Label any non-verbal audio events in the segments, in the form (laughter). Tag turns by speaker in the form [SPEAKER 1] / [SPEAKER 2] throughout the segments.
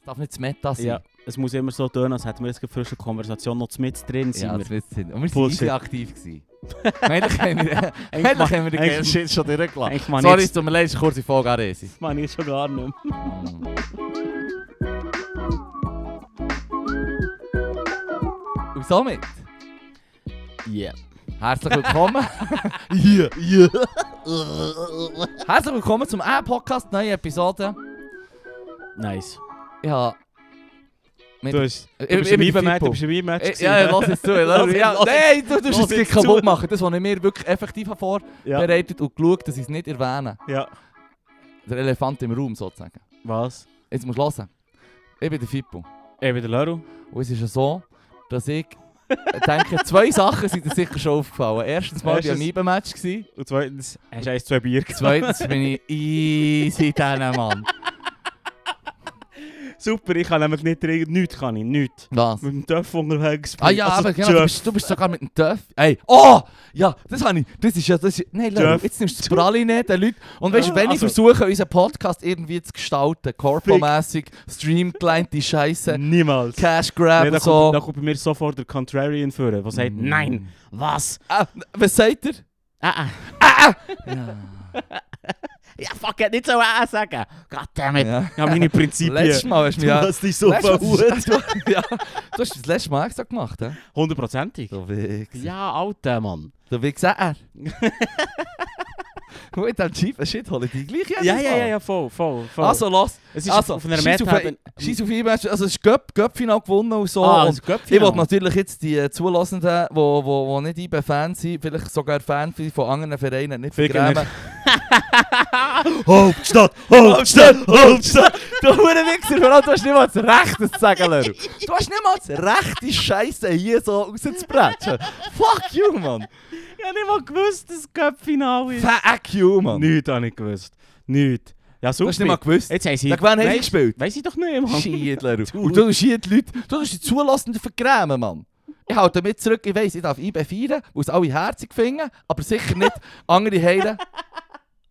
[SPEAKER 1] Es darf nicht das Meta sein.
[SPEAKER 2] Ja, es muss immer so tun, als hätten wir jetzt gerade frische Konversation noch mit drin. Sind
[SPEAKER 1] Ja,
[SPEAKER 2] wir.
[SPEAKER 1] das wird Sinn. Und wir waren
[SPEAKER 2] Bullshit.
[SPEAKER 1] easy aktiv. (laughs) gewesen. Eigentlich haben wir, eigentlich haben wir den
[SPEAKER 2] eigentlich-
[SPEAKER 1] geilen Shit schon durchgelassen.
[SPEAKER 2] Eigentlich meine
[SPEAKER 1] Sorry,
[SPEAKER 2] ich
[SPEAKER 1] es tut mir leid, es ist eine kurze Folge an Resi.
[SPEAKER 2] jetzt- meine ich schon gar nicht
[SPEAKER 1] (laughs)
[SPEAKER 2] mehr.
[SPEAKER 1] Und somit,
[SPEAKER 2] Yeah.
[SPEAKER 1] herzlich willkommen.
[SPEAKER 2] Yeah, yeah.
[SPEAKER 1] herzlich willkommen zum A-Podcast, neue Episode.
[SPEAKER 2] Nice.
[SPEAKER 1] Ja.
[SPEAKER 2] Du bist,
[SPEAKER 1] Ich-
[SPEAKER 2] du
[SPEAKER 1] ich-
[SPEAKER 2] bist
[SPEAKER 1] ich
[SPEAKER 2] ein
[SPEAKER 1] bin
[SPEAKER 2] Weibematch,
[SPEAKER 1] Äh, Fippo.
[SPEAKER 2] du bist ein Weibematch
[SPEAKER 1] Ich,
[SPEAKER 2] gewesen,
[SPEAKER 1] Eh, ja, ja,
[SPEAKER 2] ne?
[SPEAKER 1] lass es zu. Lass,
[SPEAKER 2] Lass-
[SPEAKER 1] ja,
[SPEAKER 2] lass-
[SPEAKER 1] nein, du, du musst
[SPEAKER 2] lass
[SPEAKER 1] es
[SPEAKER 2] es
[SPEAKER 1] gleich kaputt
[SPEAKER 2] zu.
[SPEAKER 1] machen. Das, was ich mir wirklich effektiv habe
[SPEAKER 2] ja.
[SPEAKER 1] vorbereitet und geschaut, dass ich es nicht erwähne.
[SPEAKER 2] ja.
[SPEAKER 1] Der Elefant im Raum sozusagen.
[SPEAKER 2] Was?
[SPEAKER 1] Jetzt musst du hören. Ich bin der Fippo.
[SPEAKER 2] Ich bin der Laru.
[SPEAKER 1] Und es ist ja so, dass ich denke, zwei Sachen sind dir sicher schon aufgefallen. Erstens mal war ich am
[SPEAKER 2] Erstens-
[SPEAKER 1] Eibenmatch. gewesen.
[SPEAKER 2] Und zweitens, hast du eins, zwei Bier getrunken.
[SPEAKER 1] Zweitens bin ich easy diesen Mann.
[SPEAKER 2] Super, ich kann nämlich nicht trinken. Nichts kann ich, nichts.
[SPEAKER 1] Was?
[SPEAKER 2] Mit dem Töff unterwegs.
[SPEAKER 1] Ah ja,
[SPEAKER 2] also
[SPEAKER 1] aber genau,
[SPEAKER 2] Töff.
[SPEAKER 1] du bist, du bist sogar mit dem Töff. Ey, oh! Ja, das habe ich. Das ist ja. Das ist, nein, Leute,
[SPEAKER 2] Töff.
[SPEAKER 1] jetzt nimmst du die Praline den Leuten. Und weißt du,
[SPEAKER 2] Ah,
[SPEAKER 1] wenn
[SPEAKER 2] also-
[SPEAKER 1] ich versuche, unseren Podcast irgendwie zu gestalten, corpomässig, streamlined, die Scheiße,
[SPEAKER 2] Niemals.
[SPEAKER 1] Cash
[SPEAKER 2] Nee,
[SPEAKER 1] Grab,
[SPEAKER 2] da, kommt, da
[SPEAKER 1] so.
[SPEAKER 2] kommt bei mir sofort der Contrarian führen, der sagt,
[SPEAKER 1] Mm.
[SPEAKER 2] nein, was?
[SPEAKER 1] Ah, was sagt er?
[SPEAKER 2] Ah, ah.
[SPEAKER 1] Ja.
[SPEAKER 2] (laughs) Ja, fuck, hätte nicht so ah sagen. Goddammit.
[SPEAKER 1] ja.
[SPEAKER 2] Ja, meine Prinzipien.
[SPEAKER 1] Letztes
[SPEAKER 2] (laughs)
[SPEAKER 1] Mal hast du
[SPEAKER 2] Du
[SPEAKER 1] mich ja.
[SPEAKER 2] hast dich so (laughs)
[SPEAKER 1] Letztes
[SPEAKER 2] verhut.
[SPEAKER 1] Mal- ja, du hast das letzte Mal auch so gemacht, hä?
[SPEAKER 2] Hundertprozentig.
[SPEAKER 1] Du Wichs.
[SPEAKER 2] Ja, alter Mann.
[SPEAKER 1] Du Wichs er. (laughs) Gut, in diesem cheapen Shit hole ich dich gleich jedes
[SPEAKER 2] Ja, ja,
[SPEAKER 1] Mal.
[SPEAKER 2] ja, ja, voll, voll, voll.
[SPEAKER 1] Also, lass.
[SPEAKER 2] es ist
[SPEAKER 1] also,
[SPEAKER 2] auf einer
[SPEAKER 1] scheiss
[SPEAKER 2] Meta.
[SPEAKER 1] auf- Scheiß auf E-Match, also es ist Göpp- Göpp-Final gewonnen und so.
[SPEAKER 2] ah,
[SPEAKER 1] und
[SPEAKER 2] es ist Göpfchen.
[SPEAKER 1] ich wollte natürlich jetzt die äh, Zulassenden, die wo, wo, wo nicht IB-Fans sind, vielleicht sogar Fans von anderen Vereinen, nicht
[SPEAKER 2] Fick
[SPEAKER 1] vergrämen.
[SPEAKER 2] Hauptstadt, Hauptstadt, Hauptstadt.
[SPEAKER 1] (laughs) Du Wichser, vor allem, du hast nicht mal das Recht, das zu sagen,
[SPEAKER 2] (laughs)
[SPEAKER 1] Leru. Du hast nicht mal das Recht, die Scheiße hier so rauszubrechen. Fuck you, man.
[SPEAKER 2] Ich habe nicht mal gewusst, dass es Göpfinal ist.
[SPEAKER 1] Fuck you, man.
[SPEAKER 2] Nichts habe ich gewusst. Nichts. Ja,
[SPEAKER 1] Du
[SPEAKER 2] super.
[SPEAKER 1] hast nicht mal gewusst.
[SPEAKER 2] Jetzt haben sie...
[SPEAKER 1] Gegen wen haben sie (laughs)
[SPEAKER 2] Weiss-
[SPEAKER 1] gespielt?
[SPEAKER 2] Weiss ich doch nicht, Mann.
[SPEAKER 1] Shit, Leru. Und du hast hier die Leute, du hast die Zulassenden vergrämen, Mann. Ich halte mich zurück, ich weiss, ich darf IB feiern, weil es alle herzig finden, aber sicher (laughs) nicht andere heilen.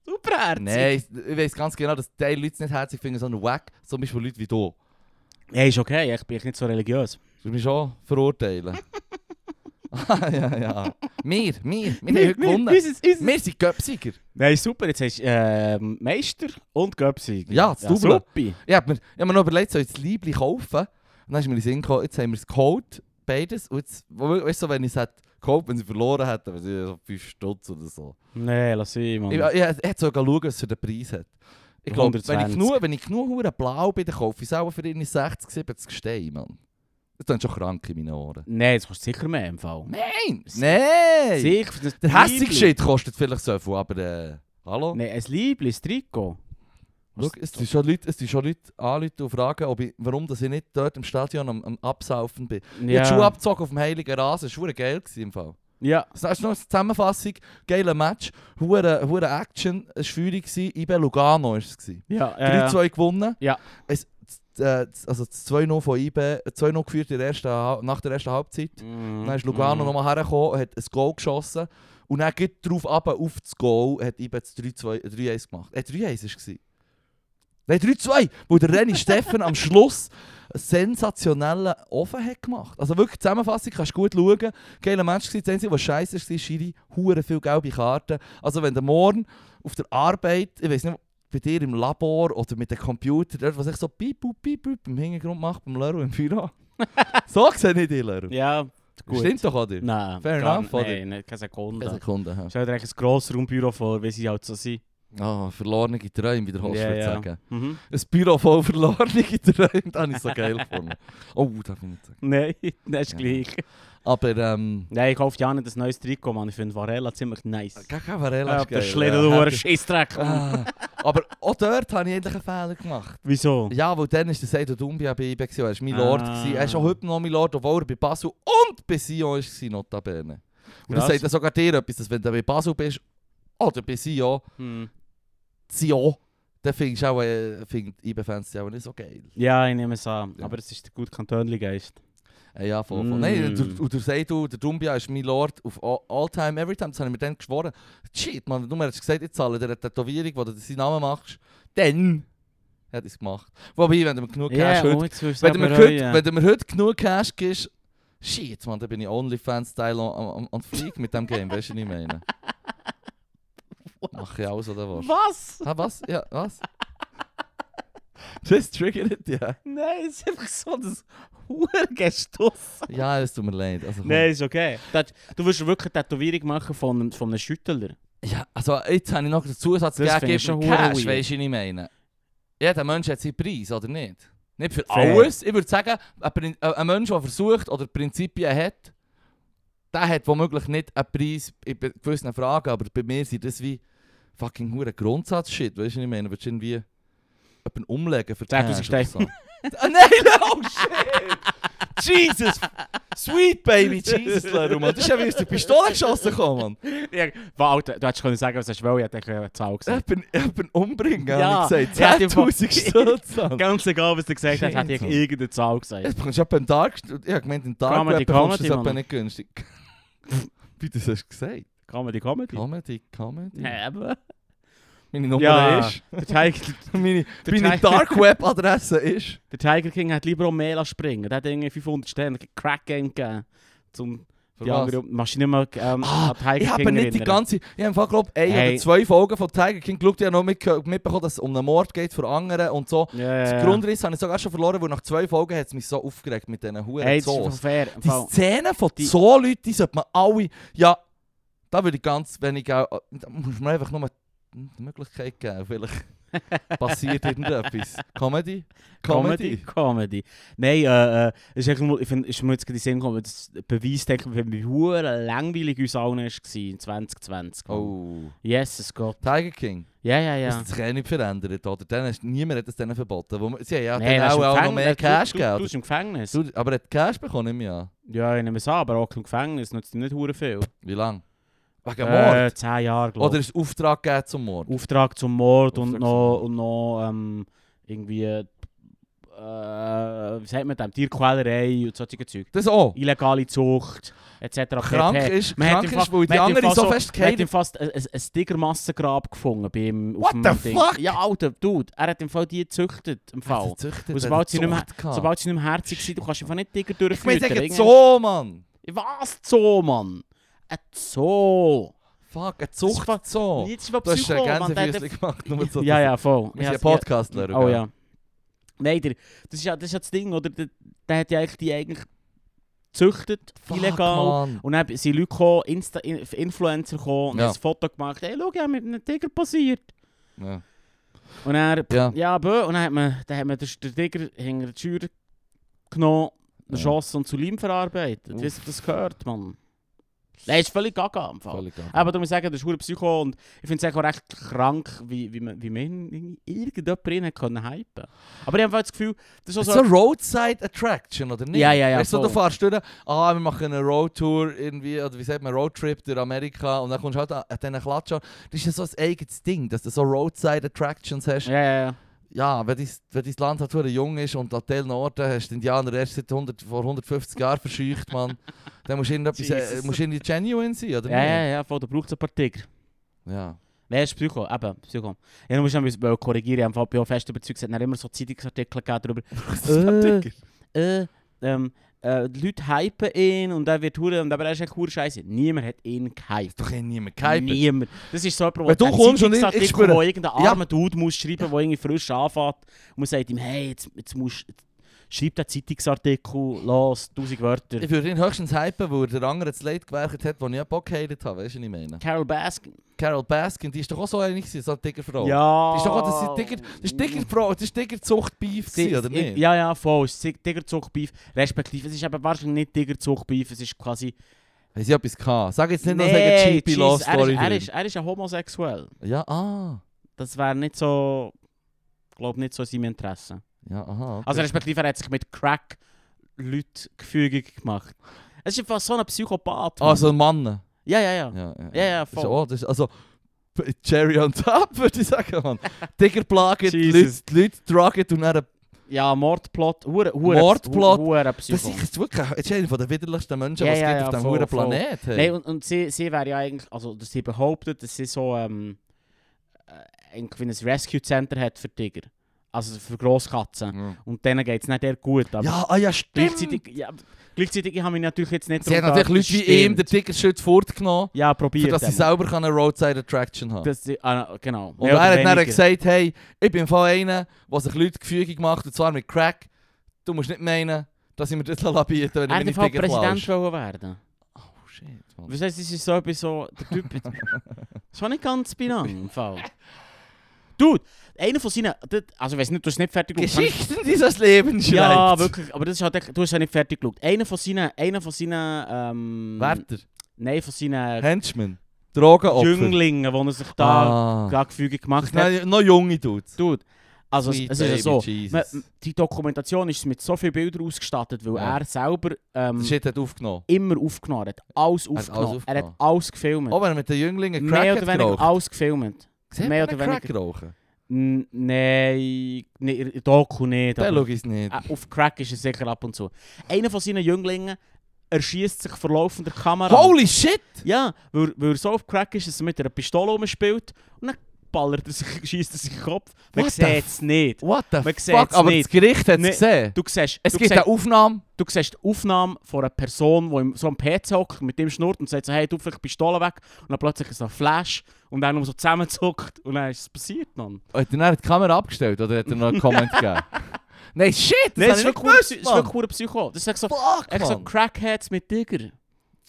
[SPEAKER 2] Super herzig.
[SPEAKER 1] Nein, ich ich weiss ganz genau, dass die Leute es nicht herzig finden, sondern wack, zum Beispiel Leute wie du.
[SPEAKER 2] Ja, ist okay, ich bin nicht so religiös.
[SPEAKER 1] Du mich schon (laughs) verurteilen. ah, ja, ja. Wir, wir, wir haben heute gewonnen.
[SPEAKER 2] Unser, unser.
[SPEAKER 1] Wir sind Göpsiger.
[SPEAKER 2] Nein, super, jetzt hast du ähm, Meister und Göpsig.
[SPEAKER 1] Ja, das Double.
[SPEAKER 2] super.
[SPEAKER 1] Ich habe mir, ich hab mir noch überlegt, soll ich das Liebling kaufen? Und dann ist mir in den Sinn gekommen, jetzt haben wir es geholt, beides. Und jetzt, wo- weißt du, wenn ich es hätte gekauft, wenn sie verloren hätten, wäre es so 5 Stutz oder so.
[SPEAKER 2] Nein, lass ihn, Mann.
[SPEAKER 1] Ich, ich, ich hätte sogar schauen, was für den Preis hat. Ich glaube, wenn ich
[SPEAKER 2] 120.
[SPEAKER 1] genug, wenn ich genug hure blau bin, dann kaufe ich es auch für irgendwie 60, 70 Steine, Mann. Das klingt schon krank in meinen Ohren.
[SPEAKER 2] Nein, jetzt kostet sicher mehr im Fall.
[SPEAKER 1] Nein! Nein!
[SPEAKER 2] Sicher, das
[SPEAKER 1] Der hässliche
[SPEAKER 2] Liebli.
[SPEAKER 1] Shit kostet vielleicht so viel, aber äh, hallo?
[SPEAKER 2] Nein, ein Liebli, ein Trikot.
[SPEAKER 1] Schau, es sind schon Leute, es sind schon Leute anrufen und fragen, ob ich, warum dass ich nicht dort im Stadion am, am Absaufen bin. Ich habe die Schuhe abgezogen auf dem heiligen Rasen, das war verdammt geil gewesen im Fall.
[SPEAKER 2] Ja.
[SPEAKER 1] Das ist noch eine Zusammenfassung, geiler Match, hure hure Action, es war feurig, gewesen. IB Lugano war es. gewesen.
[SPEAKER 2] Ja,
[SPEAKER 1] 3-2 gewonnen.
[SPEAKER 2] Ja.
[SPEAKER 1] Es, das, äh, das- also das 2-0 von IB, äh, 2-0 geführt in der ersten, Hal- nach der ersten Halbzeit.
[SPEAKER 2] Mhm.
[SPEAKER 1] Dann ist Lugano nochmal hergekommen, hat ein Goal geschossen und dann geht drauf ab auf das Goal, hat IB das 3-2 äh, 3-1 gemacht. Äh, 3-1 war es. Nein, 3-2, wo der René Steffen am Schluss einen sensationellen Ofen hat gemacht. Also wirklich, die Zusammenfassung kannst du gut schauen. Geiler Mensch gewesen, das Einzige, was scheiße war, Schiri, hure viel gelbe Karten. Also wenn du morgen auf der Arbeit, ich weiß nicht, bei dir im Labor oder mit dem Computer, dort, was ich so piep, piep, piep, piep im Hintergrund mache, beim Leru im Büro.
[SPEAKER 2] (laughs)
[SPEAKER 1] so sehe ich dich, Leru.
[SPEAKER 2] Ja, Nou, gut.
[SPEAKER 1] Stimmt doch, oder?
[SPEAKER 2] Nein,
[SPEAKER 1] Fair
[SPEAKER 2] gar-
[SPEAKER 1] enough, oder?
[SPEAKER 2] Nein, nicht, keine Sekunde.
[SPEAKER 1] Keine Sekunde. hä?
[SPEAKER 2] Stell dir eigentlich ein Grossraumbüro vor, wie sie halt so sind.
[SPEAKER 1] Ah, verlorene Träume, wie der Host
[SPEAKER 2] Ja,
[SPEAKER 1] würde
[SPEAKER 2] ja.
[SPEAKER 1] sagen.
[SPEAKER 2] Mhm.
[SPEAKER 1] Ein Büro voll verlorene (laughs) Ah, Träume, das habe ich so geil gefunden. Oh, darf ich nicht sagen.
[SPEAKER 2] (laughs) Nein, das ist
[SPEAKER 1] Ja.
[SPEAKER 2] gleich.
[SPEAKER 1] Aber, ähm...
[SPEAKER 2] Nein, ich kaufe ja nicht das neues Trikot, Mann. Ich finde Varela ziemlich nice.
[SPEAKER 1] Gaga Varela
[SPEAKER 2] Ja,
[SPEAKER 1] ist geil.
[SPEAKER 2] der Schleder,
[SPEAKER 1] ja.
[SPEAKER 2] du
[SPEAKER 1] Hat-
[SPEAKER 2] Scheissdreck. (laughs)
[SPEAKER 1] Ah, Aber auch dort habe ich eigentlich einen Fehler gemacht.
[SPEAKER 2] Wieso?
[SPEAKER 1] Ja, weil dann war der Seido Dumbia bei IBE, er war mein
[SPEAKER 2] Ah.
[SPEAKER 1] Lord. gewesen. Er ist auch heute noch mein Lord, obwohl er bei Basel und bei Sion war, notabene. Und das
[SPEAKER 2] Krass.
[SPEAKER 1] sagt ja sogar dir etwas, dass wenn du bei Basel bist oder bei Sion,
[SPEAKER 2] Hm.
[SPEAKER 1] Sion, dann findest du auch, äh, find IBE-Fans auch nicht so geil.
[SPEAKER 2] Ja, ich nehme es an.
[SPEAKER 1] Ja.
[SPEAKER 2] Aber es ist der gute Kantönli-Geist.
[SPEAKER 1] Ja, Eh, ja, voll, voll.
[SPEAKER 2] Mm.
[SPEAKER 1] Nein, du, du, du sagst, du, der Dumbia ist mein Lord auf all, all time, every time. Das habe ich mir dann geschworen. Shit, man, du hast gesagt, ich zahle dir eine Tätowierung, wo du seinen Namen machst. Dann hat es gemacht. Wobei, wenn du mir genug Cash
[SPEAKER 2] Ja,
[SPEAKER 1] heute
[SPEAKER 2] und jetzt wirst du
[SPEAKER 1] Wenn du,
[SPEAKER 2] aber
[SPEAKER 1] mir heute,
[SPEAKER 2] reuen.
[SPEAKER 1] wenn du mir heute genug Cash gibst, shit, man, dann bin ich OnlyFans-Style am, am, am Flieg mit dem Game, weißt du, was ich meine?
[SPEAKER 2] (laughs)
[SPEAKER 1] Mach ich alles, oder was?
[SPEAKER 2] Was?
[SPEAKER 1] Ah, was? Ja, was?
[SPEAKER 2] (laughs)
[SPEAKER 1] Das triggert ja.
[SPEAKER 2] Nein, es ist einfach so (laughs) das Hurgestuss.
[SPEAKER 1] Ja, es tut mir leid. Also, komm.
[SPEAKER 2] Nein, ist okay. Dat, du wirst wirklich eine Tätowierung machen von, einem- von einem Schüttler.
[SPEAKER 1] Ja, also jetzt habe ich noch den Zusatz
[SPEAKER 2] Das
[SPEAKER 1] gegeben,
[SPEAKER 2] finde ich
[SPEAKER 1] gib
[SPEAKER 2] schon
[SPEAKER 1] mir
[SPEAKER 2] hure
[SPEAKER 1] Cash,
[SPEAKER 2] weird.
[SPEAKER 1] weißt du, was ich meine? Jeder Mensch hat seinen Preis, oder nicht? Nicht für
[SPEAKER 2] Fair.
[SPEAKER 1] alles. Ich würde sagen, ein, Prin- äh, ein Mensch, der versucht oder Prinzipien hat, der hat womöglich nicht einen Preis in be- gewissen Fragen, aber bei mir sind das wie fucking hure Grundsatzshit, weißt du, was ich meine? Würdest du irgendwie jemanden umlegen für
[SPEAKER 2] 10.000
[SPEAKER 1] Cash oder so? (laughs) ah, nein, oh shit! Jesus! Sweet baby, Jesus, Leru, Mann. Das ist ja wie aus der Pistole geschossen gekommen, Mann.
[SPEAKER 2] Ja, wa- Alter, du hättest können sagen, was hast du willst, ich hätte eine Zahl gesagt.
[SPEAKER 1] Ich bin, ich bin umbringen,
[SPEAKER 2] Ja,
[SPEAKER 1] ja. habe ich
[SPEAKER 2] ja,
[SPEAKER 1] gesagt.
[SPEAKER 2] die Fa-
[SPEAKER 1] 10'000 Stutz.
[SPEAKER 2] (laughs)
[SPEAKER 1] Mann.
[SPEAKER 2] (laughs) Ganz egal, was du gesagt hast, hätte ich
[SPEAKER 1] Shit.
[SPEAKER 2] irgendeine Zahl gesagt.
[SPEAKER 1] Jetzt bekommst du etwa im Dark... Ich habe gemeint, im Dark
[SPEAKER 2] Comedy,
[SPEAKER 1] Web bekommst du
[SPEAKER 2] Comedy,
[SPEAKER 1] das etwa
[SPEAKER 2] Mann.
[SPEAKER 1] nicht günstig. (laughs) Wie du das hast gesagt.
[SPEAKER 2] (laughs) Comedy, Comedy.
[SPEAKER 1] Comedy, Comedy.
[SPEAKER 2] Ja, eben.
[SPEAKER 1] Meine Nummer
[SPEAKER 2] Ja. (laughs)
[SPEAKER 1] ist...
[SPEAKER 2] Der Tiger,
[SPEAKER 1] Meine,
[SPEAKER 2] Der
[SPEAKER 1] meine
[SPEAKER 2] Tiger-
[SPEAKER 1] Dark Web Adresse ist...
[SPEAKER 2] der Tiger King hat lieber auch mehr lassen springen. Der hat irgendwie 500 Sterne Crack Game gegeben. Zum
[SPEAKER 1] Für
[SPEAKER 2] (laughs) die
[SPEAKER 1] was?
[SPEAKER 2] andere machst du nicht mehr ähm,
[SPEAKER 1] Ah,
[SPEAKER 2] an Tiger
[SPEAKER 1] Ich habe
[SPEAKER 2] King
[SPEAKER 1] nicht die
[SPEAKER 2] erinnern.
[SPEAKER 1] ganze... Ich habe glaube ich, eine
[SPEAKER 2] Hey.
[SPEAKER 1] oder zwei Folgen von Tiger King geschaut. Ich habe noch mitge- mitbekommen, dass es um einen Mord geht für andere und so.
[SPEAKER 2] Ja, ja,
[SPEAKER 1] Den
[SPEAKER 2] ja.
[SPEAKER 1] Grundriss habe ich sogar schon verloren, weil nach zwei Folgen hat es mich so aufgeregt mit diesen Huren
[SPEAKER 2] Hey, das ist einfach fair. Im
[SPEAKER 1] Die (laughs)
[SPEAKER 2] Fall.
[SPEAKER 1] Szenen von
[SPEAKER 2] Die-
[SPEAKER 1] so Leuten, die sollte man alle. Ja, da würde ich ganz wenig auch. Da muss man einfach nur die Möglichkeit geben. Vielleicht passiert irgendetwas. Comedy? Comedy?
[SPEAKER 2] Comedy? Comedy. Nein, äh, äh, es ist echt nur, ich finde, es ist mir jetzt gerade in den Sinn gekommen, weil das beweist, eigentlich, wie- wie hure langweilig uns allen war in 2020.
[SPEAKER 1] Oh.
[SPEAKER 2] Jesus Gott.
[SPEAKER 1] Tiger King.
[SPEAKER 2] Ja,
[SPEAKER 1] Ja.
[SPEAKER 2] ja, ja.
[SPEAKER 1] Ist das Kind nicht verändert, oder? Dann hast, niemand hat es denen verboten. Wo, man- sie haben ja
[SPEAKER 2] Nein,
[SPEAKER 1] dann
[SPEAKER 2] das
[SPEAKER 1] auch,
[SPEAKER 2] ist im
[SPEAKER 1] auch noch
[SPEAKER 2] Gefängnis.
[SPEAKER 1] mehr Cash
[SPEAKER 2] du, du, du
[SPEAKER 1] gegeben.
[SPEAKER 2] bist im Gefängnis.
[SPEAKER 1] Du- Aber er hat Cash bekommen im Jahr.
[SPEAKER 2] Ja, ich nehme es an, aber auch im Gefängnis nutzt ihm nicht hure viel.
[SPEAKER 1] Wie lange? Wegen Mord?
[SPEAKER 2] Äh, zehn Jahre,
[SPEAKER 1] oder
[SPEAKER 2] glaube ich.
[SPEAKER 1] ist es Auftrag gegeben zum Mord?
[SPEAKER 2] Auftrag zum Mord
[SPEAKER 1] Auftrag
[SPEAKER 2] und
[SPEAKER 1] zum
[SPEAKER 2] noch,
[SPEAKER 1] Mord.
[SPEAKER 2] und noch ähm, irgendwie, äh, wie sagt man dem, Tierquälerei und solche Zeug.
[SPEAKER 1] Das auch.
[SPEAKER 2] Illegale Zucht, etc.
[SPEAKER 1] Krank
[SPEAKER 2] pp.
[SPEAKER 1] ist,
[SPEAKER 2] Man hat
[SPEAKER 1] krank
[SPEAKER 2] im
[SPEAKER 1] ist,
[SPEAKER 2] Fall-
[SPEAKER 1] weil die
[SPEAKER 2] man hat im
[SPEAKER 1] anderen
[SPEAKER 2] Fall
[SPEAKER 1] so
[SPEAKER 2] so-
[SPEAKER 1] fest
[SPEAKER 2] Er hat
[SPEAKER 1] gehalten
[SPEAKER 2] ihm fast ein, ein, ein Stickermassengrab gefunden bei ihm auf
[SPEAKER 1] What
[SPEAKER 2] dem
[SPEAKER 1] the
[SPEAKER 2] Ding.
[SPEAKER 1] fuck?
[SPEAKER 2] Ja, alter Dude, er hat im Fall die gezüchtet im Fall. Und sobald sie nicht mehr, sobald sie nicht mehr herzig sind, du kannst einfach nicht Tiger
[SPEAKER 1] Ich meine,
[SPEAKER 2] durchfüttern.
[SPEAKER 1] sagen so, Mann.
[SPEAKER 2] Was Zoo, Mann? Ein Zoo.
[SPEAKER 1] Fuck, ein
[SPEAKER 2] Das war-
[SPEAKER 1] Zuchtzoo.
[SPEAKER 2] Jetzt ist er
[SPEAKER 1] Du hast
[SPEAKER 2] Psycho,
[SPEAKER 1] einen
[SPEAKER 2] Mann. der
[SPEAKER 1] Gänsefüßchen
[SPEAKER 2] hat-
[SPEAKER 1] gemacht, nur so.
[SPEAKER 2] Ja, ja, voll.
[SPEAKER 1] Wir
[SPEAKER 2] Ja,
[SPEAKER 1] sind ein
[SPEAKER 2] ja.
[SPEAKER 1] Podcast, Leru.
[SPEAKER 2] Oh ja. Nein, der, das, ist ja, das ist ja das Ding, oder? Der, der hat ja eigentlich die eigentlich gezüchtet,
[SPEAKER 1] Fuck,
[SPEAKER 2] illegal.
[SPEAKER 1] Mann.
[SPEAKER 2] Und dann sind Leute gekommen, Insta In- Influencer gekommen und
[SPEAKER 1] Ja.
[SPEAKER 2] haben ein Foto gemacht. Hey, schau, ich habe mit einem Tiger posiert.
[SPEAKER 1] Ja.
[SPEAKER 2] Und er,
[SPEAKER 1] Ja.
[SPEAKER 2] ja, bö, und dann hat man, dann hat man den, den Tiger hinter die Scheuer genommen,
[SPEAKER 1] Ja.
[SPEAKER 2] geschossen und zu Leim verarbeitet. Wie
[SPEAKER 1] Uff.
[SPEAKER 2] sich das gehört, Mann. Nein, ist völlig gaga am Fall.
[SPEAKER 1] Völlig gaga.
[SPEAKER 2] Aber darum muss ich sagen, das ist hure Psycho und ich finde es eigentlich auch recht krank, wie, wie man, wie man ihn- irgendjemand drin hat können hypen. Aber ich habe einfach das Gefühl, das ist auch
[SPEAKER 1] Ist
[SPEAKER 2] so...
[SPEAKER 1] so eine Roadside Attraction, oder nicht?
[SPEAKER 2] Ja, ja, ja,
[SPEAKER 1] Weißt du, du
[SPEAKER 2] voll.
[SPEAKER 1] fährst durch, ah, wir machen eine Roadtour irgendwie, oder wie sagt man, Roadtrip durch Amerika und dann kommst du halt an an diesen Klatschen. Das ist ja so ein eigenes Ding, dass du so Roadside Attractions hast.
[SPEAKER 2] ja, ja, ja.
[SPEAKER 1] Ja, wenn dein, wenn dein Land halt verdammt jung ist und an Teilen Orten hast du die Indianer erst seit 100, vor 150 Jahren verscheucht, Mann, dann musst du irgendetwas, äh,
[SPEAKER 2] (laughs) Jesus.
[SPEAKER 1] musst du irgendwie genuine sein, oder
[SPEAKER 2] Ja, ja, ja, voll, da braucht es ein paar Tiger.
[SPEAKER 1] nicht? Ja.
[SPEAKER 2] Nein, ist Psycho, eben, Psycho. Ja, du musst noch mal korrigieren, ich habe im Fabio fest überzeugt, es hat dann immer so Zeitungsartikel gegeben darüber,
[SPEAKER 1] Das ist
[SPEAKER 2] äh, ähm, äh, die Leute hypen ihn und er wird hure und aber er ist echt hure scheiße. Niemand hat ihn gehypt.
[SPEAKER 1] doch eh niemand gehypt.
[SPEAKER 2] Niemand. Das ist so jemand,
[SPEAKER 1] Wenn du
[SPEAKER 2] einen
[SPEAKER 1] kommst und ich- ich
[SPEAKER 2] Zeitungsartikel,
[SPEAKER 1] spüre-
[SPEAKER 2] wo irgendein
[SPEAKER 1] Ja.
[SPEAKER 2] armer Dude muss schreiben, der irgendwie frisch anfängt und man sagt ihm, hey, jetzt, jetzt musst schreib den Zeitungsartikel, los, 1000 Wörter.
[SPEAKER 1] Ich würde ihn höchstens hypen, weil er der andere das Leid gewerkt hat, das ich auch Bock gehabt habe, weißt du, was ich meine?
[SPEAKER 2] Carol Baskin.
[SPEAKER 1] Carol Baskin, die ist doch auch so eine, gewesen, so eine dicke Frau.
[SPEAKER 2] Ja.
[SPEAKER 1] Die ist doch auch, das ist Digger, das ist Digger Frau, das ist Digger Zuchtbeef
[SPEAKER 2] Sie-
[SPEAKER 1] gewesen, oder
[SPEAKER 2] ich-
[SPEAKER 1] nicht?
[SPEAKER 2] Ja, ja, voll. Es ist Tigerzuchtbeef, respektive, es ist eben wahrscheinlich nicht Tigerzuchtbeef, es ist quasi...
[SPEAKER 1] Haben sie etwas gehabt? Sag jetzt nicht nur,
[SPEAKER 2] Nee,
[SPEAKER 1] dass eine cheapy
[SPEAKER 2] Jesus,
[SPEAKER 1] Love
[SPEAKER 2] er,
[SPEAKER 1] Story
[SPEAKER 2] ist, er,
[SPEAKER 1] drin.
[SPEAKER 2] ist, er ist ein homosexuell.
[SPEAKER 1] Ja, ah.
[SPEAKER 2] Das wäre nicht so... Ich glaube nicht so in seinem Interesse.
[SPEAKER 1] Ja, aha. okay.
[SPEAKER 2] Also respektive, er hat sich mit Crack Leute gefügig gemacht. Es ist einfach so ein Psychopath. Mann.
[SPEAKER 1] Ah, so ein Mann.
[SPEAKER 2] Ja, ja, ja.
[SPEAKER 1] Ja,
[SPEAKER 2] Ja, ja,
[SPEAKER 1] Das ist,
[SPEAKER 2] voll.
[SPEAKER 1] oh, das ist, also, p- Cherry on top, (laughs) würde ich sagen, Mann. Digger plaget, die Leute,
[SPEAKER 2] Jesus.
[SPEAKER 1] die Leute tragen und dann...
[SPEAKER 2] Ja, Mordplot. Hure, hure,
[SPEAKER 1] Mordplot.
[SPEAKER 2] Hu- Hure
[SPEAKER 1] Das
[SPEAKER 2] Psycho.
[SPEAKER 1] ist wirklich das ist einer der widerlichsten Menschen,
[SPEAKER 2] Ja,
[SPEAKER 1] was es
[SPEAKER 2] ja,
[SPEAKER 1] gibt
[SPEAKER 2] ja,
[SPEAKER 1] auf diesem
[SPEAKER 2] voll,
[SPEAKER 1] verdammten
[SPEAKER 2] voll.
[SPEAKER 1] Planet. hey.
[SPEAKER 2] Nein, und, und sie, sie wäre ja eigentlich, also dass sie behauptet, dass sie so ähm, äh, irgendwie ein Rescue Center hat für Tiger. Also für Grosskatzen. Und denen geht es nicht eher gut. Aber
[SPEAKER 1] Ja, ah ja, stimmt.
[SPEAKER 2] gleichzeitig, ja, gleichzeitig habe ich mich natürlich jetzt nicht
[SPEAKER 1] Sie haben
[SPEAKER 2] darum
[SPEAKER 1] natürlich Leute
[SPEAKER 2] gedacht,
[SPEAKER 1] wie ihm
[SPEAKER 2] stimmt.
[SPEAKER 1] den Ticketschutz fortgenommen,
[SPEAKER 2] Ja, probiert.
[SPEAKER 1] für dass sie
[SPEAKER 2] einmal.
[SPEAKER 1] selber kann eine Roadside Attraction haben
[SPEAKER 2] Das- ah, genau.
[SPEAKER 1] Und
[SPEAKER 2] Mehr oder
[SPEAKER 1] er hat dann
[SPEAKER 2] weniger.
[SPEAKER 1] gesagt, hey, ich bin von einer, der sich Leute gefügig macht, und zwar mit Crack. Du musst nicht meinen, dass ich mir das anbieten wenn ich
[SPEAKER 2] Er hat
[SPEAKER 1] mir
[SPEAKER 2] im
[SPEAKER 1] nicht
[SPEAKER 2] Fall
[SPEAKER 1] Ticket
[SPEAKER 2] Präsident
[SPEAKER 1] klausche.
[SPEAKER 2] wollen werden.
[SPEAKER 1] Oh shit, Mann.
[SPEAKER 2] Was heißt, es ist so etwas so. Der
[SPEAKER 1] (laughs)
[SPEAKER 2] Typ. schon nicht ganz benannt im Fall. Dude, einer von seinen. das- Also, ich weiß nicht, du hast nicht fertig geschaut. Kann ich-
[SPEAKER 1] Geschichten dieses Lebens schreibt.
[SPEAKER 2] (laughs) Ja, wirklich. Aber das ist halt, echt- du hast ja nicht fertig geschaut. Einer von seinen. Einer von seinen. Ähm,
[SPEAKER 1] Werther,
[SPEAKER 2] Nein, von seinen
[SPEAKER 1] Henchman, Drogenopfer.
[SPEAKER 2] Jünglingen, die er sich da,
[SPEAKER 1] Ah. nou,
[SPEAKER 2] da gefügig
[SPEAKER 1] Das
[SPEAKER 2] gemacht hat.
[SPEAKER 1] sind noch junge Dudes.
[SPEAKER 2] Dude, also, es-
[SPEAKER 1] Sweet
[SPEAKER 2] es ist ja
[SPEAKER 1] baby
[SPEAKER 2] so. Man,
[SPEAKER 1] Jesus.
[SPEAKER 2] die Dokumentation ist mit so vielen Bildern ausgestattet, weil
[SPEAKER 1] Ja.
[SPEAKER 2] er selber ähm,
[SPEAKER 1] Das Shit hat aufgenommen.
[SPEAKER 2] immer aufgenommen hat. Alles
[SPEAKER 1] alles
[SPEAKER 2] aufgenommen. Er hat
[SPEAKER 1] aufgenommen.
[SPEAKER 2] alles gefilmt.
[SPEAKER 1] Aber mit den Jünglingen
[SPEAKER 2] Mehr
[SPEAKER 1] Crack
[SPEAKER 2] oder
[SPEAKER 1] hat
[SPEAKER 2] weniger
[SPEAKER 1] geraucht.
[SPEAKER 2] alles gefilmt.
[SPEAKER 1] Sieht
[SPEAKER 2] mehr
[SPEAKER 1] man
[SPEAKER 2] oder
[SPEAKER 1] Crack rauchen?
[SPEAKER 2] N- Nein, nee, Doku nicht.
[SPEAKER 1] Dann
[SPEAKER 2] aber-
[SPEAKER 1] schau ich es nicht.
[SPEAKER 2] Äh, auf Crack ist er sicher ab und zu. Einer von seinen Jünglingen erschießt sich vor laufender Kamera.
[SPEAKER 1] Holy shit!
[SPEAKER 2] Ja, weil, weil er so auf Crack ist, dass er mit einer Pistole rumspielt und dann ballert er sich, (laughs) schießt er sich in den Kopf. Man
[SPEAKER 1] What the
[SPEAKER 2] sieht es nicht.
[SPEAKER 1] What the
[SPEAKER 2] Man sieht's
[SPEAKER 1] fuck? Aber
[SPEAKER 2] nicht.
[SPEAKER 1] das Gericht hat es
[SPEAKER 2] Nee.
[SPEAKER 1] gesehen.
[SPEAKER 2] Du siehst,
[SPEAKER 1] Es
[SPEAKER 2] du
[SPEAKER 1] gibt
[SPEAKER 2] siehst-
[SPEAKER 1] eine Aufnahme.
[SPEAKER 2] du siehst die Aufnahme von einer Person, die im- so am PC hockt, mit dem schnurrt und sagt so, hey, tu vielleicht die Pistole weg. Und dann plötzlich ist so ein Flash und dann nur so zusammenzuckt und dann ist es passiert, Mann.
[SPEAKER 1] Hat er dann die Kamera abgestellt oder hat er noch einen Comment gegeben? Nein, shit! Das
[SPEAKER 2] Nein,
[SPEAKER 1] hab
[SPEAKER 2] das
[SPEAKER 1] ich nicht
[SPEAKER 2] ist wirklich cool, das
[SPEAKER 1] gewusst,
[SPEAKER 2] ist
[SPEAKER 1] Mann.
[SPEAKER 2] wirklich cool Psycho. Das ist echt so,
[SPEAKER 1] Fuck,
[SPEAKER 2] echt so
[SPEAKER 1] Mann.
[SPEAKER 2] Crackheads mit Digger.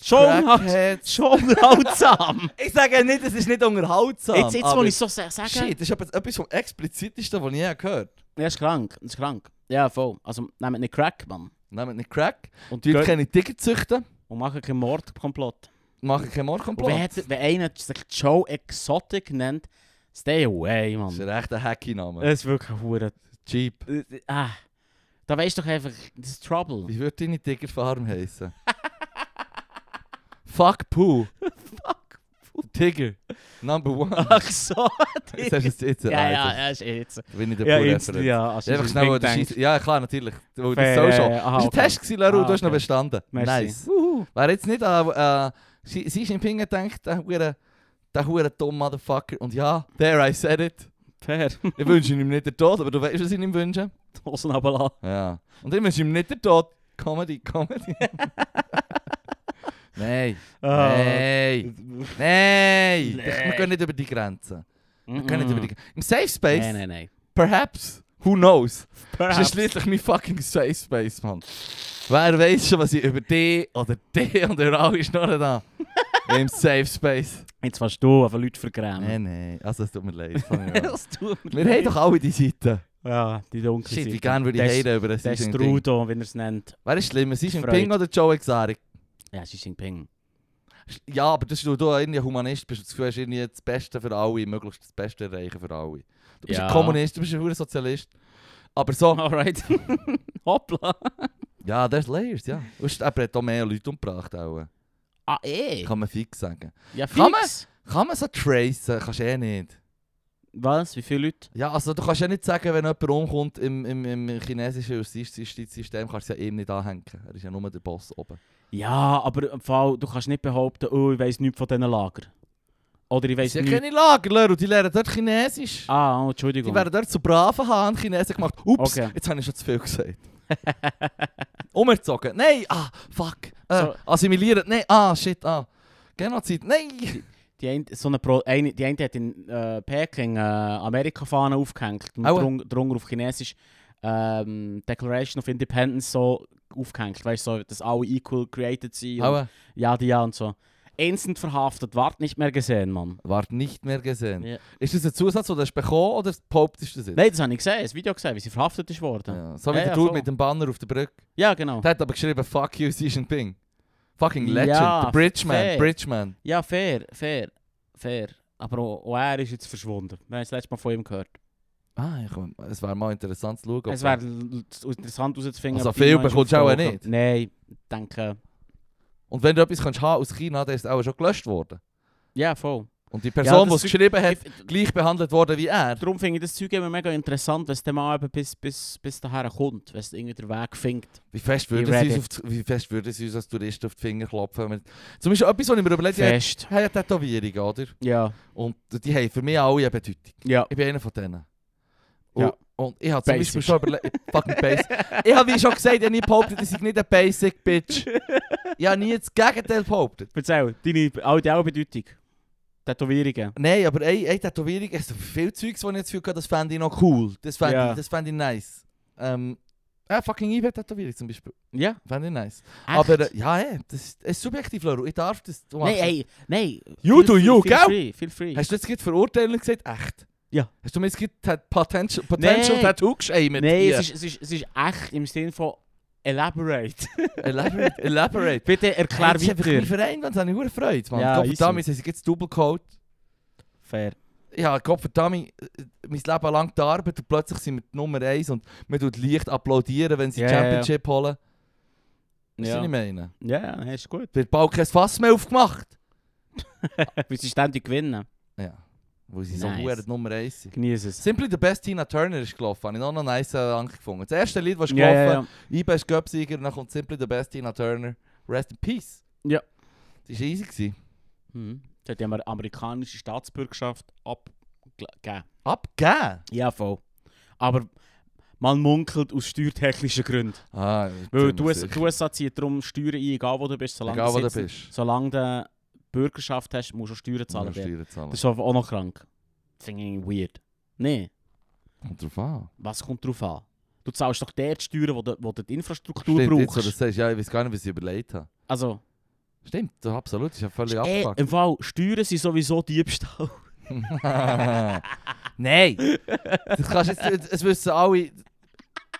[SPEAKER 2] Schon halt, (laughs)
[SPEAKER 1] Crackheads.
[SPEAKER 2] schon (laughs) haltsam.
[SPEAKER 1] Ich sage nicht, es ist nicht unterhaltsam.
[SPEAKER 2] jetzt, jetzt
[SPEAKER 1] aber-
[SPEAKER 2] muss ich so sa- sagen.
[SPEAKER 1] Shit, dus das ist etwas- etwas vom explizitesten, was ich je gehört habe.
[SPEAKER 2] Ja, ist krank, ist krank. Ja, voll. Also nehmt nicht Crack, Mann.
[SPEAKER 1] Nehmt nicht Nou, Crack,
[SPEAKER 2] Und,
[SPEAKER 1] tut
[SPEAKER 2] geht-
[SPEAKER 1] keine Ticket züchten,
[SPEAKER 2] und machen keinen Mordkomplott.
[SPEAKER 1] macht keinen
[SPEAKER 2] Und wenn,
[SPEAKER 1] Mordkomplott.
[SPEAKER 2] hat- wenn einer sich Joe Exotic nennt, stay away,
[SPEAKER 1] Das ist
[SPEAKER 2] Mann.
[SPEAKER 1] ein rechter Hacky-Name.
[SPEAKER 2] Das ist wirklich ein Hure
[SPEAKER 1] nou, Cheap.
[SPEAKER 2] Äh, äh, Ah, da weisst doch einfach, das ist Trouble. (laughs)
[SPEAKER 1] Wie würde deine Tigerfarm heißen? (laughs) Fuck Poo.
[SPEAKER 2] (laughs) Fuck.
[SPEAKER 1] Tiger. Number one.
[SPEAKER 2] (laughs) Ach so,
[SPEAKER 1] Jetzt hast du es jetzt
[SPEAKER 2] Ja,
[SPEAKER 1] erreicht.
[SPEAKER 2] ja, ja, ist jetzt.
[SPEAKER 1] Wenn ich den
[SPEAKER 2] Ja,
[SPEAKER 1] Poo
[SPEAKER 2] jetzt,
[SPEAKER 1] referenz.
[SPEAKER 2] ja, also
[SPEAKER 1] Einfach schnell wo der Scheiss- Ja, klar, natürlich. Weil Das
[SPEAKER 2] Fair,
[SPEAKER 1] soll
[SPEAKER 2] ja,
[SPEAKER 1] schon.
[SPEAKER 2] ja, aha,
[SPEAKER 1] das war ein
[SPEAKER 2] okay.
[SPEAKER 1] Test, gewesen, Laru,
[SPEAKER 2] eh, Ah,
[SPEAKER 1] du hast noch
[SPEAKER 2] okay.
[SPEAKER 1] bestanden.
[SPEAKER 2] Merci.
[SPEAKER 1] Nice.
[SPEAKER 2] (laughs)
[SPEAKER 1] Wer jetzt nicht an äh, Xi Xi Jinping denkt, der hure der hure dumme Motherfucker. Und ja, there I said it.
[SPEAKER 2] Fair.
[SPEAKER 1] Ich wünsche ihm nicht den Tod, aber du weißt, was ich ihm wünsche.
[SPEAKER 2] Hosen runterlassen.
[SPEAKER 1] Ja. Und ich wünsche ihm nicht den Tod. Comedy, (laughs) Comedy. Ah. Nein.
[SPEAKER 2] Eh,
[SPEAKER 1] Nein. Nein.
[SPEAKER 2] Nee.
[SPEAKER 1] Wir gehen nicht über die Grenzen. Wir gehen nicht über die
[SPEAKER 2] Nein,
[SPEAKER 1] Grenzen. Im Safe Space,
[SPEAKER 2] nein, nein.
[SPEAKER 1] perhaps, who knows? Das ist
[SPEAKER 2] (laughs)
[SPEAKER 1] schließlich mein fucking Safe Space, Mann. Wer weiß schon, was ich über die oder die und über alle schnurren da. Im Safe Space.
[SPEAKER 2] Jetzt fährst du auf Leute vergrämen.
[SPEAKER 1] Nein, nein. Also, es tut mir leid. (laughs) das kann ich nicht.
[SPEAKER 2] Das tut mir
[SPEAKER 1] Wir haben doch alle die Seiten.
[SPEAKER 2] Ja, die dunkle
[SPEAKER 1] Shit, wie gerne würde ich
[SPEAKER 2] Das-
[SPEAKER 1] reden über das
[SPEAKER 2] Der
[SPEAKER 1] Xi
[SPEAKER 2] ist
[SPEAKER 1] Jinping.
[SPEAKER 2] Trudeau, wie er es nennt.
[SPEAKER 1] Wer ist schlimmer, Xi Jinping
[SPEAKER 2] Freud.
[SPEAKER 1] oder Joe Exotic?
[SPEAKER 2] Ja, Xi (laughs) Jinping.
[SPEAKER 1] Ja, aber das, ist, weil du irgendwie ein Humanist bist, und das Gefühl hast, irgendwie das Beste für alle, möglichst das Beste erreichen für alle. Du bist
[SPEAKER 2] Ja.
[SPEAKER 1] ein Kommunist, du bist ein verdammter Sozialist. Aber so,
[SPEAKER 2] (laughs) Alright. Hoppla.
[SPEAKER 1] ja, there's layers, ja. Und aber hat auch mehr Leute umgebracht, auch.
[SPEAKER 2] Ah, eh.
[SPEAKER 1] kann man fix sagen.
[SPEAKER 2] Ja, fix.
[SPEAKER 1] Kann man- Kann man so tracen, kannst du eh nicht.
[SPEAKER 2] Was? Wie viele Leute?
[SPEAKER 1] Ja, also du kannst ja nicht sagen, wenn jemand umkommt im, im, im chinesischen Justizsystem, kannst du es ja ihm nicht anhängen. Er ist ja nur der Boss oben.
[SPEAKER 2] Ja, aber im Fall, du kannst nicht behaupten, oh, ich weiss nichts von diesen Lager. Oder ich
[SPEAKER 1] Es
[SPEAKER 2] weiss
[SPEAKER 1] sind
[SPEAKER 2] nichts.
[SPEAKER 1] ja keine Lager, Leru, die lernen dort Chinesisch.
[SPEAKER 2] Ah, oh,
[SPEAKER 1] Die
[SPEAKER 2] Entschuldigung.
[SPEAKER 1] werden dort zu braven Hahn Chinesen gemacht. Ups,
[SPEAKER 2] Okay.
[SPEAKER 1] jetzt habe ich schon zu viel gesagt. (laughs) Umerzogen. Nein, ah, fuck. Äh,
[SPEAKER 2] So-
[SPEAKER 1] Assimilieren. Nein, ah, shit, ah. Genozid.
[SPEAKER 2] (laughs)
[SPEAKER 1] Nein.
[SPEAKER 2] Die eine, so eine, Pro, eine, die eine hat in äh, Peking äh, Amerika-Fahne aufgehängt und
[SPEAKER 1] Aua.
[SPEAKER 2] drun, drunter auf Chinesisch ähm, Declaration of Independence so aufgehängt. Weißt du, so, dass alle equal created sind. und
[SPEAKER 1] Aua.
[SPEAKER 2] Ja, die ja und so. Instant verhaftet, wart nicht mehr gesehen, Mann.
[SPEAKER 1] Wart nicht mehr gesehen.
[SPEAKER 2] Ja.
[SPEAKER 1] Ist das ein Zusatz, den du hast bekommen oder behauptest du das jetzt?
[SPEAKER 2] Nein, das habe ich gesehen, das Video gesehen, wie sie verhaftet ist worden. Ja,
[SPEAKER 1] Ja. So wie
[SPEAKER 2] Ja,
[SPEAKER 1] der
[SPEAKER 2] ja,
[SPEAKER 1] Dude
[SPEAKER 2] voll.
[SPEAKER 1] mit dem Banner auf der Brücke.
[SPEAKER 2] genau.
[SPEAKER 1] Der hat aber geschrieben, fuck you, Xi Jinping. Fucking Legend.
[SPEAKER 2] Ja,
[SPEAKER 1] der Bridgeman.
[SPEAKER 2] fair.
[SPEAKER 1] Bridgeman.
[SPEAKER 2] Ja, fair, fair, fair. Aber auch, auch er ist jetzt verschwunden. Wir haben das letzte Mal von ihm gehört.
[SPEAKER 1] Ah, ja, komm, es wäre mal interessant zu schauen. ob
[SPEAKER 2] Es wäre l- l- interessant herauszufinden.
[SPEAKER 1] Also
[SPEAKER 2] ob die
[SPEAKER 1] viel
[SPEAKER 2] Menschen
[SPEAKER 1] bekommst du auch
[SPEAKER 2] verfolgen.
[SPEAKER 1] nicht.
[SPEAKER 2] Nein, ich denke.
[SPEAKER 1] Und wenn du etwas kannst haben aus China, dann ist es auch schon gelöscht worden.
[SPEAKER 2] Ja, voll.
[SPEAKER 1] Und die Person, die
[SPEAKER 2] das
[SPEAKER 1] es geschrieben hat,
[SPEAKER 2] Ich-
[SPEAKER 1] gleich behandelt worden wie er.
[SPEAKER 2] Darum finde ich das Zeug immer mega interessant, wenn es dann mal eben bis, bis, bis daher kommt, wenn es irgendwie den Weg findet.
[SPEAKER 1] Wie fest
[SPEAKER 2] Ich
[SPEAKER 1] würde es
[SPEAKER 2] ready.
[SPEAKER 1] uns, auf die, wie fest würde es uns als Touristen auf die Finger klopfen? Wenn, zum Beispiel etwas, was ich mir überlegt habe,
[SPEAKER 2] Fest.
[SPEAKER 1] haben ja Tätowierungen, oder?
[SPEAKER 2] Ja,
[SPEAKER 1] Und die haben für mich alle eine Bedeutung.
[SPEAKER 2] ja.
[SPEAKER 1] Ich bin einer von denen. Und,
[SPEAKER 2] Ja.
[SPEAKER 1] Und ich habe zum
[SPEAKER 2] Basic.
[SPEAKER 1] Beispiel schon
[SPEAKER 2] (laughs)
[SPEAKER 1] überlegt, fucking Basic. Ich habe wie schon gesagt, ich habe nie behauptet, ich sei nicht ein Basic Bitch. Ich habe nie das Gegenteil behauptet.
[SPEAKER 2] Erzähl, deine alte Augenbedeutung. Tätowierungen.
[SPEAKER 1] Nein, aber eine, eine Tätowierung, es gibt viel Zeugs, wo ich jetzt Gefühl habe, das fände ich noch cool. Das fände
[SPEAKER 2] Ja.
[SPEAKER 1] ich, das fände ich nice. Ähm, ja, fucking IB-Tätowierung zum Beispiel.
[SPEAKER 2] Ja.
[SPEAKER 1] Fände ich nice.
[SPEAKER 2] Echt?
[SPEAKER 1] Aber äh, ja, ey, das ist, es ist subjektiv, Laura. Ich darf das. Du
[SPEAKER 2] Nein,
[SPEAKER 1] machst-
[SPEAKER 2] ey, nein.
[SPEAKER 1] You do
[SPEAKER 2] Feel-
[SPEAKER 1] you,
[SPEAKER 2] feel
[SPEAKER 1] gell?
[SPEAKER 2] free, Feel free.
[SPEAKER 1] Hast du jetzt gerade Verurteilung gesagt? Echt?
[SPEAKER 2] Ja.
[SPEAKER 1] Hast du mir jetzt gerade Tat- Potential, Potential
[SPEAKER 2] Nein.
[SPEAKER 1] Tattoo geschämt?
[SPEAKER 2] Nein,
[SPEAKER 1] Hier.
[SPEAKER 2] es, ist, es, ist, es ist echt im Sinne von
[SPEAKER 1] (laughs)
[SPEAKER 2] elaborate.
[SPEAKER 1] Elaborate.
[SPEAKER 2] (laughs)
[SPEAKER 1] Elaborate.
[SPEAKER 2] Bitte erklär
[SPEAKER 1] Hey, das ist einfach mein
[SPEAKER 2] weiter.
[SPEAKER 1] Verein, das habe ich verdammt Freude, Mann.
[SPEAKER 2] Ja,
[SPEAKER 1] Ja, Gottverdammt,
[SPEAKER 2] easy.
[SPEAKER 1] sie sind jetzt Double Code.
[SPEAKER 2] Fair.
[SPEAKER 1] Ja, Gottverdammt, äh, mein Leben lang gearbeitet und plötzlich sind wir die Nummer 1 und man tut leicht applaudieren, wenn sie
[SPEAKER 2] Ja,
[SPEAKER 1] die
[SPEAKER 2] ja, ja.
[SPEAKER 1] Championship holen. Weißt du, was
[SPEAKER 2] Ja,
[SPEAKER 1] ich
[SPEAKER 2] ja,
[SPEAKER 1] meine?
[SPEAKER 2] ja nein, ist gut.
[SPEAKER 1] Wird bald kein Fass mehr aufgemacht.
[SPEAKER 2] Weil sie ständig gewinnen.
[SPEAKER 1] Ja, weil sie so
[SPEAKER 2] Nice.
[SPEAKER 1] nice. die Nummer 1 sind.
[SPEAKER 2] Genieß es.
[SPEAKER 1] Simply the best Tina Turner ist gelaufen, habe ich noch einen nice Lang gefunden. Das erste Lied, das ist
[SPEAKER 2] Ja,
[SPEAKER 1] gelaufen,
[SPEAKER 2] ja, ja.
[SPEAKER 1] Ibe ist Göpsieger und dann kommt Simply the best Tina Turner. Rest in Peace.
[SPEAKER 2] Ja.
[SPEAKER 1] Das war easy. Gewesen.
[SPEAKER 2] Mhm. Sie hat ja mal amerikanische Staatsbürgerschaft abgegeben.
[SPEAKER 1] Abgegeben.
[SPEAKER 2] Ja, voll. Aber man munkelt aus steuertechnischen Gründen.
[SPEAKER 1] Ah, ich bin
[SPEAKER 2] Weil
[SPEAKER 1] mir
[SPEAKER 2] die USA,
[SPEAKER 1] sicher.
[SPEAKER 2] die USA zieht darum Steuern ein, egal wo du bist, solange
[SPEAKER 1] Egal, wo du
[SPEAKER 2] du, sitzt,
[SPEAKER 1] bist.
[SPEAKER 2] solange du Bürgerschaft hast, musst du auch Steuern zahlen.
[SPEAKER 1] Musst du
[SPEAKER 2] dort.
[SPEAKER 1] Steuern zahlen.
[SPEAKER 2] Das ist auch auch noch krank. Finde ich weird. Nee,
[SPEAKER 1] Kommt drauf an.
[SPEAKER 2] was kommt drauf an? Du zahlst doch der die Steuern, wo du, wo du die Infrastruktur
[SPEAKER 1] Stimmt, jetzt, wo du
[SPEAKER 2] brauchst.
[SPEAKER 1] das sagst, ja, ich weiß gar nicht, was ich überlegt habe.
[SPEAKER 2] Also,
[SPEAKER 1] Stimmt, doch, absolut, ist ja völlig
[SPEAKER 2] eh,
[SPEAKER 1] abgefuckt.
[SPEAKER 2] im Fall, Steuern sind sowieso Diebstahl.
[SPEAKER 1] (laughs)
[SPEAKER 2] (laughs)
[SPEAKER 1] Nein! Das kannst jetzt, es wissen alle,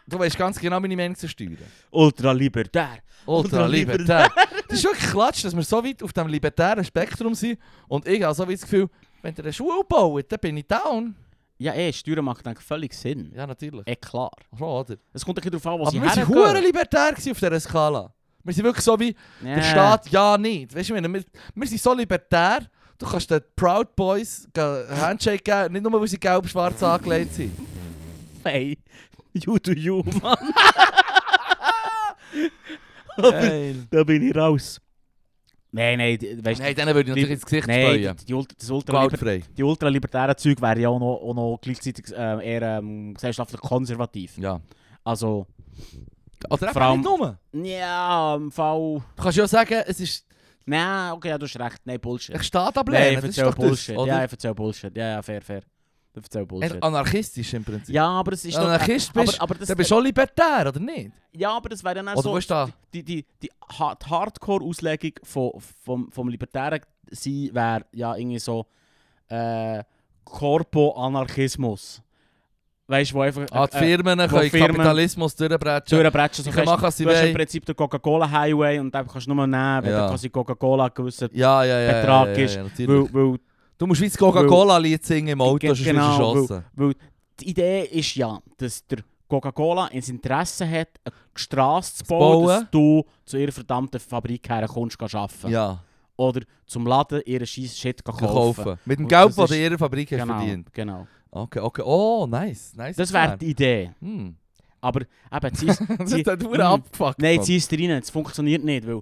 [SPEAKER 1] du weißt ganz genau meine Meinung zu steuern.
[SPEAKER 2] Ultralibertär.
[SPEAKER 1] Ultra
[SPEAKER 2] Ultra
[SPEAKER 1] libertär. (laughs) Das ist wirklich klatsch, dass wir so weit auf dem libertären Spektrum sind und ich habe so weit das Gefühl, wenn ihr eine Schule baut, dann bin ich down.
[SPEAKER 2] Ja, eh, Steuern macht dann völlig Sinn.
[SPEAKER 1] Ja, natürlich.
[SPEAKER 2] Eh, klar.
[SPEAKER 1] Schon, oder?
[SPEAKER 2] Es kommt ein bisschen darauf an, wo
[SPEAKER 1] Aber
[SPEAKER 2] sie
[SPEAKER 1] wir sind
[SPEAKER 2] hergehen.
[SPEAKER 1] hure libertär gewesen auf dieser Skala. Wir sind wirklich so wie,
[SPEAKER 2] Nee.
[SPEAKER 1] Der Staat ja nicht. Weißt du, ich meine, wir, wir sind so libertär, du kannst den Proud Boys ge- einen Handshake eh, geben, nicht nur, weil sie gelb-schwarz angelegt sind.
[SPEAKER 2] (laughs) Hey, you do you, Mann.
[SPEAKER 1] Nein,
[SPEAKER 2] Da bin ich raus. Nein, nein, die- weißt
[SPEAKER 1] denen würde ich natürlich ins Gesicht
[SPEAKER 2] nein,
[SPEAKER 1] spähen.
[SPEAKER 2] die, die, Ultra- das Ultraliber
[SPEAKER 1] Gewaltfrei.
[SPEAKER 2] die ultralibertären Zeug wären ja auch noch, auch noch gleichzeitig äh, eher ähm, gesellschaftlich konservativ.
[SPEAKER 1] Ja.
[SPEAKER 2] Also,
[SPEAKER 1] Oder
[SPEAKER 2] Vor
[SPEAKER 1] einfach
[SPEAKER 2] allem-
[SPEAKER 1] nicht nur.
[SPEAKER 2] ja, ehm, im Fall.
[SPEAKER 1] Du kannst ja sagen, es ist
[SPEAKER 2] Nein, okay, ja, du hast recht. Nein, Bullshit.
[SPEAKER 1] ein Staat
[SPEAKER 2] Nein,
[SPEAKER 1] ablehnen.
[SPEAKER 2] ich
[SPEAKER 1] das ist
[SPEAKER 2] erzähl
[SPEAKER 1] doch
[SPEAKER 2] Bullshit.
[SPEAKER 1] das,
[SPEAKER 2] ja,
[SPEAKER 1] oder?
[SPEAKER 2] ich erzähl Bullshit. Ja, ja, fair, fair. Ich erzähl Bullshit.
[SPEAKER 1] Anarchistisch im Prinzip.
[SPEAKER 2] Ja, aber es ist doch.
[SPEAKER 1] Anarchist bist,
[SPEAKER 2] aber, aber das,
[SPEAKER 1] dann bist du schon libertär, oder nicht?
[SPEAKER 2] ja, aber das wäre dann auch
[SPEAKER 1] Oder
[SPEAKER 2] so.
[SPEAKER 1] wo ist da?
[SPEAKER 2] die, die, die, ha- die Hardcore-Auslegung vom, vom, vom libertären Sein wäre ja irgendwie so äh, Corpo-Anarchismus. Weißt du, wo einfach äh,
[SPEAKER 1] Ah, die Firmen können
[SPEAKER 2] eh, Firmen-
[SPEAKER 1] Kapitalismus durchbrechen.
[SPEAKER 2] Türenbretschen so
[SPEAKER 1] Die können machen, was sie
[SPEAKER 2] Du hast im
[SPEAKER 1] wollen.
[SPEAKER 2] Prinzip den Coca-Cola-Highway und den kannst du nur nehmen, wenn
[SPEAKER 1] Ja.
[SPEAKER 2] du quasi Coca-Cola gewissen
[SPEAKER 1] Ja, ja, ja. ja,
[SPEAKER 2] Betrag
[SPEAKER 1] ja,
[SPEAKER 2] ist,
[SPEAKER 1] ja, natürlich.
[SPEAKER 2] weil, weil,
[SPEAKER 1] Du musst wie das Coca-Cola-Lied singen im Auto, dus sonst wirst du
[SPEAKER 2] genau,
[SPEAKER 1] erschossen.
[SPEAKER 2] weil die Idee ist ja, dass der Coca-Cola ins Interesse hat, eine Straße zu bauen,
[SPEAKER 1] bauen.
[SPEAKER 2] dass du zu ihrer verdammten Fabrik herkommst, kannst arbeiten.
[SPEAKER 1] Ja,
[SPEAKER 2] oder zum Laden ihren scheiß Shit kaufen.
[SPEAKER 1] kaufen. Mit dem
[SPEAKER 2] Und
[SPEAKER 1] Geld,
[SPEAKER 2] das
[SPEAKER 1] das du
[SPEAKER 2] ist-
[SPEAKER 1] in ihrer Fabrik hast
[SPEAKER 2] Genau,
[SPEAKER 1] verdient.
[SPEAKER 2] genau.
[SPEAKER 1] Okay, okay. Oh, nice. nice
[SPEAKER 2] Das wäre die Idee.
[SPEAKER 1] (laughs) Hm.
[SPEAKER 2] Aber
[SPEAKER 1] (laughs)
[SPEAKER 2] eben, zieh's,
[SPEAKER 1] Das
[SPEAKER 2] zieh,
[SPEAKER 1] ist dann
[SPEAKER 2] Mm.
[SPEAKER 1] nur abgefuckt.
[SPEAKER 2] nein,
[SPEAKER 1] Mann.
[SPEAKER 2] zieh's dir rein. Es funktioniert nicht, weil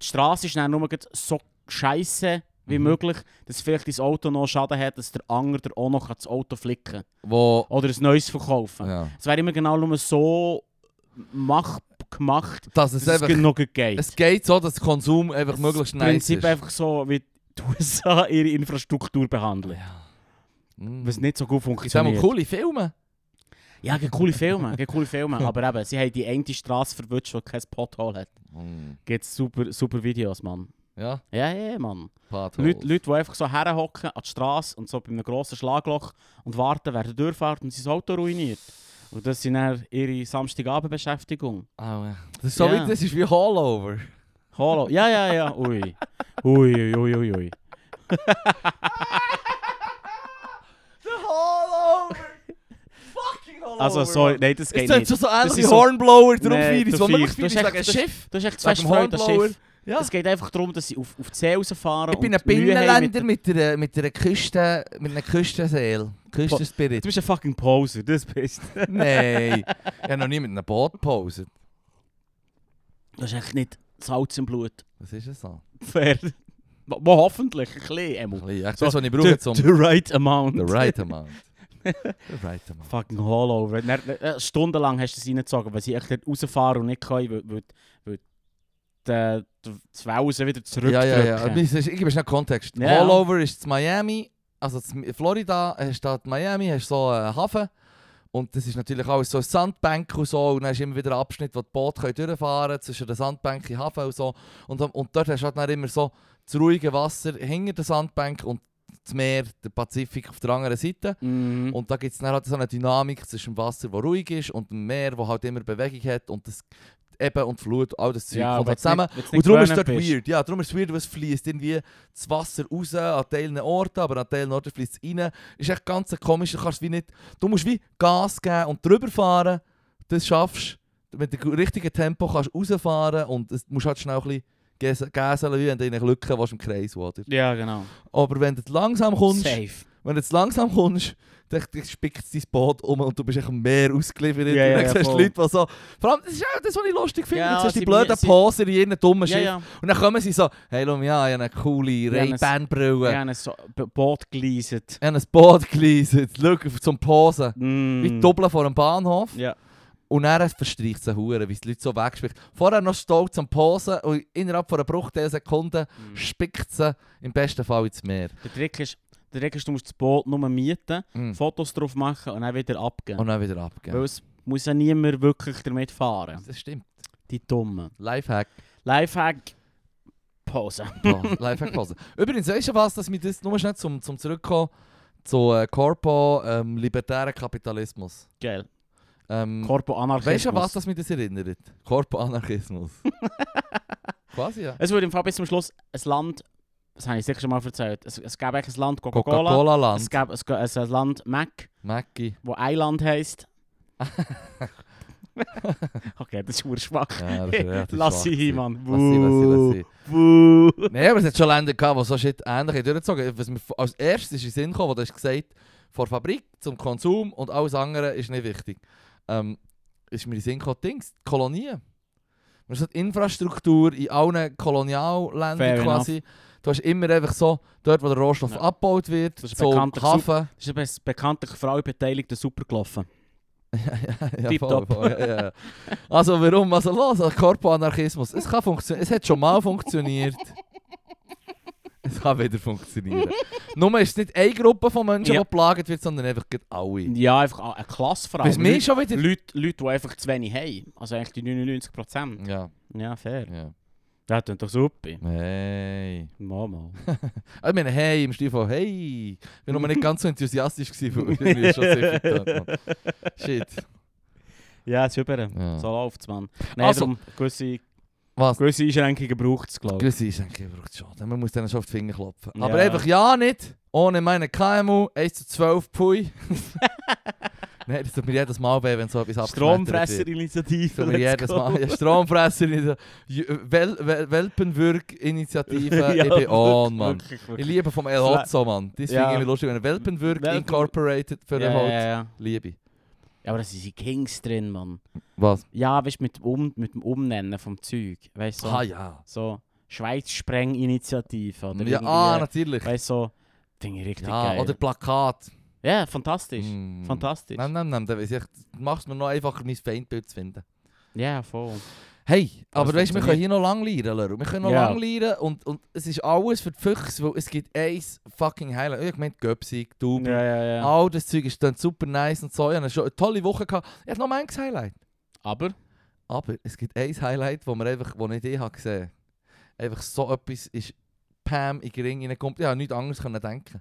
[SPEAKER 2] die Straße ist dann nur gerade so scheiße wie
[SPEAKER 1] Mhm.
[SPEAKER 2] möglich, dass vielleicht dein Auto noch Schaden hat, dass der Anger dir auch noch das Auto flicken kann.
[SPEAKER 1] Wo...
[SPEAKER 2] Oder ein neues verkaufen.
[SPEAKER 1] Ja.
[SPEAKER 2] Es wäre immer genau nur so mach, gemacht,
[SPEAKER 1] Dass
[SPEAKER 2] dass
[SPEAKER 1] es
[SPEAKER 2] es
[SPEAKER 1] einfach...
[SPEAKER 2] noch gut geht.
[SPEAKER 1] Es geht so, dass der Konsum einfach
[SPEAKER 2] Es
[SPEAKER 1] möglichst
[SPEAKER 2] Im
[SPEAKER 1] nice
[SPEAKER 2] Prinzip
[SPEAKER 1] ist.
[SPEAKER 2] einfach so, wie die (laughs) USA ihre Infrastruktur behandeln.
[SPEAKER 1] Ja. Mm.
[SPEAKER 2] Was nicht so gut
[SPEAKER 1] Das sind
[SPEAKER 2] funktioniert.
[SPEAKER 1] mal coole Filme.
[SPEAKER 2] Ja, gibt coole Filme, gibt coole Filme. Aber eben, sie haben die engste Straße verwünscht, die kein Pothole hat.
[SPEAKER 1] Mm.
[SPEAKER 2] Gibt super, super Videos, Mann.
[SPEAKER 1] Ja,
[SPEAKER 2] Ja, ja, ja, Mann.
[SPEAKER 1] Potholes.
[SPEAKER 2] Leute, Leute, die einfach so herhocken an die Straße und so bei einem grossen Schlagloch und warten, wer da durchfährt und sein Auto ruiniert. Und das sind dann ihre Samstagabendbeschäftigung.
[SPEAKER 1] Ah, ja. Das ist so
[SPEAKER 2] Ja.
[SPEAKER 1] wie... Das ist wie Hallover.
[SPEAKER 2] Hallo. Ja, ja, ja. Ui. Ui, ui, ui, ui, ui.
[SPEAKER 1] The Hallover! (laughs) Fucking Hallover!
[SPEAKER 2] Also, Ah, sorry, nein, das
[SPEAKER 1] Es
[SPEAKER 2] geht
[SPEAKER 1] sind
[SPEAKER 2] nicht.
[SPEAKER 1] so so ähnlich
[SPEAKER 2] Das
[SPEAKER 1] wie
[SPEAKER 2] ist so-
[SPEAKER 1] Hornblower, darum
[SPEAKER 2] Nee,
[SPEAKER 1] feiere ich es.
[SPEAKER 2] du
[SPEAKER 1] Wo man wirklich
[SPEAKER 2] feierst.
[SPEAKER 1] feiert,
[SPEAKER 2] Das
[SPEAKER 1] wegen
[SPEAKER 2] ist echt-
[SPEAKER 1] Schiff.
[SPEAKER 2] Du hast echt zu
[SPEAKER 1] Wegen
[SPEAKER 2] fest
[SPEAKER 1] dem
[SPEAKER 2] Freude an
[SPEAKER 1] Hornblower.
[SPEAKER 2] Schiff.
[SPEAKER 1] Ja.
[SPEAKER 2] Es geht einfach darum, dass sie auf, auf die See rausfahren
[SPEAKER 1] Ich bin ein
[SPEAKER 2] und Mühe haben mit
[SPEAKER 1] Binnenländer mit einer, mit einer Küste, mit einer Küstenseele.
[SPEAKER 2] Du
[SPEAKER 1] Küstenspirit.
[SPEAKER 2] bist ein fucking Poser, das bist du. (laughs)
[SPEAKER 1] Nein. Ich habe noch nie mit einem Boot gepostet.
[SPEAKER 2] Du hast echt nicht Salz im Blut.
[SPEAKER 1] Was ist das so?
[SPEAKER 2] Fair. Mo- mo- hoffentlich, ein bisschen.
[SPEAKER 1] Ein
[SPEAKER 2] Emil.
[SPEAKER 1] bisschen. Echt
[SPEAKER 2] So, (laughs)
[SPEAKER 1] das, was ich brauche,
[SPEAKER 2] the,
[SPEAKER 1] zum
[SPEAKER 2] the right amount.
[SPEAKER 1] the um- right amount. Der Wright, Mann.
[SPEAKER 2] Fucking Hollover. Dann, äh, stundenlang hast du es reingezogen, weil sie echt dort rausfahren und nicht können, weil, weil, weil die, die, die Wellen wieder zurückdrücken.
[SPEAKER 1] Ja, ja, ja. Ich gebe schnell Kontext.
[SPEAKER 2] Ja.
[SPEAKER 1] Allover ist zu Miami, also zu Florida, hast du da die Miami, hast so einen Hafen. Und das ist natürlich alles so Sandbänke und so. Und dann ist immer wieder ein Abschnitt, wo die Boote können durchfahren können, zwischen den Sandbänken und Hafen und so. Und, und dort hast du halt dann immer so das ruhige Wasser hinter der Sandbank und das Meer, der Pazifik auf der anderen Seite.
[SPEAKER 2] Mhm.
[SPEAKER 1] Und da gibt es dann halt so eine Dynamik zwischen dem Wasser, das ruhig ist, und dem Meer, das halt immer Bewegung hat und das Eben und Flut, all das Zeug kommt halt
[SPEAKER 2] wenn's
[SPEAKER 1] zusammen.
[SPEAKER 2] nicht- wenn's nicht
[SPEAKER 1] Und darum ist
[SPEAKER 2] gewöhnt
[SPEAKER 1] dort
[SPEAKER 2] bist.
[SPEAKER 1] weird. Ja, darum ist es weird, weil es fließt irgendwie das Wasser raus an Teilen Orten, aber an Teilen Orten fließt es rein. Ist echt ganz komisch. Du, kannst wie nicht, du musst wie Gas geben und drüber fahren. Das schaffst du. Mit dem richtigen Tempo kannst du rausfahren und es musst halt schnell ein bisschen ges- gäseln, wie wenn du in eine Lücke willst, im Kreis oder?
[SPEAKER 2] Ja, genau.
[SPEAKER 1] Aber wenn du langsam kommst,
[SPEAKER 2] Safe.
[SPEAKER 1] wenn du jetzt langsam kommst, dann dann spickt es dein Boot um und du bist echt mehr ausgeliefert.
[SPEAKER 2] Ja,
[SPEAKER 1] und dann
[SPEAKER 2] ja,
[SPEAKER 1] siehst du
[SPEAKER 2] voll.
[SPEAKER 1] Leute, die so... Vor allem, das ist auch das, was ich lustig finde.
[SPEAKER 2] Ja,
[SPEAKER 1] jetzt hast du die
[SPEAKER 2] sie-
[SPEAKER 1] blöden
[SPEAKER 2] sie-
[SPEAKER 1] Poser in ihren dummen
[SPEAKER 2] Ja,
[SPEAKER 1] Schiff.
[SPEAKER 2] ja.
[SPEAKER 1] Und dann kommen sie so... Hey, schau mich an, ich habe eine coole
[SPEAKER 2] habe ein-
[SPEAKER 1] Ray-Ban-Brille.
[SPEAKER 2] Wir haben ein so B- Boot geleistet.
[SPEAKER 1] Ich habe ein Boot geleistet. Schau auf- zum Posen.
[SPEAKER 2] Mm.
[SPEAKER 1] Wie doppeln vor dem Bahnhof.
[SPEAKER 2] Ja.
[SPEAKER 1] Und dann verstreicht es Huren, wie es die Leute so wegspickt. Vorher noch stolz am Posen und innerhalb von einer Bruchteilsekunde
[SPEAKER 2] Mm.
[SPEAKER 1] spickt sie im besten Fall ins Meer.
[SPEAKER 2] Der, Trick ist, der Trick ist, du musst das Boot nur mieten,
[SPEAKER 1] Mm.
[SPEAKER 2] Fotos drauf machen und dann wieder abgeben.
[SPEAKER 1] Und dann wieder abgeben.
[SPEAKER 2] Weil es muss ja niemand wirklich damit fahren.
[SPEAKER 1] Das stimmt.
[SPEAKER 2] Die Dummen.
[SPEAKER 1] Lifehack.
[SPEAKER 2] Lifehack. Pause. (laughs)
[SPEAKER 1] Pa- Lifehack Pause. Übrigens, weißt du was, dass wir das nur schnell zum, zum Zurückkommen zu äh, Corpo ähm, libertären Kapitalismus.
[SPEAKER 2] Geil.
[SPEAKER 1] Ähm,
[SPEAKER 2] Corpo Anarchismus.
[SPEAKER 1] weißt du was, dass mich das erinnert? Corpo (laughs) Anarchismus. Quasi ja.
[SPEAKER 2] Es würde im Fall bis zum Schluss ein Land, das habe ich sicher schon mal erzählt, es, es gäbe eigentlich ein Land Coca-Cola,
[SPEAKER 1] Coca-Cola
[SPEAKER 2] es
[SPEAKER 1] Land.
[SPEAKER 2] gäbe es gä- es ein Land Mac,
[SPEAKER 1] Mackie.
[SPEAKER 2] wo Eiland heisst. okay, das ist urschwach.
[SPEAKER 1] (laughs) Ja, das ist
[SPEAKER 2] schwach.
[SPEAKER 1] relativ
[SPEAKER 2] Lass
[SPEAKER 1] schwach
[SPEAKER 2] sie,
[SPEAKER 1] gewesen.
[SPEAKER 2] Mann.
[SPEAKER 1] Lass sie, lass sie, lass
[SPEAKER 2] Wuh.
[SPEAKER 1] sie. Nein, aber es hat schon Länder gehabt, die so shit ähnlich durchgezogen haben. Was mir als erstes ist in den Sinn gekommen, wo du hast gesagt vor Fabrik zum Konsum und alles andere ist nicht wichtig. Ähm, ist mir in den Sinn gekommen, Dings, die Kolonien. Man hat Infrastruktur in allen Kolonialländern
[SPEAKER 2] Fair
[SPEAKER 1] quasi. Du hast immer einfach so, dort wo der Rohstoff
[SPEAKER 2] Ja.
[SPEAKER 1] abgebaut wird,
[SPEAKER 2] Das ist
[SPEAKER 1] so
[SPEAKER 2] bekannter
[SPEAKER 1] Hafen.
[SPEAKER 2] Das ist aber das bekannte Frau beteiligt, der super gelaufen.
[SPEAKER 1] ja,
[SPEAKER 2] Tip
[SPEAKER 1] voll,
[SPEAKER 2] top.
[SPEAKER 1] voll, ja, ja. Also warum? Also los, also Korpoanarchismus. Es kann funktionieren. Es hat schon mal funktioniert. Es kann wieder funktionieren. Nur ist es nicht eine Gruppe von Menschen,
[SPEAKER 2] Ja.
[SPEAKER 1] die plagt wird, sondern einfach gerade alle.
[SPEAKER 2] Ja, einfach a- eine Klasse vor allem.
[SPEAKER 1] Hm. Bis mir schon wieder...
[SPEAKER 2] Leute, Leute, die einfach zu wenig haben. Also eigentlich die 99%.
[SPEAKER 1] Ja,
[SPEAKER 2] Ja, fair.
[SPEAKER 1] ja.
[SPEAKER 2] Das tut doch super.
[SPEAKER 1] Hey. (laughs) Ah,
[SPEAKER 2] Mama.
[SPEAKER 1] Ich meine, hey, im Stil von hey. Ich war noch nicht ganz so enthusiastisch, gewesen, weil irgendwie ist schon
[SPEAKER 2] (laughs)
[SPEAKER 1] sehr viel getan, Mann. Shit.
[SPEAKER 2] Ja, super.
[SPEAKER 1] Ja.
[SPEAKER 2] So läuft's, Mann. Nein,
[SPEAKER 1] Also-
[SPEAKER 2] darum, gewisse,
[SPEAKER 1] Was?
[SPEAKER 2] gewisse Einschränkungen braucht es, glaube ich.
[SPEAKER 1] Grüße ist eigentlich braucht schon. Man muss denen schon auf die Finger klopfen.
[SPEAKER 2] Ja.
[SPEAKER 1] Aber einfach ja nicht. Ohne meine KMU 1 zu 12
[SPEAKER 2] (laughs)
[SPEAKER 1] Pui. Nein, das tut mir jedes Mal weh, wenn so etwas abgeschmettert wird.
[SPEAKER 2] Stromfresserinitiative.
[SPEAKER 1] Tut mir
[SPEAKER 2] let's
[SPEAKER 1] jedes
[SPEAKER 2] go.
[SPEAKER 1] Mal. Ja, Stromfresser, Wel Wel Welpenwürg-Initiative,
[SPEAKER 2] (laughs) (laughs) Ja,
[SPEAKER 1] ich bin on, Mann.
[SPEAKER 2] wirklich, wirklich,
[SPEAKER 1] Ich
[SPEAKER 2] wirklich.
[SPEAKER 1] liebe vom El
[SPEAKER 2] Fla-
[SPEAKER 1] Hotzo, Mann. Das finde
[SPEAKER 2] Ja.
[SPEAKER 1] ich irgendwie lustig, wenn Welpenwürg
[SPEAKER 2] Welpen-
[SPEAKER 1] incorporated für den
[SPEAKER 2] ja,
[SPEAKER 1] Holz.
[SPEAKER 2] ja, ja.
[SPEAKER 1] Liebe.
[SPEAKER 2] ja, aber da sind die Kings drin, Mann.
[SPEAKER 1] Was?
[SPEAKER 2] Ja, weißt du, mit, dem um, mit dem Umnennen vom Zeug. Weißt du, so,
[SPEAKER 1] Ah ja.
[SPEAKER 2] so Schweiz-Spreng-Initiative. Oder
[SPEAKER 1] Ja,
[SPEAKER 2] irgendwie,
[SPEAKER 1] ah, natürlich.
[SPEAKER 2] Weißt du, so, finde ich richtig
[SPEAKER 1] Ja,
[SPEAKER 2] geil.
[SPEAKER 1] oder Plakat.
[SPEAKER 2] ja, fantastisch.
[SPEAKER 1] Mm.
[SPEAKER 2] Fantastisch.
[SPEAKER 1] Nein, nein, nein, dann weiss ich, machst mir noch einfacher, mein Feindbild zu finden.
[SPEAKER 2] Ja, voll.
[SPEAKER 1] Hey, aber
[SPEAKER 2] Das
[SPEAKER 1] weißt, wir können hier noch lang lernen, Leru. Wir können noch
[SPEAKER 2] Ja.
[SPEAKER 1] lang lernen und, und es ist alles für die Füchse, weil es gibt eins fucking Highlight. Ich meine, Göpsig, Dubi,
[SPEAKER 2] Ja, ja, ja.
[SPEAKER 1] all das Zeug ist dann super nice und so. Ich hatte schon eine tolle Woche. Gehabt. Ich hatte noch manches Highlight.
[SPEAKER 2] Aber?
[SPEAKER 1] Aber es gibt ein Highlight, wo man einfach, wo nicht ich habe gesehen Einfach so etwas ist Pam in den Ring reinkommt. Ich habe nichts anderes können denken.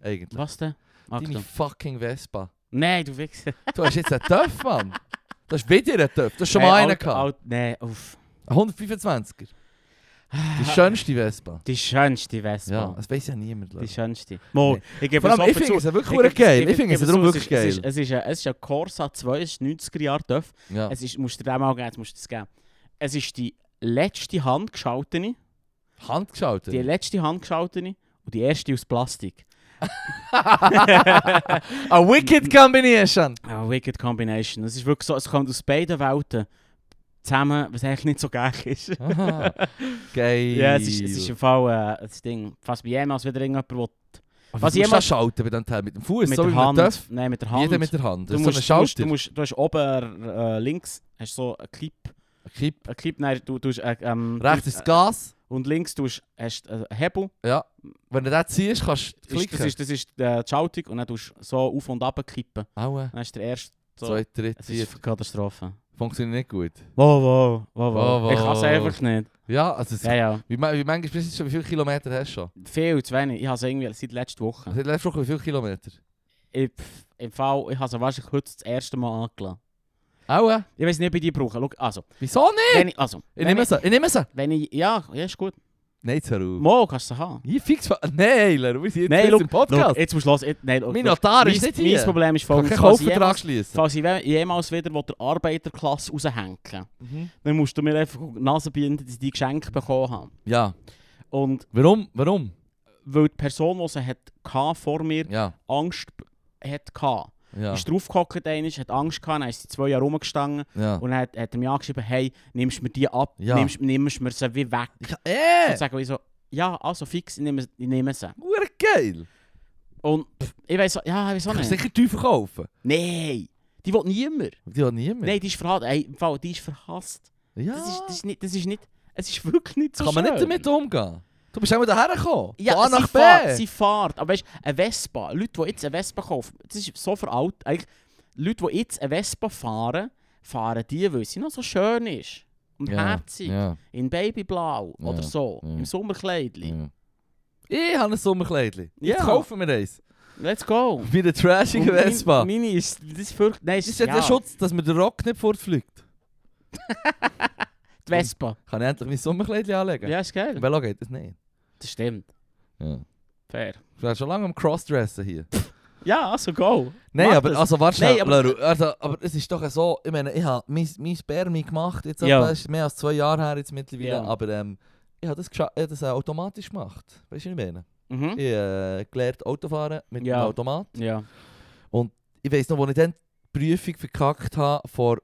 [SPEAKER 1] Eigentlich.
[SPEAKER 2] Was denn?
[SPEAKER 1] Deine
[SPEAKER 2] Achtung.
[SPEAKER 1] fucking Vespa.
[SPEAKER 2] Nein, du Wichser.
[SPEAKER 1] Du hast jetzt einen Töff, Mann. Das ist wieder ein Töff. Du hast schon
[SPEAKER 2] Hey,
[SPEAKER 1] mal einen
[SPEAKER 2] alt-
[SPEAKER 1] gehabt.
[SPEAKER 2] alt- Nein, uff.
[SPEAKER 1] Ein 125er.
[SPEAKER 2] (laughs)
[SPEAKER 1] Die schönste Vespa.
[SPEAKER 2] Die schönste Vespa.
[SPEAKER 1] Ja, das weiß ja niemand.
[SPEAKER 2] Die
[SPEAKER 1] Leute.
[SPEAKER 2] schönste. Mo,
[SPEAKER 1] Nee.
[SPEAKER 2] ich gebe
[SPEAKER 1] Vor allem,
[SPEAKER 2] es
[SPEAKER 1] ich
[SPEAKER 2] offen
[SPEAKER 1] finde
[SPEAKER 2] zu.
[SPEAKER 1] es wirklich
[SPEAKER 2] gebe-
[SPEAKER 1] verdammt geil.
[SPEAKER 2] gebe-
[SPEAKER 1] Ich finde es
[SPEAKER 2] gebe
[SPEAKER 1] darum
[SPEAKER 2] zu,
[SPEAKER 1] wirklich
[SPEAKER 2] es ist-
[SPEAKER 1] geil.
[SPEAKER 2] Es ist, ein- es ist ein Corsa 2, es ist 90er Jahre TÜV.
[SPEAKER 1] Ja.
[SPEAKER 2] Es ist, musst du dir auch mal geben, jetzt musst du es geben. Es ist die letzte handgeschaltene,
[SPEAKER 1] Handgeschaltet. (laughs)
[SPEAKER 2] die letzte handgeschaltene und die erste aus Plastik.
[SPEAKER 1] A wicked combination.
[SPEAKER 2] Eine Ah, wicked Combination. Es ist wirklich so, es kommt aus beiden Welten zusammen, was eigentlich nicht so geil ist.
[SPEAKER 1] Aha. Geil.
[SPEAKER 2] Ja, es ist, es ist im Fall äh, das Ding. Fast wie jemals wieder irgendjemand, der
[SPEAKER 1] Aber Was
[SPEAKER 2] Was
[SPEAKER 1] musst du
[SPEAKER 2] jemand-
[SPEAKER 1] das schalten bei diesem Teil? Mit dem Fuß?
[SPEAKER 2] mit
[SPEAKER 1] So wie
[SPEAKER 2] der
[SPEAKER 1] man darf?
[SPEAKER 2] Hand. Nein, mit der Hand.
[SPEAKER 1] Jeder mit der Hand.
[SPEAKER 2] du,
[SPEAKER 1] Das ist so ein
[SPEAKER 2] musst,
[SPEAKER 1] Schalter.
[SPEAKER 2] du, musst, du, musst, du hast oben äh, links hast so einen Clip.
[SPEAKER 1] Ein Kipp.
[SPEAKER 2] Ein Clip, nein, du, du hast, äh, ähm,
[SPEAKER 1] Rechts ist das Gas.
[SPEAKER 2] Und links du hast, hast äh, einen Hebel.
[SPEAKER 1] Ja. Wenn du den ziehst, kannst du
[SPEAKER 2] Ist,
[SPEAKER 1] klicken.
[SPEAKER 2] das ist, das ist äh, die Schaltung und dann tust du so auf und ab kippen.
[SPEAKER 1] Aua.
[SPEAKER 2] Dann ist der erste. So.
[SPEAKER 1] Zwei, drei,
[SPEAKER 2] Es
[SPEAKER 1] vier.
[SPEAKER 2] ist eine Katastrophe.
[SPEAKER 1] Funktioniert nicht gut.
[SPEAKER 2] Wow, wow, wow,
[SPEAKER 1] Wow, wow.
[SPEAKER 2] Ich kann es einfach nicht.
[SPEAKER 1] Ja, also es,
[SPEAKER 2] Ja, ja.
[SPEAKER 1] Wie, ma- wie, manchmal bist du schon, wie viele Kilometer hast du schon?
[SPEAKER 2] Viel zu wenig. Ich habe es irgendwie seit letzter Woche.
[SPEAKER 1] Seit letzter Woche wie viele Kilometer?
[SPEAKER 2] Ich, pff, Im Fall, ich habe es wahrscheinlich heute das erste Mal angelassen.
[SPEAKER 1] Aua.
[SPEAKER 2] Ich weiß nicht, ob ich die brauche. Schau, also,
[SPEAKER 1] Wieso nicht?
[SPEAKER 2] wenn ich, also,
[SPEAKER 1] Ich
[SPEAKER 2] wenn
[SPEAKER 1] nehme
[SPEAKER 2] ich,
[SPEAKER 1] sie. Ich nehme sie.
[SPEAKER 2] wenn ich, ja, ja, ist gut.
[SPEAKER 1] Nein, jetzt hör auf.
[SPEAKER 2] Mo, kannst du sie haben.
[SPEAKER 1] Ich fix Nein, Leru, wir sind jetzt
[SPEAKER 2] Nein,
[SPEAKER 1] nee, im
[SPEAKER 2] Schau,
[SPEAKER 1] Podcast.
[SPEAKER 2] jetzt muss Schluss. Jetzt- Nein, schau,
[SPEAKER 1] mein
[SPEAKER 2] schau.
[SPEAKER 1] Notar ist
[SPEAKER 2] Mein-
[SPEAKER 1] nicht hier.
[SPEAKER 2] Mein Problem ist
[SPEAKER 1] ich kann
[SPEAKER 2] folgendes.
[SPEAKER 1] keinen
[SPEAKER 2] Falls ich
[SPEAKER 1] Kaufvertrag
[SPEAKER 2] jemals-
[SPEAKER 1] schließen.
[SPEAKER 2] Falls ich we- jemals wieder will, der Arbeiterklasse raushängen will,
[SPEAKER 1] Mhm.
[SPEAKER 2] dann musst du mir einfach die Nase binden, dass ich die Geschenke bekommen habe.
[SPEAKER 1] Ja.
[SPEAKER 2] Und
[SPEAKER 1] Warum? Warum?
[SPEAKER 2] weil die Person, die sie hat, gehabt vor mir
[SPEAKER 1] Ja.
[SPEAKER 2] Angst b- hat gehabt.
[SPEAKER 1] Ja.
[SPEAKER 2] Ist draufgehockt einmal, hat Angst gehabt, dann ist sie zwei Jahre rumgestanden
[SPEAKER 1] ja.
[SPEAKER 2] und dann hat, hat er mir angeschrieben, hey, nimmst du mir die ab,
[SPEAKER 1] Ja.
[SPEAKER 2] nimmst, nimmst mir sie wie weg.
[SPEAKER 1] Ich,
[SPEAKER 2] Und
[SPEAKER 1] äh!
[SPEAKER 2] sage ich so, ja, also fix, ich nehme, ich nehme sie.
[SPEAKER 1] Hure geil!
[SPEAKER 2] Und pff, ich weiß ja, wieso
[SPEAKER 1] Kannst du
[SPEAKER 2] nicht?
[SPEAKER 1] sicher teuer verkaufen?
[SPEAKER 2] Nein, die will niemand.
[SPEAKER 1] Die hat niemand.
[SPEAKER 2] Nein, die ist verhasst. Ey, im Fall, die ist verhasst.
[SPEAKER 1] ja.
[SPEAKER 2] Das, ist, das, ist nicht, das ist nicht, es ist wirklich nicht so
[SPEAKER 1] Kann man
[SPEAKER 2] schön.
[SPEAKER 1] nicht damit umgehen. Du bist auch mal daher gekommen.
[SPEAKER 2] Ja,
[SPEAKER 1] Von A
[SPEAKER 2] sie,
[SPEAKER 1] nach
[SPEAKER 2] fahr,
[SPEAKER 1] B.
[SPEAKER 2] sie fährt. Aber weißt du, eine Vespa, Leute, die jetzt eine Vespa kaufen, das ist so veralt. Eigentlich, Leute, die jetzt eine Vespa fahren, fahren die, weil sie noch so schön ist. Und herzig.
[SPEAKER 1] Ja.
[SPEAKER 2] In Babyblau
[SPEAKER 1] Ja,
[SPEAKER 2] oder so.
[SPEAKER 1] ja.
[SPEAKER 2] Im Sommerkleidli.
[SPEAKER 1] ja. Ich habe ein Sommerkleidchen.
[SPEAKER 2] Ja.
[SPEAKER 1] Jetzt kaufen wir eins.
[SPEAKER 2] Let's go.
[SPEAKER 1] Bei der trashigen
[SPEAKER 2] Und mein-
[SPEAKER 1] Vespa.
[SPEAKER 2] Meine ist, das ist wirklich, nein, es
[SPEAKER 1] Das ist
[SPEAKER 2] ist
[SPEAKER 1] ja der
[SPEAKER 2] ja,
[SPEAKER 1] Schutz, dass mir der Rock nicht fortfliegt.
[SPEAKER 2] die Vespa.
[SPEAKER 1] Kann ich endlich mein Sommerkleidchen anlegen?
[SPEAKER 2] Ja, ist geil.
[SPEAKER 1] Im Velo geht das nicht.
[SPEAKER 2] Das stimmt.
[SPEAKER 1] Ja.
[SPEAKER 2] Fair.
[SPEAKER 1] Ich bin schon lange am Crossdressen hier.
[SPEAKER 2] Ja, also go.
[SPEAKER 1] Nein,
[SPEAKER 2] Mach
[SPEAKER 1] aber
[SPEAKER 2] das.
[SPEAKER 1] also warte
[SPEAKER 2] Nein,
[SPEAKER 1] schnell,
[SPEAKER 2] aber-
[SPEAKER 1] Leru, also, aber es ist doch so, ich meine, ich habe mein, mein Spermi gemacht, jetzt
[SPEAKER 2] Ja.
[SPEAKER 1] etwa, das ist mehr als zwei Jahre her jetzt mittlerweile,
[SPEAKER 2] Ja.
[SPEAKER 1] aber ähm, ich habe das, gescha- ich hab das äh, automatisch gemacht. Weißt du, was ich meine?
[SPEAKER 2] Mhm.
[SPEAKER 1] Ich äh, gelernt Autofahren mit
[SPEAKER 2] Ja.
[SPEAKER 1] dem Automat.
[SPEAKER 2] Ja.
[SPEAKER 1] Ich weiß noch, als ich dann die Prüfung verkackt habe, vor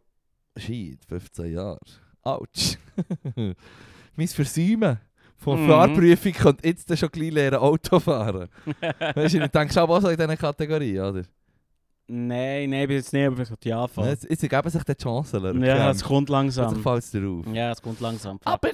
[SPEAKER 1] shit, 15 Jahren. Autsch. (laughs) mein Versäumen von
[SPEAKER 2] Mhm.
[SPEAKER 1] Fahrprüfung könnte jetzt dann schon gleich lernen, Auto
[SPEAKER 2] (laughs)
[SPEAKER 1] fahren. weißt du, ich denke schon auch so in dieser Kategorie, oder?
[SPEAKER 2] Nein, nein, bis jetzt nicht, aber ich kann die anfangen.
[SPEAKER 1] Jetzt, jetzt ergeben sich die Chancen. Leru.
[SPEAKER 2] Ja, es kommt
[SPEAKER 1] Dann
[SPEAKER 2] langsam.
[SPEAKER 1] fällt es dir auf.
[SPEAKER 2] Ja, es kommt langsam.
[SPEAKER 1] Aber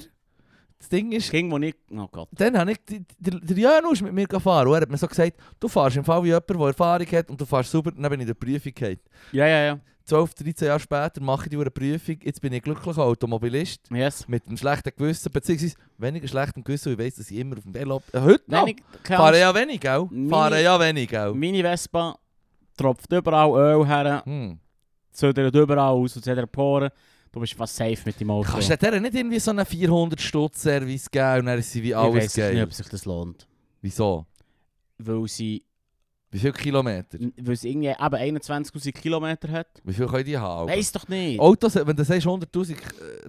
[SPEAKER 1] das Ding ist,
[SPEAKER 2] Ging, wo nicht. Oh Gott.
[SPEAKER 1] dann habe ich, die- der, der Janu ist mit mir gefahren und er hat mir so gesagt, du fährst im Fall wie jemand, der Erfahrung hat und du fährst super, dann bin ich in der Prüfung gefallen.
[SPEAKER 2] Ja, ja, ja.
[SPEAKER 1] 12, 13 Jahre später mache ich die verdammte Prüfung, jetzt bin ich glücklicher Automobilist.
[SPEAKER 2] Yes.
[SPEAKER 1] Mit einem schlechten Gewissen, beziehungsweise weniger schlechtem Gewissen, weil ich weiss, dass ich immer auf dem Velo... Äh, heute noch!
[SPEAKER 2] Nein, ich
[SPEAKER 1] Fahre ja wenig, gell?
[SPEAKER 2] Meine-
[SPEAKER 1] Fahre ja wenig, gell?
[SPEAKER 2] Meine Vespa tropft überall Öl her,
[SPEAKER 1] Hm.
[SPEAKER 2] zödert überall aus und zödert Poren. Du bist fast safe mit dem Auto.
[SPEAKER 1] Kannst du der nicht irgendwie so einen 400-Stutz-Service geben und dann ist sie wie
[SPEAKER 2] ich
[SPEAKER 1] alles
[SPEAKER 2] weiss nicht,
[SPEAKER 1] geil?
[SPEAKER 2] ob sich das lohnt.
[SPEAKER 1] Wieso?
[SPEAKER 2] Weil sie,
[SPEAKER 1] Wie viele Kilometer?
[SPEAKER 2] weil sie irgendwie eben 21'000 Kilometer hat.
[SPEAKER 1] Wie viel können die haben?
[SPEAKER 2] Weiss doch nicht.
[SPEAKER 1] Autos, wenn du sagst 100'000, äh,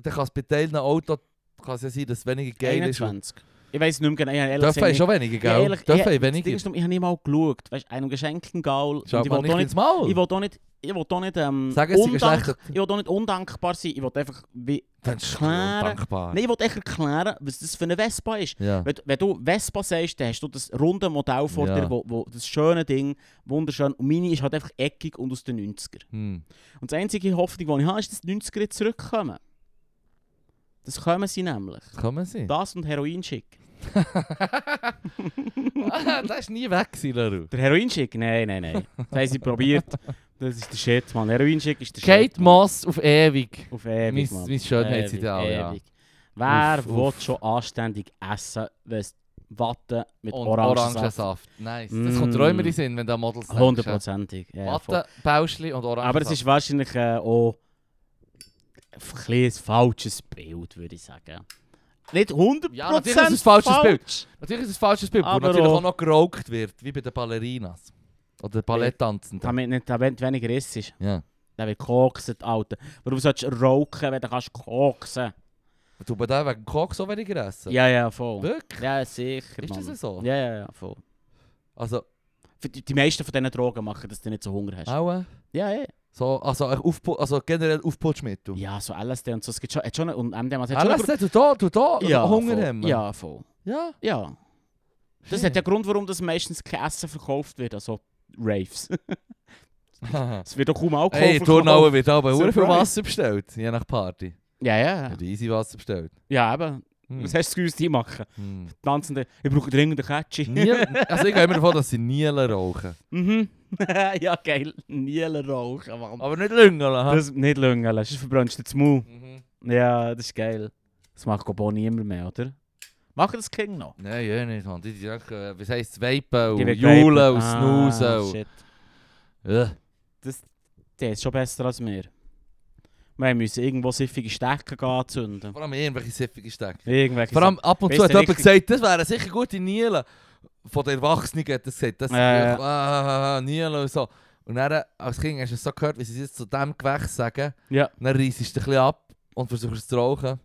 [SPEAKER 1] dann kann es bei Teilen Auto kann es ja sein, dass es weniger geil ist.
[SPEAKER 2] 21. Ich weiss nicht mehr genau. Ich habe
[SPEAKER 1] Dürfen
[SPEAKER 2] ehrlich gesagt
[SPEAKER 1] haben
[SPEAKER 2] nicht-
[SPEAKER 1] schon weniger,
[SPEAKER 2] Ja,
[SPEAKER 1] gell?
[SPEAKER 2] ehrlich,
[SPEAKER 1] Dürfen
[SPEAKER 2] ja,
[SPEAKER 1] haben
[SPEAKER 2] Das Ding ist,
[SPEAKER 1] weniger.
[SPEAKER 2] ich habe nicht mal geschaut. Weißt, einem geschenkten Gaul. Und
[SPEAKER 1] Schaut
[SPEAKER 2] ich
[SPEAKER 1] mal
[SPEAKER 2] wollte
[SPEAKER 1] nicht
[SPEAKER 2] auch nicht,
[SPEAKER 1] ins Maul.
[SPEAKER 2] ich will auch nicht, ich will auch nicht, ähm,
[SPEAKER 1] Sag, es sei ein
[SPEAKER 2] undank-
[SPEAKER 1] schlechter-
[SPEAKER 2] ich will auch nicht undankbar sein. Ich will einfach wie
[SPEAKER 1] Dann ist
[SPEAKER 2] erklären-
[SPEAKER 1] dankbar.
[SPEAKER 2] Nein, ich wollte echt erklären, was das für eine Vespa ist.
[SPEAKER 1] Ja.
[SPEAKER 2] Wenn, wenn du Vespa sagst, dann hast du das runde Modell vor
[SPEAKER 1] Ja.
[SPEAKER 2] dir, wo, wo, das schöne Ding, wunderschön. Und meine ist halt einfach eckig und aus den 90er.
[SPEAKER 1] Hm.
[SPEAKER 2] Und die einzige Hoffnung, die ich habe, ist, dass die 90er jetzt zurückkommen. Das kommen sie nämlich.
[SPEAKER 1] Kann man
[SPEAKER 2] (laughs)
[SPEAKER 1] sein.
[SPEAKER 2] Das und Heroinschick.
[SPEAKER 1] das ist nie weg, gewesen, Leru.
[SPEAKER 2] Der Heroinschick? Nein, nein, nein. Das haben sie probiert. Das ist der Shit, Mann. Heroinschick ist der Shit.
[SPEAKER 1] Kate
[SPEAKER 2] Mann.
[SPEAKER 1] Moss auf ewig.
[SPEAKER 2] Auf
[SPEAKER 1] Mein,
[SPEAKER 2] ewig, Mann.
[SPEAKER 1] mein Schönheitsideal,
[SPEAKER 2] Ewig,
[SPEAKER 1] ja.
[SPEAKER 2] ewig. Wer
[SPEAKER 1] Uff,
[SPEAKER 2] will
[SPEAKER 1] uff.
[SPEAKER 2] schon anständig essen, wenn es Watte mit
[SPEAKER 1] Und
[SPEAKER 2] Orangensaft
[SPEAKER 1] Orangensaft. Nice.
[SPEAKER 2] Mm.
[SPEAKER 1] Das kommt dir auch immer in den Sinn, wenn du an Models denkst,
[SPEAKER 2] Hundertprozentig. Ja,
[SPEAKER 1] ja.
[SPEAKER 2] ja, voll.
[SPEAKER 1] Watte, Bäuschli und Orangensaft.
[SPEAKER 2] Aber es ist wahrscheinlich äh, auch ein kleines falsches Bild, würde ich sagen. Nicht 100%
[SPEAKER 1] Ja, natürlich ist es ein falsches
[SPEAKER 2] falsch.
[SPEAKER 1] Bild. Natürlich ist es ein falsches Bild, wo
[SPEAKER 2] Aber
[SPEAKER 1] natürlich
[SPEAKER 2] auch-
[SPEAKER 1] auch noch geraugt wird, wie bei den Ballerinas. Oder den Balletttanzenden.
[SPEAKER 2] Damit nicht damit weniger Riss ist.
[SPEAKER 1] Ja.
[SPEAKER 2] Dann wird gekokst, Alter. Warum sollst du rauchen, wenn du kannst koksen?
[SPEAKER 1] Du bei dem wegen Koks auch weniger essen?
[SPEAKER 2] Ja, ja, voll.
[SPEAKER 1] Wirklich?
[SPEAKER 2] Ja, sicher,
[SPEAKER 1] Ist
[SPEAKER 2] Mann.
[SPEAKER 1] das so?
[SPEAKER 2] Ja, ja, ja, voll.
[SPEAKER 1] Also,
[SPEAKER 2] Für Die, die meisten von diesen Drogen machen, dass du nicht so Hunger hast.
[SPEAKER 1] auch äh,
[SPEAKER 2] Ja, ja.
[SPEAKER 1] so, also, ein Aufpu also generell Aufputschmittel.
[SPEAKER 2] Ja, so LSD und so. Es gibt schon, hat schon und MDMA. Es hat
[SPEAKER 1] Alles,
[SPEAKER 2] schon
[SPEAKER 1] du da, du da,
[SPEAKER 2] ja,
[SPEAKER 1] Hunger
[SPEAKER 2] voll.
[SPEAKER 1] haben.
[SPEAKER 2] Ja, voll.
[SPEAKER 1] ja.
[SPEAKER 2] Ja. Das hat ja Grund, warum das meistens kein Essen verkauft wird, also Raves. (laughs)
[SPEAKER 1] (laughs) ja...
[SPEAKER 2] Es wird auch kaum Alkohol
[SPEAKER 1] Hey, in
[SPEAKER 2] verkauft.
[SPEAKER 1] Turnau wird aber sehr viel
[SPEAKER 2] Surprise.
[SPEAKER 1] Wasser bestellt, je nach Party.
[SPEAKER 2] Ja, ja. Hmm.
[SPEAKER 1] Hat easy Wasser bestellt.
[SPEAKER 2] Ja, eben.
[SPEAKER 1] Hm.
[SPEAKER 2] Was hast du gewusst, die machen?
[SPEAKER 1] Hm.
[SPEAKER 2] (laughs) Tanzende, ich brauche dringend
[SPEAKER 1] (laughs)
[SPEAKER 2] einen Catchy.
[SPEAKER 1] Niel- also ich gehe immer davon, dass sie Nielen rauchen.
[SPEAKER 2] Mhm. (laughs) ja, geil. Nielen rauchen, Mann.
[SPEAKER 1] Aber nicht Lüngeln, ha?
[SPEAKER 2] Das nicht lüngeln, sonst verbrennst du den Mund.
[SPEAKER 1] Mhm.
[SPEAKER 2] Ja, das ist geil. Das macht Gobo niemand mehr, oder? Machen das King noch?
[SPEAKER 1] Nein, ja nicht, man. Die denken, äh, was heisst Vapen und
[SPEAKER 2] Die wird
[SPEAKER 1] Julen
[SPEAKER 2] gehypt.
[SPEAKER 1] Oh, und
[SPEAKER 2] Ah,
[SPEAKER 1] Snoozen. und-
[SPEAKER 2] shit.
[SPEAKER 1] Ja.
[SPEAKER 2] Der ist schon besser als wir. Wir müssen irgendwo siffige Stecken gehen anzünden.
[SPEAKER 1] Vor allem irgendwelche siffige Stecken.
[SPEAKER 2] Irgendwelche
[SPEAKER 1] Vor allem ab und zu
[SPEAKER 2] Weißt
[SPEAKER 1] hat
[SPEAKER 2] du
[SPEAKER 1] jemand
[SPEAKER 2] richtig-
[SPEAKER 1] gesagt, das wären sicher gute Nielen. Von den Erwachsenen hat das gesagt, das
[SPEAKER 2] Ja, ja, ja.
[SPEAKER 1] ah, Nielen und so. Und dann, als Kind hast du es so gehört, wie sie es jetzt zu dem Gewächs sagen.
[SPEAKER 2] Ja.
[SPEAKER 1] Und Dann reissest du dich ein bisschen ab und versuchst es zu rauchen.
[SPEAKER 2] Sa-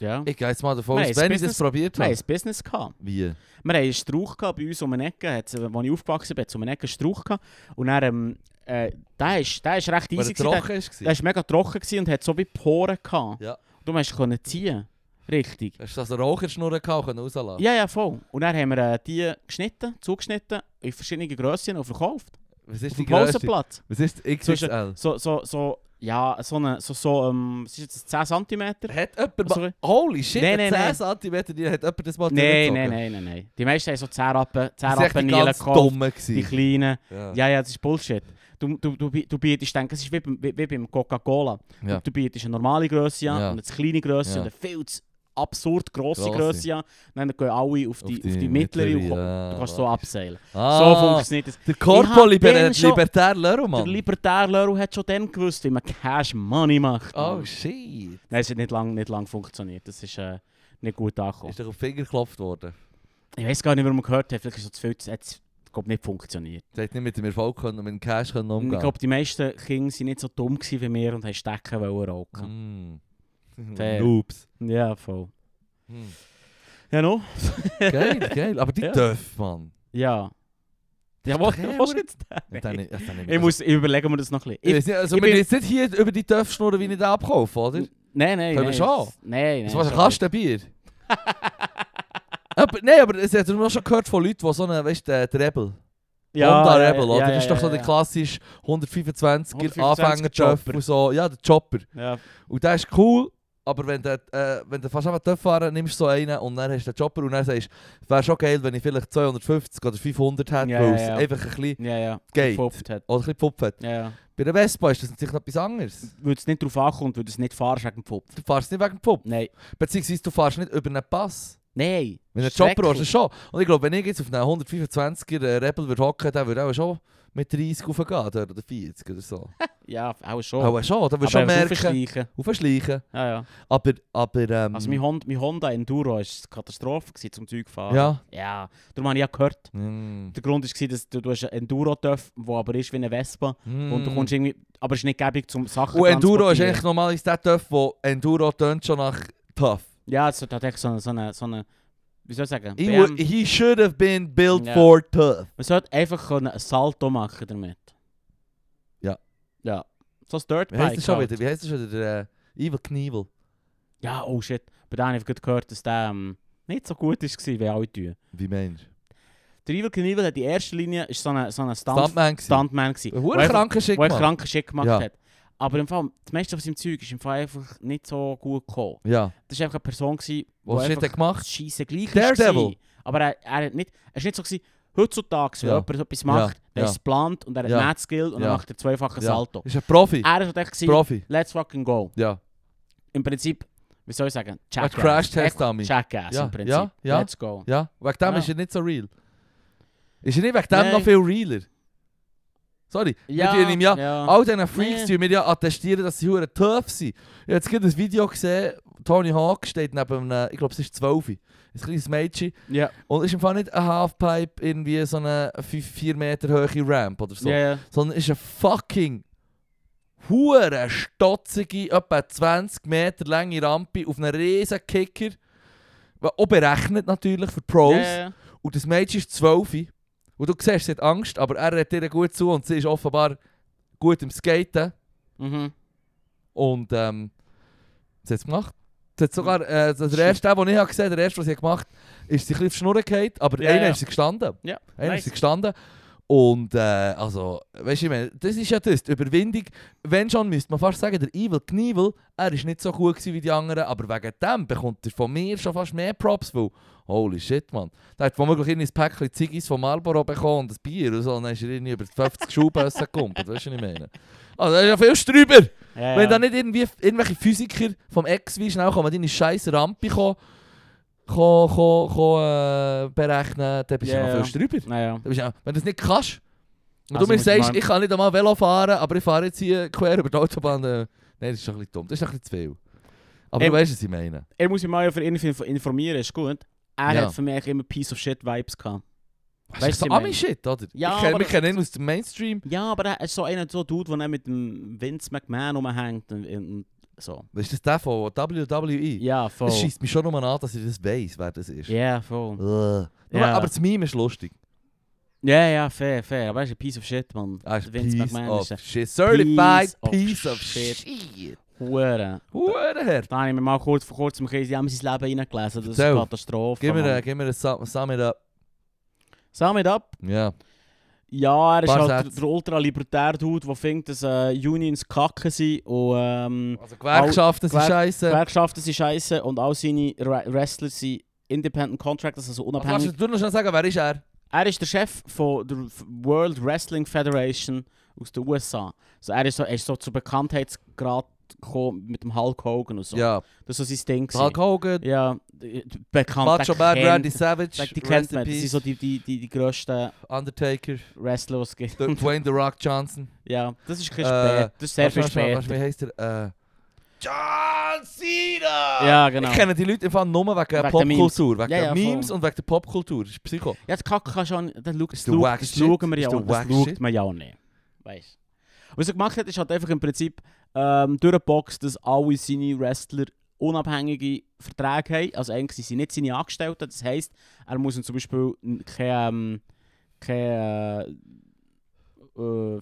[SPEAKER 2] Ja.
[SPEAKER 1] Ich gehe jetzt mal davon
[SPEAKER 2] Nein,
[SPEAKER 1] aus,
[SPEAKER 2] das
[SPEAKER 1] wenn ich das
[SPEAKER 2] Business-
[SPEAKER 1] probiert
[SPEAKER 2] Wir haben
[SPEAKER 1] habe.
[SPEAKER 2] ein Business gehabt.
[SPEAKER 1] Wie?
[SPEAKER 2] Wir hatten einen Strauch gehabt bei uns um eine Ecke, hat's, äh, wo ich aufgewachsen bin, hat's um eine Ecke einen Strauch gehabt. Und dann, ähm, äh, der ist, der ist recht
[SPEAKER 1] Weil
[SPEAKER 2] easy
[SPEAKER 1] er
[SPEAKER 2] gewesen. Der-
[SPEAKER 1] trocken ist.
[SPEAKER 2] Der war mega trocken gewesen und hat so wie Poren gehabt.
[SPEAKER 1] Ja.
[SPEAKER 2] Du hast können ziehen. Richtig.
[SPEAKER 1] Hast du also Raucherschnurren gehabt und rauslassen?
[SPEAKER 2] Ja, ja, voll. Und dann haben wir äh, die geschnitten, zugeschnitten, in verschiedenen Grössen und verkauft.
[SPEAKER 1] Was ist
[SPEAKER 2] Auf
[SPEAKER 1] die
[SPEAKER 2] dem
[SPEAKER 1] Größe?
[SPEAKER 2] Pausenplatz.
[SPEAKER 1] Was ist die
[SPEAKER 2] Zwischen-
[SPEAKER 1] XXL?
[SPEAKER 2] So, so, so, ja, so, eine, so, so, ähm, was ist jetzt 10 cm?
[SPEAKER 1] Hat jemand...
[SPEAKER 2] Sorry.
[SPEAKER 1] mal- Holy shit,
[SPEAKER 2] Nein,
[SPEAKER 1] nee,
[SPEAKER 2] nein,
[SPEAKER 1] 10
[SPEAKER 2] nein.
[SPEAKER 1] cm, hat jemand das mal
[SPEAKER 2] Nein,
[SPEAKER 1] durchgezogen?
[SPEAKER 2] nein, nein, nein, nein. Die meisten haben so 10 Rappen, 10
[SPEAKER 1] Das war
[SPEAKER 2] Rappen
[SPEAKER 1] echt
[SPEAKER 2] Nielen
[SPEAKER 1] ganz
[SPEAKER 2] gekauft.
[SPEAKER 1] dumm.
[SPEAKER 2] Die
[SPEAKER 1] gewesen.
[SPEAKER 2] kleinen.
[SPEAKER 1] Ja.
[SPEAKER 2] Ja, ja, das ist Bullshit. Du, du, du, bi- du bietest, ich denke, es ist wie beim, wie, wie beim Coca-Cola.
[SPEAKER 1] Ja.
[SPEAKER 2] Du bietest eine normale Größe an,
[SPEAKER 1] Ja.
[SPEAKER 2] und eine zu kleine Größe
[SPEAKER 1] Ja.
[SPEAKER 2] und eine viel zu absurd grosse
[SPEAKER 1] Grosse.
[SPEAKER 2] Größe an. Dann gehen alle auf die, auf die, mittlere und ko-
[SPEAKER 1] ja,
[SPEAKER 2] du kannst so
[SPEAKER 1] logisch.
[SPEAKER 2] abseilen. So
[SPEAKER 1] Ah,
[SPEAKER 2] funktioniert das.
[SPEAKER 1] Der
[SPEAKER 2] Ich hab
[SPEAKER 1] Corpo
[SPEAKER 2] den
[SPEAKER 1] liber
[SPEAKER 2] schon-
[SPEAKER 1] Libertär Lero,
[SPEAKER 2] Der
[SPEAKER 1] Mann.
[SPEAKER 2] libertäre Lörl hat schon dann gewusst, wie man Cash Money macht.
[SPEAKER 1] Oh
[SPEAKER 2] Mann.
[SPEAKER 1] shit.
[SPEAKER 2] Nein, es hat nicht lange nicht lang funktioniert. Das ist äh, nicht gut angekommen.
[SPEAKER 1] Ist doch auf den Finger geklopft worden.
[SPEAKER 2] Ich weiß gar nicht, warum man gehört hat. Vielleicht ist es zu viel, zu- hat es glaub, nicht funktioniert.
[SPEAKER 1] Das hat nicht mit dem Erfolg können und mit dem Cash können umgehen.
[SPEAKER 2] Ich glaube, die meisten Kinder waren nicht so dumm gewesen wie wir und haben Stecken wollen rauchen.
[SPEAKER 1] Mm.
[SPEAKER 2] Fair.
[SPEAKER 1] Noobs.
[SPEAKER 2] Ja, voll.
[SPEAKER 1] Hm.
[SPEAKER 2] Ja, no?
[SPEAKER 1] Geil, geil. Aber die
[SPEAKER 2] Ja.
[SPEAKER 1] dürfen,
[SPEAKER 2] (laughs)
[SPEAKER 1] Mann.
[SPEAKER 2] Ja. Ja, was, was jetzt
[SPEAKER 1] Und dann- das dann nicht
[SPEAKER 2] Ich muss, ich überlege mir das noch ein
[SPEAKER 1] Ich
[SPEAKER 2] bisschen.
[SPEAKER 1] weiss nicht, also
[SPEAKER 2] ich
[SPEAKER 1] wir
[SPEAKER 2] bin-
[SPEAKER 1] jetzt nicht hier über die Dörf schnurren, wie ich da abkaufe, oder?
[SPEAKER 2] Ich- Nein, nein,
[SPEAKER 1] Können wir
[SPEAKER 2] nein.
[SPEAKER 1] schon?
[SPEAKER 2] das- Nein, nein.
[SPEAKER 1] Das war ein
[SPEAKER 2] sorry.
[SPEAKER 1] Kastenbier.
[SPEAKER 2] (laughs)
[SPEAKER 1] aber, nein, aber es hat man auch schon gehört von Leuten, die so einen, weißt du, den eh, Rebel. Honda Rebel, oder? das ist doch so der klassische 125er
[SPEAKER 2] 125er
[SPEAKER 1] Anfänger-Job
[SPEAKER 2] Chopper.
[SPEAKER 1] und so. Ja, der Chopper.
[SPEAKER 2] Ja,
[SPEAKER 1] Und der ist cool, aber wenn du, äh, wenn du fast einfach Töpfe fahren nimmst du so einen und dann hast du den Chopper und dann sagst du, wäre schon geil, wenn ich vielleicht 250 oder 500 hätte,
[SPEAKER 2] Ja,
[SPEAKER 1] weil
[SPEAKER 2] ja,
[SPEAKER 1] es
[SPEAKER 2] ja.
[SPEAKER 1] einfach ein bisschen
[SPEAKER 2] ja, ja.
[SPEAKER 1] geht.
[SPEAKER 2] Gepfupft hat.
[SPEAKER 1] Oder ein bisschen Pfupf hat.
[SPEAKER 2] Ja, ja.
[SPEAKER 1] Bei der Vespa ist das natürlich noch etwas anderes.
[SPEAKER 2] Weil es nicht drauf ankommt, weil du es nicht fahrst wegen dem Pfupf.
[SPEAKER 1] Du fährst nicht wegen dem Pfupf,
[SPEAKER 2] Nein.
[SPEAKER 1] beziehungsweise du fährst nicht über einen Pass.
[SPEAKER 2] Nein.
[SPEAKER 1] Wenn du einen
[SPEAKER 2] Schrecklich.
[SPEAKER 1] Chopper hast, dann schon. Und ich glaube, wenn ich jetzt auf einen 125er äh, Rebel würde hocken, dann würde ich auch schon mit 30 raufgehen dort, oder 40 oder so.
[SPEAKER 2] Ja, auch schon.
[SPEAKER 1] Auch schon, dann
[SPEAKER 2] Aber
[SPEAKER 1] würdest du schon
[SPEAKER 2] wenn wir
[SPEAKER 1] merken,
[SPEAKER 2] raufschleichen.
[SPEAKER 1] aufschleichen.
[SPEAKER 2] Ja, ja.
[SPEAKER 1] Aber, aber, ähm,
[SPEAKER 2] Also mein Honda, mein Honda Enduro war eine Katastrophe gewesen, zum Zeug fahren.
[SPEAKER 1] ja.
[SPEAKER 2] Ja. Darum habe ich ja gehört.
[SPEAKER 1] Mm.
[SPEAKER 2] Der Grund war, dass du, du hast einen Enduro darfst, der aber ist wie eine Vespa.
[SPEAKER 1] Mm.
[SPEAKER 2] Und du kommst irgendwie, aber es ist nicht gäbig zum Sachen
[SPEAKER 1] Und Enduro ist
[SPEAKER 2] transportieren.
[SPEAKER 1] eigentlich normalerweise der Töff, wo Enduro tönt schon nach tough.
[SPEAKER 2] Ja, es hat echt so eine, so eine, so eine wie soll ich sagen,
[SPEAKER 1] He,
[SPEAKER 2] BM.
[SPEAKER 1] wa- he should have been built
[SPEAKER 2] Ja.
[SPEAKER 1] for tough.
[SPEAKER 2] man sollte einfach können ein Salto machen damit.
[SPEAKER 1] Ja.
[SPEAKER 2] Ja. So ein
[SPEAKER 1] Wie
[SPEAKER 2] Dirtbike.
[SPEAKER 1] heißt das schon
[SPEAKER 2] halt.
[SPEAKER 1] wieder? Wie heißt das schon wieder? Äh, Evil Knievel.
[SPEAKER 2] Ja, oh shit. Bei denen habe ich gerade gehört, dass der ähm, nicht so gut war, wie alle tun.
[SPEAKER 1] Wie meinst du?
[SPEAKER 2] Der Evil Knievel hat in erster Linie ist so ein so eine Stunt,
[SPEAKER 1] Stuntman. Stunt.
[SPEAKER 2] Stuntman gewesen.
[SPEAKER 1] Ein
[SPEAKER 2] wo
[SPEAKER 1] hoher
[SPEAKER 2] einfach-
[SPEAKER 1] kranker Schick,
[SPEAKER 2] wo er
[SPEAKER 1] Mann.
[SPEAKER 2] kranken Shit gemacht
[SPEAKER 1] Oh, Ja.
[SPEAKER 2] hat. Aber im Fall, das meiste von seinem Zeug ist im Fall einfach nicht so gut gekommen.
[SPEAKER 1] Ja.
[SPEAKER 2] Das war einfach eine Person, gewesen, die
[SPEAKER 1] Was Oh, shit
[SPEAKER 2] einfach
[SPEAKER 1] hat gemacht?
[SPEAKER 2] scheisse gleich
[SPEAKER 1] Daredevil.
[SPEAKER 2] war. Aber er, er hat nicht, er ist nicht so gewesen, heutzutage, wenn
[SPEAKER 1] Ja.
[SPEAKER 2] jemand etwas macht, dann
[SPEAKER 1] ja.
[SPEAKER 2] ist es geplant und er hat
[SPEAKER 1] Ja.
[SPEAKER 2] ja. Skill und
[SPEAKER 1] Ja.
[SPEAKER 2] dann macht er zweifachen
[SPEAKER 1] Ja.
[SPEAKER 2] Salto.
[SPEAKER 1] Ist ein Profi.
[SPEAKER 2] Er war echt gewesen,
[SPEAKER 1] Profi.
[SPEAKER 2] let's fucking go.
[SPEAKER 1] Ja.
[SPEAKER 2] Im Prinzip, wie soll ich sagen,
[SPEAKER 1] Ein
[SPEAKER 2] Jackass.
[SPEAKER 1] Crash-Test-Dummy.
[SPEAKER 2] Jackass
[SPEAKER 1] Ja,
[SPEAKER 2] im Prinzip.
[SPEAKER 1] ja, ja.
[SPEAKER 2] Let's go.
[SPEAKER 1] Ja. Wegen dem
[SPEAKER 2] Ja.
[SPEAKER 1] ist er nicht so real. Ist er nicht wegen dem
[SPEAKER 2] Nein.
[SPEAKER 1] noch viel realer? Sorry. Wir tun ihm ja All diesen Freaks
[SPEAKER 2] Nee.
[SPEAKER 1] tun wir ja attestieren, dass sie hure tough sind. Ich habe jetzt gerade ein Video gesehen, Tony Hawk steht neben einem, ich glaube es ist 12, ein kleines Mädchen.
[SPEAKER 2] ja.
[SPEAKER 1] Und ist im Fall nicht ein Halfpipe, irgendwie so eine 4 eh, Meter hohe Ramp oder so.
[SPEAKER 2] Ja, ja.
[SPEAKER 1] Sondern ist eine fucking hure stotzige, etwa 20 Meter lange Rampe auf einem riesen Kicker. Wa- Auch berechnet natürlich für Pros.
[SPEAKER 2] Ja, ja, ja.
[SPEAKER 1] Und das Mädchen ist 12. Und du siehst, sie hat Angst, aber er redet ihr gut zu und sie ist offenbar gut im Skaten.
[SPEAKER 2] Mhm.
[SPEAKER 1] Und ähm, sie hat es gemacht. hat sogar, äh, der erste, den ich habe gesehen der erste, was sie hat gemacht hat, ist sie ein bisschen auf die Schnur gefallen, aber
[SPEAKER 2] Ja,
[SPEAKER 1] einer
[SPEAKER 2] ja.
[SPEAKER 1] ist sie gestanden.
[SPEAKER 2] Ja,
[SPEAKER 1] Einer ist
[SPEAKER 2] nice.
[SPEAKER 1] sie gestanden. Und äh, also, weißt du, ich meine, das ist ja das, die Überwindung. Wenn schon, müsste man fast sagen, der Evil Knievel, er ist nicht so gut gewesen wie die anderen, aber wegen dem bekommt er von mir schon fast mehr Props, weil, holy shit, man. Der hat womöglich irgendwie ein Päckchen Ziggis von Marlboro bekommen und ein Bier und so, und dann ist er irgendwie über die 50 Schuhbössen gekumpelt, weißt du, was ich meine? Also, er ist ja viel drüber.
[SPEAKER 2] Ja,
[SPEAKER 1] Wenn
[SPEAKER 2] ja.
[SPEAKER 1] da nicht irgendwie irgendwelche Physiker vom Ex wie schnell kommen, deine scheiß Rampe kommen, kommen, kommen, kommen, äh, berechnen, dann bist du
[SPEAKER 2] Ja,
[SPEAKER 1] yeah.
[SPEAKER 2] ja.
[SPEAKER 1] noch viel drüber.
[SPEAKER 2] Naja.
[SPEAKER 1] Du bist auch, wenn du das nicht kannst, und
[SPEAKER 2] Also
[SPEAKER 1] du mir
[SPEAKER 2] muss ich
[SPEAKER 1] sagst,
[SPEAKER 2] mal-
[SPEAKER 1] ich kann nicht einmal Velo fahren, aber ich fahre jetzt hier quer über die Autobahn, äh, nein, das ist schon ein bisschen dumm, das ist ein bisschen zu viel. Aber
[SPEAKER 2] Ähm,
[SPEAKER 1] du weißt, was ich meine.
[SPEAKER 2] Er muss mich mal für ihn inf- informieren, ist gut. Er
[SPEAKER 1] Ja.
[SPEAKER 2] hat für mich immer Piece of Shit Vibes gehabt.
[SPEAKER 1] Das
[SPEAKER 2] weißt
[SPEAKER 1] ist so
[SPEAKER 2] du, was ich meine?
[SPEAKER 1] Ami-Shit, oder?
[SPEAKER 2] Ja,
[SPEAKER 1] ich kenn,
[SPEAKER 2] aber-
[SPEAKER 1] wir kennen ihn aus dem Mainstream.
[SPEAKER 2] Ja, aber er ist so einer, so ein Dude, der dann mit dem Vince McMahon rumhängt. Und, und so.
[SPEAKER 1] Ist das der von WWE?
[SPEAKER 2] Ja, voll.
[SPEAKER 1] Das schießt mich schon nochmal an, dass ich das weiß, wer das ist.
[SPEAKER 2] Ja, voll.
[SPEAKER 1] Äh. Nur-
[SPEAKER 2] Ja.
[SPEAKER 1] Aber das Meme ist lustig.
[SPEAKER 2] Ja, ja, fair, fair. Aber er ist ein Piece of Shit, Mann.
[SPEAKER 1] Ah, ist
[SPEAKER 2] Vince
[SPEAKER 1] piece
[SPEAKER 2] McMahon
[SPEAKER 1] of
[SPEAKER 2] ist ein
[SPEAKER 1] shit. Certified
[SPEAKER 2] of
[SPEAKER 1] piece of
[SPEAKER 2] shit.
[SPEAKER 1] shit.
[SPEAKER 2] Hure.
[SPEAKER 1] Hurenherr.
[SPEAKER 2] Da habe ich mir mal kurz, vor kurzem die haben sein Leben reingelesen. Das ist
[SPEAKER 1] Erzähl.
[SPEAKER 2] eine Katastrophe.
[SPEAKER 1] Gib mir
[SPEAKER 2] Mann.
[SPEAKER 1] einen, gib mir einen sum, sum it up.
[SPEAKER 2] Sum it up.
[SPEAKER 1] Ja.
[SPEAKER 2] Ja, er ist
[SPEAKER 1] Paar
[SPEAKER 2] halt der,
[SPEAKER 1] Sätze.
[SPEAKER 2] der ultralibertäre Dude, der findet, dass äh, Unions kacke sind und ähm,
[SPEAKER 1] Also Gewerkschaften sind
[SPEAKER 2] Gewer-
[SPEAKER 1] scheiße.
[SPEAKER 2] Gewerkschaften sind scheiße und all seine Ra- Wrestler sind Independent Contractors, also
[SPEAKER 1] Also,
[SPEAKER 2] unabhängig.
[SPEAKER 1] kannst du noch schnell sagen, wer ist er?
[SPEAKER 2] Er ist der Chef von der F- World Wrestling Federation aus den USA. Also er, ist so, er ist so zu Bekanntheitsgrad gekommen mit dem Hulk Hogan und so.
[SPEAKER 1] Ja.
[SPEAKER 2] Das war so sein Ding.
[SPEAKER 1] Hulk Hogan,
[SPEAKER 2] Ja, d- d- bekannt.
[SPEAKER 1] Macho
[SPEAKER 2] der
[SPEAKER 1] Man,
[SPEAKER 2] kennt-
[SPEAKER 1] Randy
[SPEAKER 2] der-
[SPEAKER 1] Savage,
[SPEAKER 2] Die
[SPEAKER 1] Rest
[SPEAKER 2] kennt
[SPEAKER 1] in
[SPEAKER 2] man. Das sind
[SPEAKER 1] Peace,
[SPEAKER 2] so die, die, die, die grössten
[SPEAKER 1] Undertaker,
[SPEAKER 2] Wrestler, die es gibt.
[SPEAKER 1] der Dwayne The Rock Johnson.
[SPEAKER 2] Ja, das ist ein bisschen
[SPEAKER 1] Äh,
[SPEAKER 2] spät. Das ist sehr viel
[SPEAKER 1] Weißt du, weißt du,
[SPEAKER 2] später.
[SPEAKER 1] Wie heißt er? Äh, John Cena!
[SPEAKER 2] Ja, genau.
[SPEAKER 1] Ich kenne die Leute einfach nur wegen,
[SPEAKER 2] Wegen den
[SPEAKER 1] Popkultur. Wegen
[SPEAKER 2] Ja, ja,
[SPEAKER 1] den Memes
[SPEAKER 2] voll.
[SPEAKER 1] und wegen der Popkultur. Das ist Psycho.
[SPEAKER 2] Ja, die Kacke kann schon. Das, schau, das,
[SPEAKER 1] der
[SPEAKER 2] schau-
[SPEAKER 1] wack
[SPEAKER 2] das
[SPEAKER 1] shit.
[SPEAKER 2] schauen wir
[SPEAKER 1] Ist
[SPEAKER 2] ja
[SPEAKER 1] der
[SPEAKER 2] auch. Das
[SPEAKER 1] wack shit.
[SPEAKER 2] schaut man ja auch nicht. Weißt du? Was er gemacht hat, ist halt einfach im Prinzip ähm, durch eine Box, dass alle seine Wrestler unabhängige Verträge haben. Also eigentlich sind sie nicht seine Angestellten. Das heisst, er muss ihnen zum Beispiel n- keine. Ähm, keine äh, äh,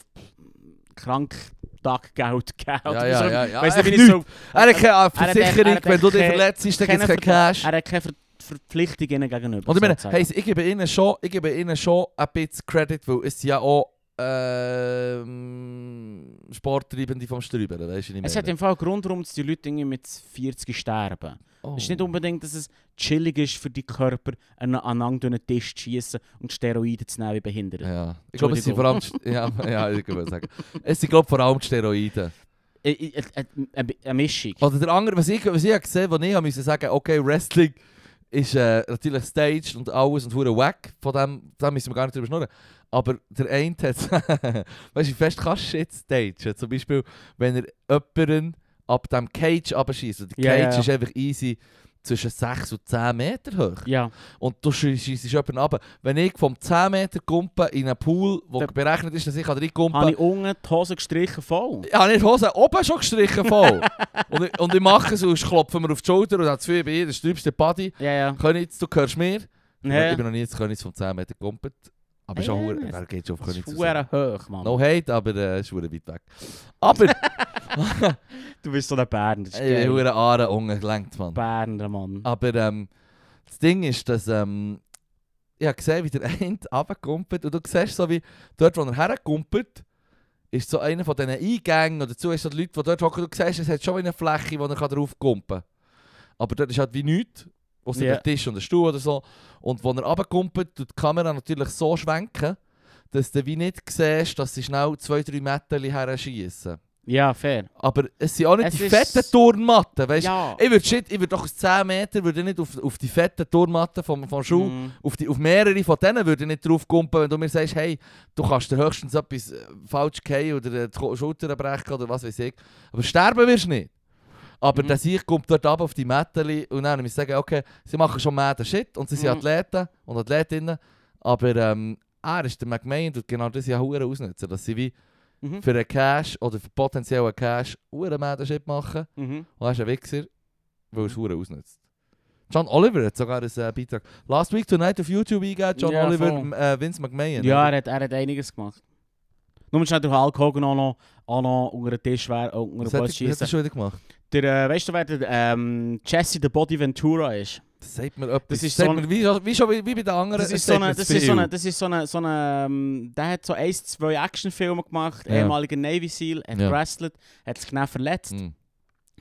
[SPEAKER 2] Kranktaggeld (laughs) geben. oder
[SPEAKER 1] ja,
[SPEAKER 2] so.
[SPEAKER 1] ja, ja,
[SPEAKER 2] Weiss nicht, wie
[SPEAKER 1] echt
[SPEAKER 2] ich so-
[SPEAKER 1] Er hat keine
[SPEAKER 2] hat-
[SPEAKER 1] Versicherung,
[SPEAKER 2] er hat
[SPEAKER 1] wenn du dich
[SPEAKER 2] keine-
[SPEAKER 1] verletzt hast, dann gibt es
[SPEAKER 2] keine
[SPEAKER 1] keinen Cash.
[SPEAKER 2] Er hat keine Ver Verpflichtung ihnen gegenüber.
[SPEAKER 1] Und ich meine,
[SPEAKER 2] sozusagen.
[SPEAKER 1] hey, ich gebe ihnen schon, ich gebe ihnen schon ein bisschen Credit, weil es sind ja ehm, auch ähm, Sporttreibende vom Strübern, weißt du nicht mehr.
[SPEAKER 2] Es hat im Fall einen Grund, warum die Leute irgendwie mit 40 sterben.
[SPEAKER 1] Hm.
[SPEAKER 2] Es ist nicht unbedingt, dass es chillig ist für die Körper, an an einen durch einen Tisch zu schießen und Steroide zu nehmen wie Behinderte.
[SPEAKER 1] Ja, ich glaube, es sind vor allem, die- ja, (laughs) ja, ich würde sagen, es sind glaube vor allem die Steroide.
[SPEAKER 2] Äh, äh, äh, Eine eine Mischung.
[SPEAKER 1] Oder der andere, was ich, was ich habe gesehen, wo ich habe müssen sagen, okay, Wrestling ist äh, natürlich staged und alles und hure wack, von dem, da müssen wir gar nicht drüber schnurren. Aber der eine (laughs) hat, weißt du, fest kannst du shit stagen. Zum Beispiel, wenn er jemanden ab dem Cage abschießt. Der Cage
[SPEAKER 2] Ja, ja, ja.
[SPEAKER 1] ist einfach easy zwischen 6 und 10 Meter hoch.
[SPEAKER 2] Ja,
[SPEAKER 1] Und du schießt jemanden ab. Wenn ich vom 10 Meter Kumpen in einen Pool, wo
[SPEAKER 2] Da-
[SPEAKER 1] berechnet ist, dass ich
[SPEAKER 2] Ah,
[SPEAKER 1] reinkumpen
[SPEAKER 2] habe ich unten die Hose gestrichen voll.
[SPEAKER 1] ich habe nicht Hose oben schon gestrichen (laughs) voll. und, ich, und ich mache so, ich klopfe mir auf die Schulter und habe das Gefühl, ich bin hier der stülpste Buddy.
[SPEAKER 2] Ja, ja.
[SPEAKER 1] Könitz, du hörst mir.
[SPEAKER 2] ja.
[SPEAKER 1] Ich bin noch nie zu Könitz vom 10 Meter gekumpelt. Aber
[SPEAKER 2] Ja,
[SPEAKER 1] schon hure,
[SPEAKER 2] das-
[SPEAKER 1] wer geht schon auf
[SPEAKER 2] Das ist
[SPEAKER 1] Könitz? raus?
[SPEAKER 2] verdammt hoch, Mann.
[SPEAKER 1] No hate, aber äh, ist hure weit weg. Aber
[SPEAKER 2] Du bist so ein Berner. Das ist
[SPEAKER 1] ich bin
[SPEAKER 2] geil.
[SPEAKER 1] hure Aare ungelenkt, Mann.
[SPEAKER 2] Berner, Mann.
[SPEAKER 1] Aber ähm, das Ding ist, dass ähm, ich habe gesehen, wie der (laughs) eine runterkumpelt und du siehst so, wie dort, wo er herkumpelt, ist so einer von diesen Eingängen und dazu ist so die Leute, die dort hocken, du siehst, es hat schon wie eine Fläche, wo er kann draufkumpen kann. Aber dort ist halt wie nichts, außer
[SPEAKER 2] Ja.
[SPEAKER 1] der Tisch und der Stuhl oder so. Und wo er runterkumpelt, tut die Kamera natürlich so schwenken, dass du wie nicht siehst, dass sie schnell zwei, drei Meter her schiessen.
[SPEAKER 2] Ja, fair.
[SPEAKER 1] Aber es sind auch nicht
[SPEAKER 2] Es
[SPEAKER 1] die
[SPEAKER 2] ist-
[SPEAKER 1] fetten Turnmatten, weißt du?
[SPEAKER 2] Ja.
[SPEAKER 1] Ich würde shit, ich würde doch aus 10 Meter würde ich nicht auf, auf die fetten Turmmatten vom, vom Schuh,
[SPEAKER 2] Mhm.
[SPEAKER 1] auf, die, auf mehrere von denen würde ich nicht draufkumpen, wenn du mir sagst, hey, du kannst dir höchstens etwas äh, falsch fallen oder äh, die Ko- Schulter brechen oder was weiß ich. Aber sterben wirst du nicht. Aber
[SPEAKER 2] Mhm.
[SPEAKER 1] der Sieg kommt dort ab auf die Mädchen und dann muss ich sagen, okay, sie machen schon Mäden Shit und sie sind
[SPEAKER 2] Mhm.
[SPEAKER 1] Athleten und Athletinnen, aber ähm, er ist der McMahon und genau das ja hure ausnutzen, dass sie wie
[SPEAKER 2] Mhm.
[SPEAKER 1] für einen Cash oder für potenziellen Cash hure Mäden Shit machen.
[SPEAKER 2] Mhm.
[SPEAKER 1] Und er ist ein Wichser, weil er es Huren ausnutzt. John Oliver hat sogar einen äh, Beitrag. Last Week Tonight auf YouTube eingegeben, John
[SPEAKER 2] Ja,
[SPEAKER 1] Oliver,
[SPEAKER 2] voll.
[SPEAKER 1] m- äh, Vince McMahon.
[SPEAKER 2] Ja,
[SPEAKER 1] oder?
[SPEAKER 2] er hat, er hat einiges gemacht. Nur musst du nicht durch Hulk Hogan auch noch, auch noch unter den Tisch schwer, unter
[SPEAKER 1] das
[SPEAKER 2] den
[SPEAKER 1] hat,
[SPEAKER 2] Bus
[SPEAKER 1] er- hat er
[SPEAKER 2] schießen.
[SPEAKER 1] schon wieder gemacht.
[SPEAKER 2] Der, äh, weißt du, wer der ähm, Jesse the Body Ventura ist?
[SPEAKER 1] Das sagt mir etwas.
[SPEAKER 2] Das ist
[SPEAKER 1] sagt
[SPEAKER 2] so
[SPEAKER 1] mir, wie, wie, schon, wie, wie bei den anderen.
[SPEAKER 2] Das ist so
[SPEAKER 1] sagt mir
[SPEAKER 2] eine,
[SPEAKER 1] zu
[SPEAKER 2] das ist so
[SPEAKER 1] viel.
[SPEAKER 2] eine, das ist so eine, so eine ähm, der hat so ein, zwei Actionfilme gemacht,
[SPEAKER 1] Ja.
[SPEAKER 2] ehemaliger Navy Seal, hat
[SPEAKER 1] Ja.
[SPEAKER 2] wrestelt, hat sich dann verletzt,
[SPEAKER 1] Mhm.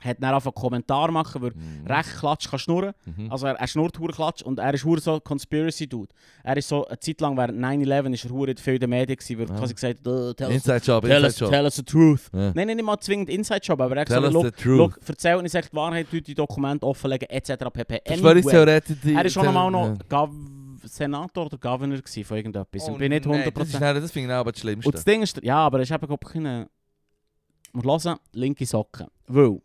[SPEAKER 2] hat dann auf einen Kommentar machen, weil
[SPEAKER 1] Mhm.
[SPEAKER 2] recht Klatsch kann schnurren.
[SPEAKER 1] Mhm.
[SPEAKER 2] Also er, er schnurrt hure Klatsch und er ist hure so ein Conspiracy-Dude. Er ist so, eine Zeit lang während 9-11 ist er hure viel in den Medien gewesen, weil
[SPEAKER 1] Ja.
[SPEAKER 2] quasi gesagt hat, «Oh, tell, us,
[SPEAKER 1] Inside Job,
[SPEAKER 2] tell,
[SPEAKER 1] Inside
[SPEAKER 2] us,
[SPEAKER 1] Job.
[SPEAKER 2] tell us the truth.
[SPEAKER 1] Ja.
[SPEAKER 2] Nein, nein, nicht mal zwingend Inside-Job, aber er hat
[SPEAKER 1] Tell
[SPEAKER 2] gesagt,
[SPEAKER 1] us the
[SPEAKER 2] «Look,
[SPEAKER 1] truth.
[SPEAKER 2] look, erzähl uns echt die Wahrheit, die Dokumente offenlegen, etc.
[SPEAKER 1] Dus
[SPEAKER 2] pp.»
[SPEAKER 1] eh,
[SPEAKER 2] Anyway,
[SPEAKER 1] Verschwörungstheoretiker. die-
[SPEAKER 2] er ist schon einmal
[SPEAKER 1] Ja. Oh,
[SPEAKER 2] noch Gov- Senator oder Governor gewesen von irgendetwas. ich bin nicht
[SPEAKER 1] nein, das, ist
[SPEAKER 2] 100%...
[SPEAKER 1] dann, das finde ich dann aber das Schlimmste.
[SPEAKER 2] Und das Ding ist, ja, aber er ist eben, glaube ich, ein... Muss hören, linke Socken. Weil,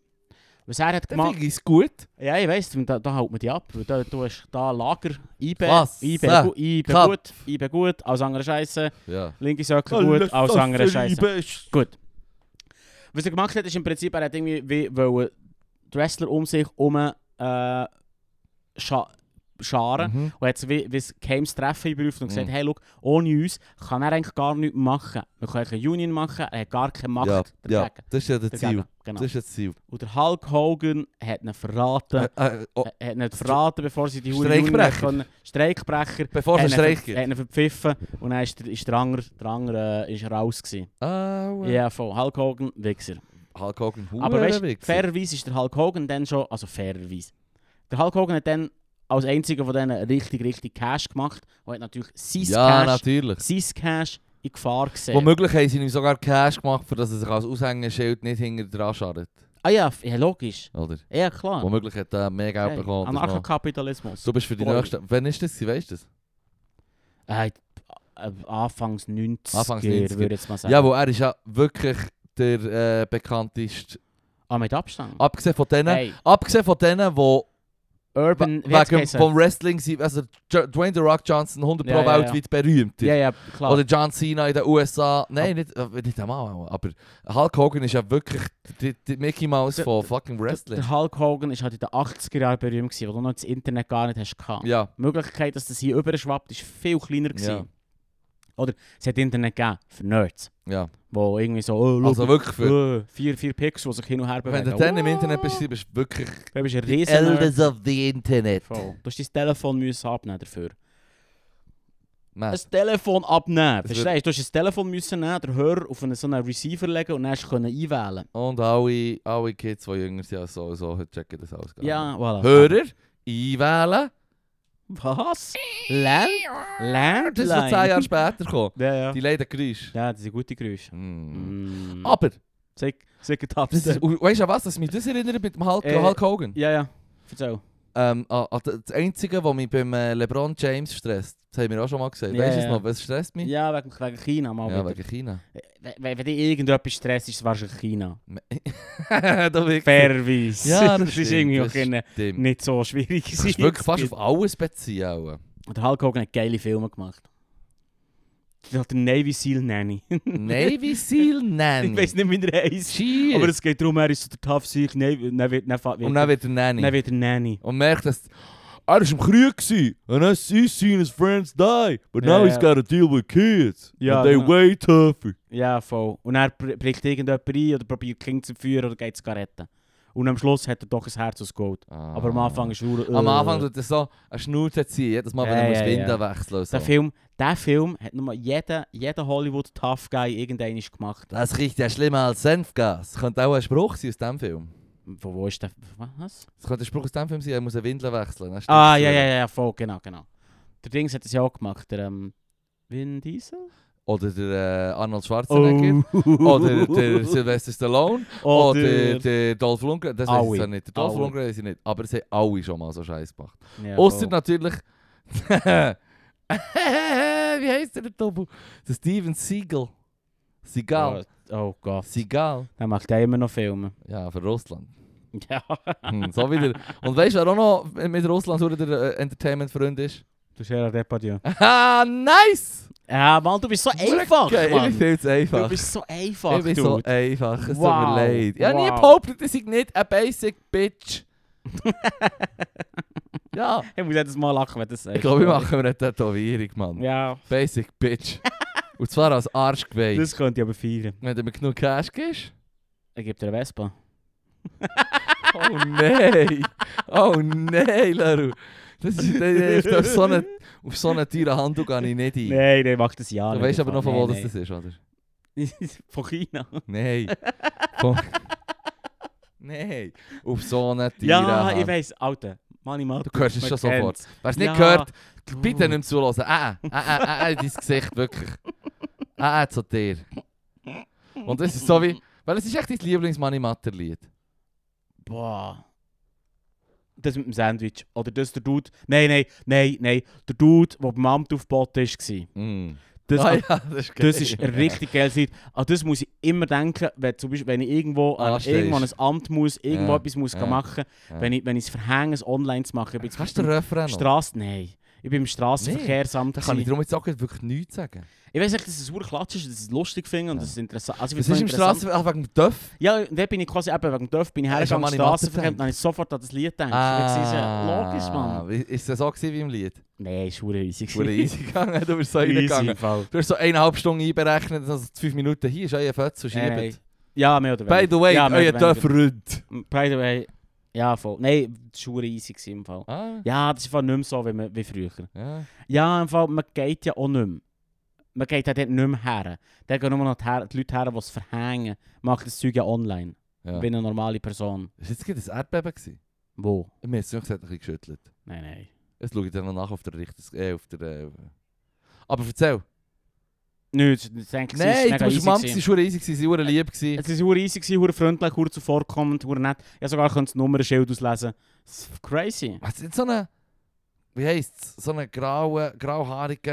[SPEAKER 2] was er hat
[SPEAKER 1] dann
[SPEAKER 2] gemacht...
[SPEAKER 1] finde ich es gut.
[SPEAKER 2] Ja, ich weiss, da, da hält man die ab. weil Da, du hast da Lager, IB,
[SPEAKER 1] Klasse.
[SPEAKER 2] IB, gu- IB
[SPEAKER 1] Kap.
[SPEAKER 2] gut, IB gut, alles andere Scheiße,
[SPEAKER 1] Ja.
[SPEAKER 2] linke Söcke gut, alles andere Scheiße. Gut. Was er gemacht hat, ist im Prinzip, er hat irgendwie wie wollen die Wrestler um sich um äh, scha scharen
[SPEAKER 1] Mhm.
[SPEAKER 2] und hat so wie, wie das Games Treffen einberufen und gesagt, hey, look, ohne uns kann er eigentlich gar nichts machen. Wir können keine Union machen, er hat gar keine Macht
[SPEAKER 1] Ja, ja,
[SPEAKER 2] dagegen.
[SPEAKER 1] das ist ja das Ziel.
[SPEAKER 2] Dagegen, Genau.
[SPEAKER 1] Das ist das Ziel.
[SPEAKER 2] Und der Hulk Hogan hat ihn verraten.
[SPEAKER 1] Äh, äh, oh,
[SPEAKER 2] Er hat nicht verraten, bevor sie die Hure
[SPEAKER 1] Streikbrecher.
[SPEAKER 2] Union können. Streikbrecher.
[SPEAKER 1] Bevor es einen
[SPEAKER 2] hat ihn
[SPEAKER 1] Streik
[SPEAKER 2] ver-
[SPEAKER 1] gibt.
[SPEAKER 2] hat ihn verpfiffen und dann ist der, ist der andere, der andere äh, ist raus. Gewesen.
[SPEAKER 1] Ah,
[SPEAKER 2] Ja,
[SPEAKER 1] ja.
[SPEAKER 2] voll. Hulk Hogan, Wichser.
[SPEAKER 1] Hulk Hogan,
[SPEAKER 2] Aber weißt du,
[SPEAKER 1] Hurenwichser.
[SPEAKER 2] fairerweise ist der Hulk Hogan dann schon, also fairerweise. Der Hulk Hogan hat dann als einziger von denen richtig, richtig Cash gemacht und hat natürlich sein
[SPEAKER 1] Ja,
[SPEAKER 2] Cash,
[SPEAKER 1] natürlich.
[SPEAKER 2] sein Cash in Gefahr gesehen.
[SPEAKER 1] Womöglich haben sie ihm sogar Cash gemacht, für dass er sich als Aushängeschild nicht hinter dran schadet.
[SPEAKER 2] ah ja, f- ja, logisch.
[SPEAKER 1] Oder?
[SPEAKER 2] Ja, klar.
[SPEAKER 1] Womöglich hat er mehr Geld
[SPEAKER 2] Hey,
[SPEAKER 1] bekommen. als noch.
[SPEAKER 2] Anarchokapitalismus.
[SPEAKER 1] Du bist für die
[SPEAKER 2] Voll.
[SPEAKER 1] nächste. Wann ist das? gewesen, Weißt du das?
[SPEAKER 2] Äh, äh, Anfangs 90er,
[SPEAKER 1] Anfangs 90er.
[SPEAKER 2] würde ich jetzt mal sagen.
[SPEAKER 1] Ja, wo er ist ja wirklich der äh, bekannteste.
[SPEAKER 2] Ah, mit Abstand.
[SPEAKER 1] Abgesehen von denen,
[SPEAKER 2] Hey,
[SPEAKER 1] abgesehen von denen, die
[SPEAKER 2] Urban, wie hat's
[SPEAKER 1] wegen
[SPEAKER 2] geheißen?
[SPEAKER 1] vom Wrestling sind, also Jo- Dwayne The Rock Johnson 100 Pro
[SPEAKER 2] Ja, ja, ja.
[SPEAKER 1] weltweit berühmt.
[SPEAKER 2] Ja, ja, klar.
[SPEAKER 1] Oder John Cena in den USA. Nein, nicht, äh, nicht einmal. Aber Hulk Hogan ist ja wirklich die, die Mickey Mouse
[SPEAKER 2] Der-
[SPEAKER 1] von fucking
[SPEAKER 2] Der-
[SPEAKER 1] Wrestling.
[SPEAKER 2] Der Hulk Hogan ist halt in den 80er Jahren berühmt, gewesen, wo du noch das Internet gar nicht hast. gehabt.
[SPEAKER 1] Ja,
[SPEAKER 2] Die Möglichkeit, dass das hier überschwappt, ist viel kleiner.
[SPEAKER 1] Ja.
[SPEAKER 2] Gewesen. Oder es hat Internet gegeben für Nerds,
[SPEAKER 1] ja.
[SPEAKER 2] wo irgendwie so, oh,
[SPEAKER 1] Also
[SPEAKER 2] look,
[SPEAKER 1] wirklich für.
[SPEAKER 2] oh, vier, vier Pixel, die sich hin und her
[SPEAKER 1] Wenn
[SPEAKER 2] bewegen. Oh,
[SPEAKER 1] du dann im Internet bist, bist du wirklich
[SPEAKER 2] Du bist ein riesen Nerd.
[SPEAKER 1] of the Internet.
[SPEAKER 2] Voll. Du hast dein Telefon müssen abnehmen dafür.
[SPEAKER 1] Man.
[SPEAKER 2] Ein Telefon abnehmen,
[SPEAKER 1] Das wird-
[SPEAKER 2] verstehst du? Du hast ein Telefon müssen nehmen, den Hörer auf einen, so einen Receiver legen und dann hast du können einwählen.
[SPEAKER 1] Und alle, alle Kids, die jünger sind als so, so checken das alles. gar
[SPEAKER 2] Ja, voilà.
[SPEAKER 1] nicht. Hörer, einwählen.
[SPEAKER 2] Was? Land? Landline?
[SPEAKER 1] Das ist noch 10 Jahre später gekommen.
[SPEAKER 2] Ja, ja.
[SPEAKER 1] Die leiden Geräusche.
[SPEAKER 2] Ja, das sind gute Geräusche.
[SPEAKER 1] Mm.
[SPEAKER 2] Mm.
[SPEAKER 1] Aber,
[SPEAKER 2] Sag, sag het
[SPEAKER 1] das ist, und weißt du an was, das mich das erinnert mit dem Hulk,
[SPEAKER 2] Äh,
[SPEAKER 1] Hulk Hogan?
[SPEAKER 2] Ja, ja. Vertel.
[SPEAKER 1] Ähm, an- an das das Einzige, was mich beim äh, LeBron James stresst, das haben wir auch schon mal gesagt.
[SPEAKER 2] Ja,
[SPEAKER 1] weißt du es
[SPEAKER 2] ja.
[SPEAKER 1] noch? Was stresst mich?
[SPEAKER 2] Ja, wegen, wegen China mal
[SPEAKER 1] Ja,
[SPEAKER 2] wieder.
[SPEAKER 1] wegen
[SPEAKER 2] (laughs)
[SPEAKER 1] China. (laughs)
[SPEAKER 2] We- we- Wenn dir irgendetwas Stress dus ist, wahrscheinlich China.
[SPEAKER 1] da wirklich.
[SPEAKER 2] Fairerweise. (laughs)
[SPEAKER 1] Ja, das,
[SPEAKER 2] das ist irgendwie auch keine-
[SPEAKER 1] Stimmt.
[SPEAKER 2] nicht so schwierig.
[SPEAKER 1] Du kannst
[SPEAKER 2] gewesen.
[SPEAKER 1] wirklich fast auf alles beziehen. Auch.
[SPEAKER 2] (laughs) Der Hulk Hogan hat geile Filme gemacht. Der hat den Navy Seal Nanny. (laughs)
[SPEAKER 1] Navy Seal Nanny.
[SPEAKER 2] ich weiß nicht, wie er heißt.
[SPEAKER 1] Shit.
[SPEAKER 2] Aber es geht darum, er ist so der tough Sieg, dann wird dann fa-
[SPEAKER 1] Und dann wird er Nanny.
[SPEAKER 2] dann wird er Nanny.
[SPEAKER 1] und merkt, dass er ist im Krieg gewesen. And I see seen his friends die. But
[SPEAKER 2] Ja,
[SPEAKER 1] now he's
[SPEAKER 2] ja.
[SPEAKER 1] got to deal with kids.
[SPEAKER 2] Ja,
[SPEAKER 1] and they
[SPEAKER 2] genau.
[SPEAKER 1] way tougher.
[SPEAKER 2] Ja, voll. Und er br- bricht irgendjemand ein oder probiert die Kinder zu führen oder geht es gar retten. Und am Schluss hat er doch ein Herz aus Gold.
[SPEAKER 1] Ah.
[SPEAKER 2] Aber am Anfang ist er...
[SPEAKER 1] Am Anfang tut er so eine Schnute ziehen, jedes Mal, wenn
[SPEAKER 2] Ja,
[SPEAKER 1] er
[SPEAKER 2] ja,
[SPEAKER 1] muss Winter
[SPEAKER 2] ja.
[SPEAKER 1] wechseln muss. So.
[SPEAKER 2] Der Film, der Film hat nochmal jeder, jeder Hollywood-Tough-Guy irgendeinen gemacht.
[SPEAKER 1] Das riecht ja schlimmer als Senfgas. Das könnte auch ein Spruch sein aus diesem Film.
[SPEAKER 2] Wo, wo ist der... Was?
[SPEAKER 1] Das könnte ein Spruch aus diesem Film sein, er muss eine Windel wechseln. dann stimmt
[SPEAKER 2] Ah,
[SPEAKER 1] es
[SPEAKER 2] ja,
[SPEAKER 1] wieder.
[SPEAKER 2] ja, ja, voll, genau, genau. Der Dings hat es ja auch gemacht, der ähm, Vin Diesel?
[SPEAKER 1] Oder der äh,
[SPEAKER 2] Oh.
[SPEAKER 1] Arnold Schwarzenegger. (laughs) Oder Oh,
[SPEAKER 2] (laughs)
[SPEAKER 1] der Sylvester Stallone.
[SPEAKER 2] Oh,
[SPEAKER 1] Oder der Dolph Lundgren. Das weiß ich
[SPEAKER 2] Alle.
[SPEAKER 1] zwar nicht. Der Dolph
[SPEAKER 2] Alle.
[SPEAKER 1] Lundgren weiß ich nicht. Aber es haben alle schon mal so Scheiß gemacht.
[SPEAKER 2] Ja, Oh.
[SPEAKER 1] Außer
[SPEAKER 2] voll.
[SPEAKER 1] natürlich. (laughs) Wie heißt der Dobu? Der Steven Seagal. Seagal.
[SPEAKER 2] Oh, oh Gott.
[SPEAKER 1] Seagal.
[SPEAKER 2] Dann macht er immer
[SPEAKER 1] (laughs)
[SPEAKER 2] noch Filme.
[SPEAKER 1] Ja, für Russland.
[SPEAKER 2] Ja.
[SPEAKER 1] Hm, so wieder. Und weißt du, wer auch noch mit Russland so der äh, Entertainment-Freund ist?
[SPEAKER 2] Du Gerard Depardieu.
[SPEAKER 1] Haha, nice!
[SPEAKER 2] Ja, Mann, du bist so einfach,
[SPEAKER 1] Wirklich, Ich bin
[SPEAKER 2] Mann.
[SPEAKER 1] viel zu
[SPEAKER 2] Du
[SPEAKER 1] einfach.
[SPEAKER 2] bist so einfach,
[SPEAKER 1] Ich bin
[SPEAKER 2] Dude.
[SPEAKER 1] so äh, einfach. Es tut mir
[SPEAKER 2] Wow,
[SPEAKER 1] leid. Ich habe nie
[SPEAKER 2] wow.
[SPEAKER 1] behauptet, dass ich nicht eine Basic (laughs) Bitch Ja.
[SPEAKER 2] Ich muss jedes Mal lachen, wenn du das sagst.
[SPEAKER 1] Ich glaube, ich mache mir eine Tätowierung, Mann.
[SPEAKER 2] Ja,
[SPEAKER 1] Basic Bitch. (laughs) Und zwar als Arschgeweih.
[SPEAKER 2] das könnte ich aber feiern.
[SPEAKER 1] (laughs) Wenn du mir genug Cash gibst.
[SPEAKER 2] Er gibt dir eine Vespa.
[SPEAKER 1] Oh nein! Oh nein, Leru! Das ist, das ist auf so einen, auf so einen teuren Handel gehe ich nicht ein.
[SPEAKER 2] Nein, der macht das ja
[SPEAKER 1] du
[SPEAKER 2] nicht.
[SPEAKER 1] weißt aber noch, von wo
[SPEAKER 2] Nein,
[SPEAKER 1] das ist, oder?
[SPEAKER 2] (laughs) nein. Von China.
[SPEAKER 1] Nein. Von... (laughs) Nein. Auf so einen teuren
[SPEAKER 2] Ja, ich
[SPEAKER 1] Handel.
[SPEAKER 2] weiß, Alter. Mann, ich mal.
[SPEAKER 1] Du hörst es schon sofort. Wer es nicht
[SPEAKER 2] Ja. Mhm.
[SPEAKER 1] gehört, bitte nicht zulassen. Äh, äh, äh, äh, äh, dein Gesicht, wirklich. Äh, äh, zu dir. Und das ist so wie... Weil es ist echt dein Lieblings-Money-Matter-Lied.
[SPEAKER 2] Boah. Das mit dem Sandwich. Oh, Oder das der Dude. Nein, nein, nein, nein. Der Dude, der beim Amt aufgeboten war.
[SPEAKER 1] Mm.
[SPEAKER 2] Das,
[SPEAKER 1] Ah ja, das ist
[SPEAKER 2] das ist
[SPEAKER 1] geil.
[SPEAKER 2] dus richtig geil. Ah, Seid. An das muss ich immer denken, wenn, zum Beispiel, wenn ich irgendwo, äh,
[SPEAKER 1] Anstehst.
[SPEAKER 2] irgendwo an ein Amt muss, irgendwo
[SPEAKER 1] Ah, Ja.
[SPEAKER 2] etwas muss
[SPEAKER 1] Ja.
[SPEAKER 2] machen
[SPEAKER 1] Ja.
[SPEAKER 2] wenn ich wenn ich es verhänge, es online zu machen. Ich bin
[SPEAKER 1] Kannst du den Refrain noch?
[SPEAKER 2] Straße? Nein. Ich bin im Straßenverkehrsamt.
[SPEAKER 1] Da kann ich
[SPEAKER 2] ich
[SPEAKER 1] darum jetzt auch wirklich nichts sagen.
[SPEAKER 2] weiß echt, dass es ein Klatsch ist, dass ich es lustig finde und dass es interessant also ich
[SPEAKER 1] Das
[SPEAKER 2] find's
[SPEAKER 1] ist im
[SPEAKER 2] interessant.
[SPEAKER 1] Straßen Ach, wegen dem Dörf.
[SPEAKER 2] Ja, und dann bin ich quasi eben wegen dem Dorf, bin ich
[SPEAKER 1] Hast du
[SPEAKER 2] hergegangen,
[SPEAKER 1] an meine Mathe
[SPEAKER 2] Straßenverkehr,
[SPEAKER 1] gedacht?
[SPEAKER 2] und dann habe ich sofort an das Lied gedacht. Ah. Das ist ja logisch, Mann.
[SPEAKER 1] Wie- Ist das so gewesen wie im Lied?
[SPEAKER 2] Nein, ist hure easy. (laughs)
[SPEAKER 1] Wurde easy gegangen, du bist so
[SPEAKER 2] easy
[SPEAKER 1] reingegangen.
[SPEAKER 2] Fall.
[SPEAKER 1] Du hast so eineinhalb Stunden einberechnet, also fünf Minuten hier ist euer Fötz und
[SPEAKER 2] Nein,
[SPEAKER 1] schiebt.
[SPEAKER 2] nein. Ja, mehr oder
[SPEAKER 1] By the way, oh
[SPEAKER 2] ja, mehr
[SPEAKER 1] euer
[SPEAKER 2] oder
[SPEAKER 1] Dörf
[SPEAKER 2] weniger.
[SPEAKER 1] rührt.
[SPEAKER 2] Mm, By the way, ja voll. Nein, das war hure easy gewesen im Fall.
[SPEAKER 1] Ah,
[SPEAKER 2] Ja, das ist im Fall nicht mehr so wie, man, wie früher.
[SPEAKER 1] ja.
[SPEAKER 2] Ja, im Fall, man geht ja auch nicht mehr. Man geht ja dort nicht mehr her. Da gehen nur noch die, her, die Leute her, die es verhängen. Macht das Zeug ja online.
[SPEAKER 1] ja.
[SPEAKER 2] Ich bin eine normale Person.
[SPEAKER 1] Ist jetzt gerade ein Erdbeben gewesen?
[SPEAKER 2] Wo?
[SPEAKER 1] Ich habe es gesagt, ein bisschen geschüttelt.
[SPEAKER 2] Nein, nein.
[SPEAKER 1] Jetzt schaue ich dann noch nach auf der Richter... Äh, auf der... Äh. Aber erzähl.
[SPEAKER 2] Nö, das, das denke ich,
[SPEAKER 1] Nein,
[SPEAKER 2] mega
[SPEAKER 1] du warst
[SPEAKER 2] easy
[SPEAKER 1] Mann,
[SPEAKER 2] gewesen. Äh,
[SPEAKER 1] sie war easy, gewesen, sie war lieb. gewesen.
[SPEAKER 2] Es war hure easy, gewesen, hure freundlich, hure zuvorkommend, hure nett. Ich konnte sogar das Nummernschild auslesen. Das ist dus crazy.
[SPEAKER 1] Was ist jetzt so eine, wie heisst's, so eine graue, grauhaarige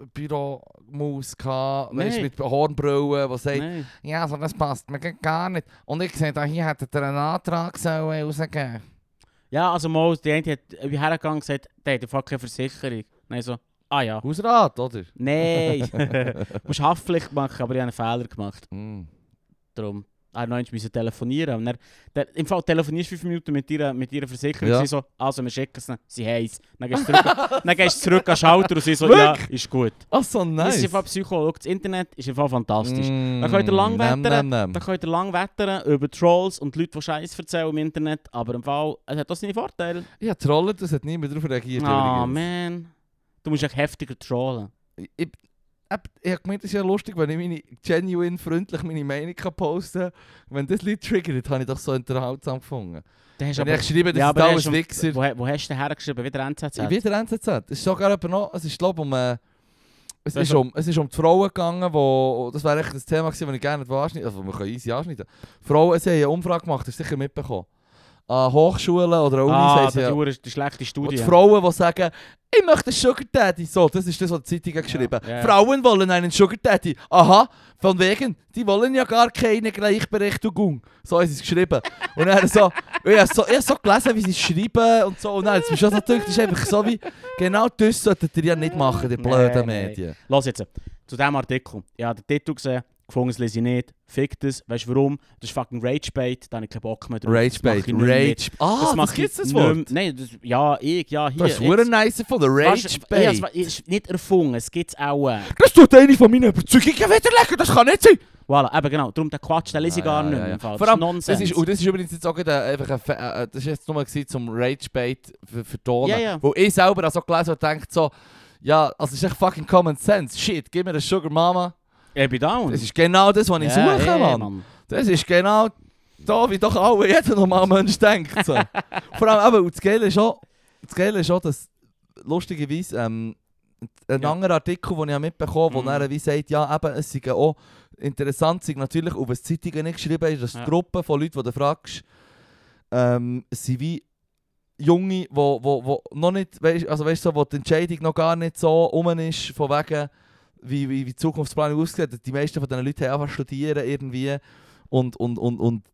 [SPEAKER 1] äh, Büromaus gehabt,
[SPEAKER 2] Nein.
[SPEAKER 1] weißt du, mit Hornbrille, die sagt,
[SPEAKER 2] Nein.
[SPEAKER 1] ja, also das passt mir geht gar nicht. Und ich sehe, da hier hätte er einen Antrag sollen äh, rausgeben
[SPEAKER 2] Ja, also mal, die eine hat äh, wie hergegangen und gesagt, der hat einfach keine Versicherung. Nein, so, ah ja.
[SPEAKER 1] Hausrat, oder?
[SPEAKER 2] (laughs) Nein. du musst Haftpflicht machen, aber ich habe einen Fehler gemacht.
[SPEAKER 1] Mm.
[SPEAKER 2] Darum. Ah, nein, ich musste telefonieren. Und dann, der, Im Fall telefonierst du fünf Minuten mit ihrer, mit ihrer Versicherung.
[SPEAKER 1] Ja.
[SPEAKER 2] Sie so, also wir schicken es ihnen. sie heiß. Dann gehst du zurück,
[SPEAKER 1] (laughs)
[SPEAKER 2] dann gehst du zurück an den Schalter und sie so, dus ja, Dus ist gut.
[SPEAKER 1] Ach so,
[SPEAKER 2] Das ist
[SPEAKER 1] nice.
[SPEAKER 2] einfach Psycho. Schau, Das Internet ist einfach fantastisch.
[SPEAKER 1] Mm.
[SPEAKER 2] Da könnt ihr lang
[SPEAKER 1] Nem,
[SPEAKER 2] wettern.
[SPEAKER 1] nem, nem.
[SPEAKER 2] Da könnt ihr lang wettern über Trolls und Leute, die Scheiß erzählen im Internet. Aber im Fall, es hat auch seine Vorteile.
[SPEAKER 1] Ich habe trollt, das hat niemand darauf reagiert.
[SPEAKER 2] Ah,
[SPEAKER 1] übrigens.
[SPEAKER 2] man. Du musst echt heftiger trollen.
[SPEAKER 1] Ich, ich, ich habe gemeint, es ist ja lustig, wenn ich meine genuine, freundlich meine Meinung kann posten kann. Wenn das Lied triggert, habe ich doch so unterhaltsam gefunden.
[SPEAKER 2] Da hast du
[SPEAKER 1] Wenn
[SPEAKER 2] aber,
[SPEAKER 1] ich schreibe,
[SPEAKER 2] Ja,
[SPEAKER 1] das
[SPEAKER 2] aber
[SPEAKER 1] ist
[SPEAKER 2] hast
[SPEAKER 1] alles
[SPEAKER 2] du-
[SPEAKER 1] Wichser.
[SPEAKER 2] wo, wo hast du denn hergeschrieben? Wieder NZZ?
[SPEAKER 1] Ich bin der NZZ. Es ist sogar jemand noch, es ist glaube um, äh, es ist
[SPEAKER 2] Also-
[SPEAKER 1] um, es ist um die Frauen gegangen, wo, das wäre echt ein Thema gewesen, das ich gerne anschneiden also wir können easy anschneiden. Frauen, sie haben eine Umfrage gemacht, hast du sicher mitbekommen. An Hochschulen oder an Unis
[SPEAKER 2] ah,
[SPEAKER 1] haben
[SPEAKER 2] das
[SPEAKER 1] sie
[SPEAKER 2] ist
[SPEAKER 1] ja,
[SPEAKER 2] die, die schlechte
[SPEAKER 1] die
[SPEAKER 2] Studie.
[SPEAKER 1] Frauen, die sagen, ich möchte einen Sugar Daddy. So, das ist das, was die Zeitungen geschrieben haben.
[SPEAKER 2] Ja, ja.
[SPEAKER 1] Frauen wollen einen Sugar Daddy. Aha, von wegen, die wollen ja gar keine Gleichberechtigung. So haben sie es geschrieben. Und dann so, ich habe so, ich habe so gelesen, wie sie es schreiben und so. Und dann hat es mich schon so gedacht, das ist einfach so wie, genau das solltet ihr ja nicht machen, die blöden
[SPEAKER 2] Nein, nein.
[SPEAKER 1] Medien.
[SPEAKER 2] Lass jetzt, zu diesem Artikel. Ich habe den Titel gesehen, gefunden, das lese ich nicht. Fick das. Weißt du warum? Das ist fucking Ragebait, da habe ich keinen Bock mehr drauf. Das mache
[SPEAKER 1] Ragebait,
[SPEAKER 2] ich nicht mehr mit.
[SPEAKER 1] Rage... Ah, das
[SPEAKER 2] mache
[SPEAKER 1] gibt's das
[SPEAKER 2] ich
[SPEAKER 1] Wort?
[SPEAKER 2] nicht mehr- Nein, das, ja, ich, ja, hier.
[SPEAKER 1] Das ist
[SPEAKER 2] jetzt.
[SPEAKER 1] ein nice von der
[SPEAKER 2] Weißt du, ich hab's-
[SPEAKER 1] Ragebait.
[SPEAKER 2] ich- Es ist nicht erfunden, es gibt es auch. äh.
[SPEAKER 1] Das tut eine von meinen Überzeugungen widerlegen, das kann nicht sein.
[SPEAKER 2] Voilà, eben genau. Darum, den Quatsch, den lese ich
[SPEAKER 1] Ah,
[SPEAKER 2] gar
[SPEAKER 1] ja, ja,
[SPEAKER 2] nicht mehr.
[SPEAKER 1] ja.
[SPEAKER 2] im Fall.
[SPEAKER 1] Vor
[SPEAKER 2] Das ist
[SPEAKER 1] allem,
[SPEAKER 2] Nonsens.
[SPEAKER 1] das ist, und das ist übrigens jetzt auch gerade, äh, einfach ein, Fe- äh, das ist jetzt nur gewesen, zum Ragebait für, für Tonen.
[SPEAKER 2] Ja, ja.
[SPEAKER 1] Wo ich selber auch so gelesen habe und denkt so, ja, also es ist echt fucking Common Sense. Shit, gib mir eine Sugar Mama.
[SPEAKER 2] Ich bin down.
[SPEAKER 1] Das ist genau das, was ich
[SPEAKER 2] Ja,
[SPEAKER 1] suche,
[SPEAKER 2] ja,
[SPEAKER 1] Mann. Das ist genau so, wie doch alle, jeder normale Mensch denkt.
[SPEAKER 2] (laughs)
[SPEAKER 1] So. Vor allem eben, und das Geile ist auch, das Geile ist auch dass lustigerweise ähm, ein
[SPEAKER 2] Ja.
[SPEAKER 1] anderer Artikel, den ich habe mitbekommen habe,
[SPEAKER 2] Mhm.
[SPEAKER 1] wo er wie sagt, ja eben, es sei auch interessant, sei natürlich, ob es Zeitungen nicht geschrieben ist, dass
[SPEAKER 2] Ja.
[SPEAKER 1] Gruppen von Leuten, die du fragst, ähm, sind wie Junge, wo, wo, wo noch nicht, weißt, also weißt so, wo die Entscheidung noch gar nicht so rum ist, von wegen, wie, wie, wie die Zukunftsplanung aussieht. Die meisten von diesen Leuten haben einfach studieren irgendwie und, und, und, und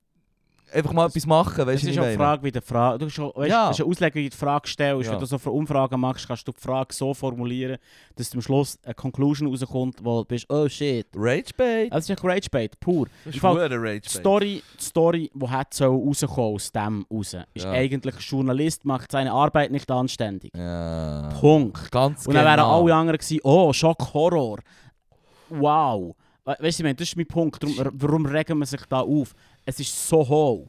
[SPEAKER 1] einfach mal
[SPEAKER 2] Das-
[SPEAKER 1] etwas machen, weißt
[SPEAKER 2] Es
[SPEAKER 1] du,
[SPEAKER 2] ist
[SPEAKER 1] was
[SPEAKER 2] auch
[SPEAKER 1] ich meine?
[SPEAKER 2] die Frage, wie die Frage. Du hast auch, weißt,
[SPEAKER 1] Ja.
[SPEAKER 2] es ist eine Auslegung, wie du die Frage stellst.
[SPEAKER 1] Ja.
[SPEAKER 2] Wenn du so für Umfragen machst, kannst du die Frage so formulieren, dass am Schluss eine Conclusion rauskommt, wo du bist, oh shit.
[SPEAKER 1] Ragebait.
[SPEAKER 2] Es Äh, ist ein Ragebait, pur.
[SPEAKER 1] Das
[SPEAKER 2] Im
[SPEAKER 1] ist
[SPEAKER 2] Fall-
[SPEAKER 1] verdammt
[SPEAKER 2] Die
[SPEAKER 1] Ragebait.
[SPEAKER 2] Story, die Story, die hat so rauskommen aus dem raus, ist
[SPEAKER 1] Ja.
[SPEAKER 2] eigentlich, ein Journalist macht seine Arbeit nicht anständig.
[SPEAKER 1] Ja.
[SPEAKER 2] Punkt.
[SPEAKER 1] Ganz
[SPEAKER 2] Und dann wären
[SPEAKER 1] genau.
[SPEAKER 2] alle anderen gewesen, oh, Schock, Horror. Wow. We- Weißt du, ich meine, das ist mein Punkt. Darum, warum regen wir sich da auf? Es ist so hohl.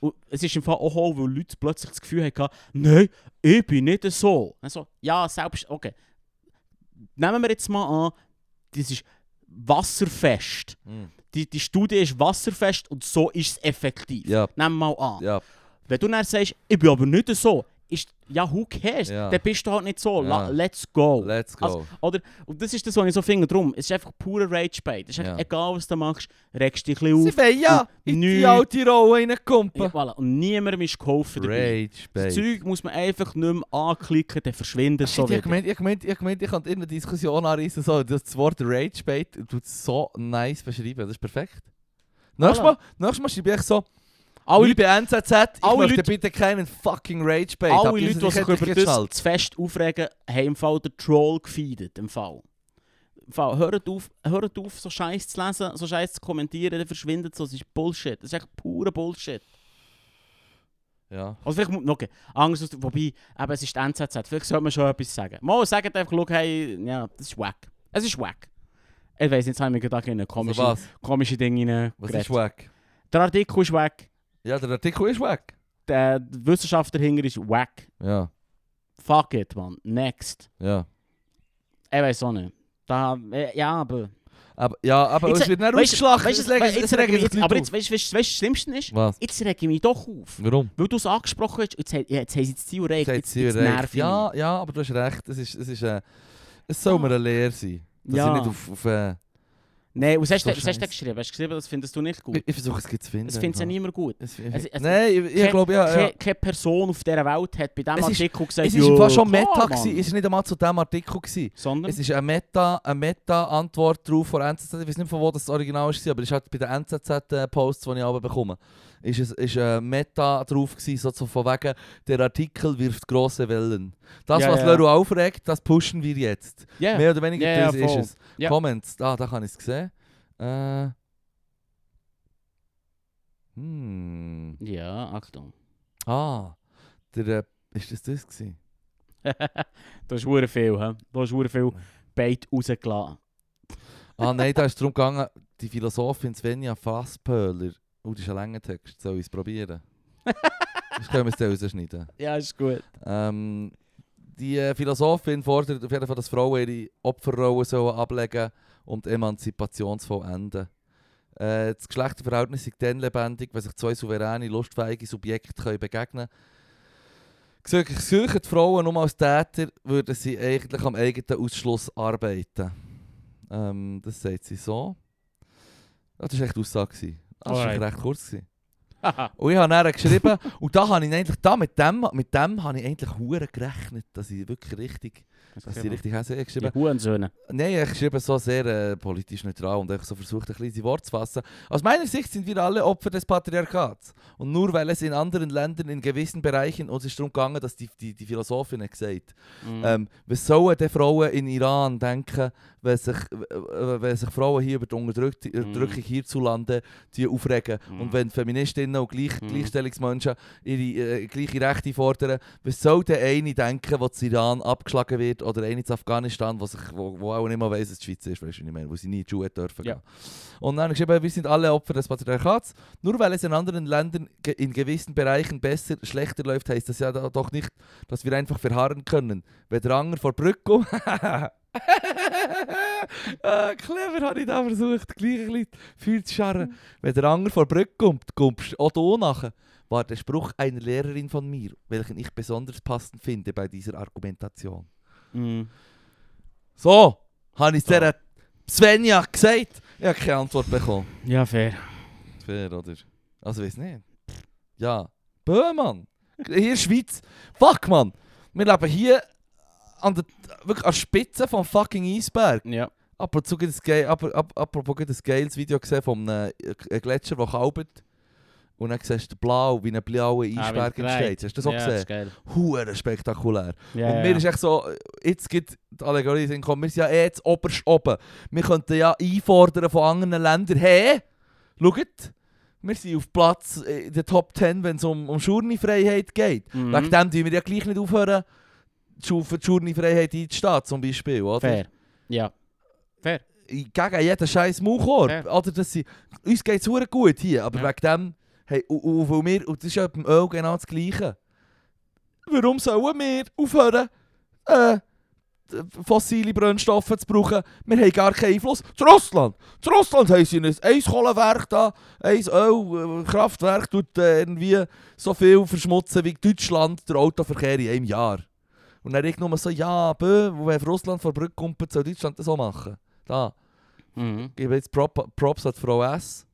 [SPEAKER 2] Und es ist im Fall auch hohl, weil Leute plötzlich das Gefühl hatten, nein, ich bin nicht so. Dann so, ja, selbst, okay. Nehmen wir jetzt mal an, das ist wasserfest.
[SPEAKER 1] Mhm.
[SPEAKER 2] Die, die Studie ist wasserfest und so ist es effektiv.
[SPEAKER 1] Ja.
[SPEAKER 2] Nehmen wir mal an.
[SPEAKER 1] Ja,
[SPEAKER 2] Wenn du dann sagst, ich bin aber nicht so, ist, ja, who cares?
[SPEAKER 1] Ja.
[SPEAKER 2] Dann bist du halt nicht so. La,
[SPEAKER 1] Ja.
[SPEAKER 2] let's go.
[SPEAKER 1] let's go.
[SPEAKER 2] Also, oder, und das ist das, was ich so finde. Drum, es ist einfach pure Rage-Bait. Es ist einfach
[SPEAKER 1] Ja.
[SPEAKER 2] egal, was du machst, regst dich ein bisschen auf.
[SPEAKER 1] wollen
[SPEAKER 2] Und nü-
[SPEAKER 1] alte Rolle reinkumpen.
[SPEAKER 2] Ja, voilà. Und niemandem ist geholfen
[SPEAKER 1] Rage,
[SPEAKER 2] dabei. Das
[SPEAKER 1] babe.
[SPEAKER 2] Zeug muss man einfach nicht mehr anklicken, dann verschwindet es
[SPEAKER 1] Shit,
[SPEAKER 2] so
[SPEAKER 1] ich
[SPEAKER 2] wieder.
[SPEAKER 1] gemeint, ich gemeint, ich gemeint, ich kann in einer Diskussion anreißen, so, das Wort Rage Bait tut so nice beschreiben, das ist perfekt. Nächstes Mal,
[SPEAKER 2] Voilà.
[SPEAKER 1] nächstes Mal schreibe ich so,
[SPEAKER 2] alle
[SPEAKER 1] liebe NZZ, ich
[SPEAKER 2] alle
[SPEAKER 1] möchte
[SPEAKER 2] Leute-
[SPEAKER 1] bitte keinen fucking Rage Bait.
[SPEAKER 2] alle
[SPEAKER 1] Habt ihr
[SPEAKER 2] Leute, die
[SPEAKER 1] das
[SPEAKER 2] sich
[SPEAKER 1] nicht
[SPEAKER 2] über das
[SPEAKER 1] geschnallt?
[SPEAKER 2] zu fest aufregen, haben im Fall den Troll gefeiert. Im Fall. Im Fall, hört auf, hört auf so Scheiß zu lesen, so Scheiß zu kommentieren, dann verschwindet so. Das ist Bullshit. Das ist echt pure Bullshit.
[SPEAKER 1] Ja.
[SPEAKER 2] Also vielleicht muss, okay, anders aus, wobei, eben, es ist die NZZ, vielleicht sollte man schon etwas sagen. Mal sagt einfach, schau, hey, ja, das ist wack. Es ist wack. Ich weiss, jetzt habe ich mir gedacht, in
[SPEAKER 1] Also
[SPEAKER 2] komische,
[SPEAKER 1] was?
[SPEAKER 2] komische Dinge rein.
[SPEAKER 1] Was
[SPEAKER 2] geredet.
[SPEAKER 1] ist weg?
[SPEAKER 2] Der Artikel ist wack,
[SPEAKER 1] Ja, der Artikel ist weg.
[SPEAKER 2] der Wissenschaftler hinter ist wack.
[SPEAKER 1] Ja,
[SPEAKER 2] Fuck it, man. Next.
[SPEAKER 1] ja.
[SPEAKER 2] Ich weiss auch nicht. Da, äh, ja, aber...
[SPEAKER 1] Aber, ja, aber
[SPEAKER 2] Jetzt-
[SPEAKER 1] es wird nicht
[SPEAKER 2] weisst-
[SPEAKER 1] ausgeschlagen.
[SPEAKER 2] weisst-
[SPEAKER 1] das legen-
[SPEAKER 2] weisst-
[SPEAKER 1] das
[SPEAKER 2] jetzt reg
[SPEAKER 1] legen
[SPEAKER 2] ich mich-
[SPEAKER 1] sich die
[SPEAKER 2] Aber
[SPEAKER 1] Leute
[SPEAKER 2] jetzt, weißt du, was das Schlimmste ist?
[SPEAKER 1] auf. Was?
[SPEAKER 2] Jetzt reg ich mich doch auf.
[SPEAKER 1] Warum?
[SPEAKER 2] Weil du es angesprochen hast, jetzt, he- jetzt haben sie das Ziel erreicht,
[SPEAKER 1] Sagt
[SPEAKER 2] jetzt,
[SPEAKER 1] sie
[SPEAKER 2] jetzt
[SPEAKER 1] recht.
[SPEAKER 2] nerv ich mich.
[SPEAKER 1] Ja, ja, aber du hast recht. Es ist, es ist, äh, es soll mir eine Lehre sein. Dass
[SPEAKER 2] Ah. Ja.
[SPEAKER 1] ich nicht auf, auf äh,
[SPEAKER 2] Nein, was hast,
[SPEAKER 1] So
[SPEAKER 2] du- was hast du
[SPEAKER 1] scheiße.
[SPEAKER 2] geschrieben? Hast du geschrieben, das findest du nicht gut?
[SPEAKER 1] ich, ich versuche es zu finden.
[SPEAKER 2] Es findet ja niemand gut.
[SPEAKER 1] Es,
[SPEAKER 2] Es- es-
[SPEAKER 1] Nein, ich, ich
[SPEAKER 2] Keine-
[SPEAKER 1] glaube, ja. ja.
[SPEAKER 2] Keine, keine Person auf dieser Welt hat bei diesem
[SPEAKER 1] Es ist-
[SPEAKER 2] Artikel gesagt,
[SPEAKER 1] Es war im
[SPEAKER 2] «Ja,
[SPEAKER 1] Fall schon
[SPEAKER 2] klar,
[SPEAKER 1] Meta.
[SPEAKER 2] Mann.»
[SPEAKER 1] gewesen. Es war nicht einmal zu diesem Artikel. Gewesen.
[SPEAKER 2] Sondern,
[SPEAKER 1] Es ist eine Meta, eine Meta-Antwort drauf von NZZ. Ich weiß nicht, von wo das Original war, aber es ist halt bei den NZZ-Posts, die ich aber bekomme, ist es ist eine Meta drauf gewesen, so zu- von wegen, der Artikel wirft große Wellen. Das,
[SPEAKER 2] Ja,
[SPEAKER 1] was
[SPEAKER 2] ja.
[SPEAKER 1] Leru aufregt, das pushen wir jetzt.
[SPEAKER 2] ja,
[SPEAKER 1] Mehr oder weniger
[SPEAKER 2] Ja, ja,
[SPEAKER 1] das ist
[SPEAKER 2] voll.
[SPEAKER 1] es.
[SPEAKER 2] Ja.
[SPEAKER 1] Comments, ah, da kann ich es sehen. Äh. Hm.
[SPEAKER 2] ja, Achtung. (laughs)
[SPEAKER 1] Ah, der, äh, ist das das gewesen?
[SPEAKER 2] da ist verdammt viel, hä? Da ist verdammt viel Bait rausgelassen.
[SPEAKER 1] Ah nein, da ist darum gegangen, die Philosophin Svenja Fasspöhler. Oh, das ist ein langer Text, soll ich es probieren? das können wir es dann rausschneiden.
[SPEAKER 2] (laughs) Ja,
[SPEAKER 1] (laughs)
[SPEAKER 2] ist gut.
[SPEAKER 1] Ähm, die äh, Philosophin fordert auf jeden Fall, dass Frauen ihre Opferrolle sollen ablegen und die Emanzipation zu vollenden. Äh, das Geschlechterverhältnis ist dann lebendig, wenn sich zwei souveräne, lustfähige Subjekte können begegnen können. Suchen die Frauen nur als Täter, würden sie eigentlich am eigenen Ausschluss arbeiten. Ähm, das sagt sie so. Ah, Das war echt die Aussage. gewesen. Ah, Das war echt
[SPEAKER 2] Alright.
[SPEAKER 1] recht kurz. gewesen. Und ich habe dann geschrieben, und da habe ich eigentlich, da mit dem, mit dem habe ich eigentlich hure gerechnet, dass ich wirklich richtig, dass
[SPEAKER 2] Genau.
[SPEAKER 1] ich richtig habe. Ich habe geschrieben,
[SPEAKER 2] Die Hurensöhne.
[SPEAKER 1] nein, ich habe geschrieben so sehr äh, politisch neutral und ich so versucht, ein bisschen Wort zu fassen. Aus meiner Sicht sind wir alle Opfer des Patriarchats. Und nur weil es in anderen Ländern in gewissen Bereichen uns ist darum gegangen, dass die, die, die Philosophin hat gesagt,
[SPEAKER 2] Mhm.
[SPEAKER 1] ähm, was sollen denn Frauen in Iran denken, wenn sich, äh, äh, wenn sich Frauen hier über die Unterdrück Unterdrückung hierzulande die aufregen?
[SPEAKER 2] Mhm.
[SPEAKER 1] Und wenn Feministinnen und Gleich
[SPEAKER 2] Mhm.
[SPEAKER 1] Gleichstellungsmenschen ihre äh, gleiche Rechte fordern, was soll denn eine denken, die zu Iran abgeschlagen wird oder eine zu Afghanistan, die sich, wo, wo auch nicht mal weiss, dass die Schweiz ist, weißt du, was ich meine, wo sie nie in die Schule dürfen
[SPEAKER 2] Ja.
[SPEAKER 1] gehen. Und dann habe ich geschrieben, wir sind alle Opfer des Patriarchats. Nur weil es in anderen Ländern ge in gewissen Bereichen besser, schlechter läuft, heißt das ja da- doch nicht, dass wir einfach verharren können. Wenn der Anger vor die Brücke kommt. (laughs) ah, clever habe ich da versucht, gleich ein bisschen Feuer zu scharren. Wenn der Anger vor die Brücke kommt, kommst auch du nachher. War der Spruch einer Lehrerin von mir, welchen ich besonders passend finde bei dieser Argumentation.
[SPEAKER 2] Mhm.
[SPEAKER 1] So, habe ich
[SPEAKER 2] So.
[SPEAKER 1] der Svenja gesagt. Ich habe keine Antwort bekommen.
[SPEAKER 2] Ja, fair.
[SPEAKER 1] Fair, oder? Also, weiß nicht. Ja. Bö, Mann. Hier in der Schweiz. Fuck, Mann. Wir leben hier an der, wirklich an der Spitze vom fucking Eisberg.
[SPEAKER 2] Ja.
[SPEAKER 1] Apropos gibt es geil- ap- ap- apropos gibt es ein geiles Video gesehen von einem äh, Gletscher, der kalbt. Und dann siehst du blau, wie ein blauer Eisberg
[SPEAKER 2] Ah, wie
[SPEAKER 1] entsteht. Hast du das auch
[SPEAKER 2] ja,
[SPEAKER 1] gesehen?
[SPEAKER 2] ist geil.
[SPEAKER 1] Huere spektakulär.
[SPEAKER 2] Ja,
[SPEAKER 1] Und
[SPEAKER 2] ja.
[SPEAKER 1] mir ist echt so, äh, jetzt gibt die Allegorie, in den Sinn gekommen, wir sind ja eh jetzt oberst oben. Wir könnten ja einfordern von anderen Ländern, hey, schaut, wir sind auf Platz äh, in der Top 10, wenn es um, um Journeyfreiheit geht.
[SPEAKER 2] Mhm.
[SPEAKER 1] Wegen dem dürfen wir ja gleich nicht aufhören, die Schu- für die Journeyfreiheit einzustehen, zum Beispiel. Oder?
[SPEAKER 2] Fair. Ja. Fair.
[SPEAKER 1] gegen jeden scheiß Maulkorb.
[SPEAKER 2] Ja.
[SPEAKER 1] Oder dass sie, uns geht es gut hier, aber
[SPEAKER 2] Ja.
[SPEAKER 1] wegen dem, hey, und, und, weil wir, und das ist ja beim Öl genau das Gleiche. Warum sollen wir aufhören, äh, d- fossile Brennstoffe zu brauchen? Wir haben gar keinen Einfluss. Zu Russland! Zu Russland haben sie ein, ein Kohlewerk da, ein Ölkraftwerk tut äh, irgendwie so viel verschmutzen wie Deutschland der Autoverkehr in einem Jahr. Und dann ich nur so, ja, bö, wenn Russland vor die Brücke kommt, soll Deutschland das auch machen. Da,
[SPEAKER 2] Mhm.
[SPEAKER 1] ich gebe jetzt Prop, Props an die Frau S.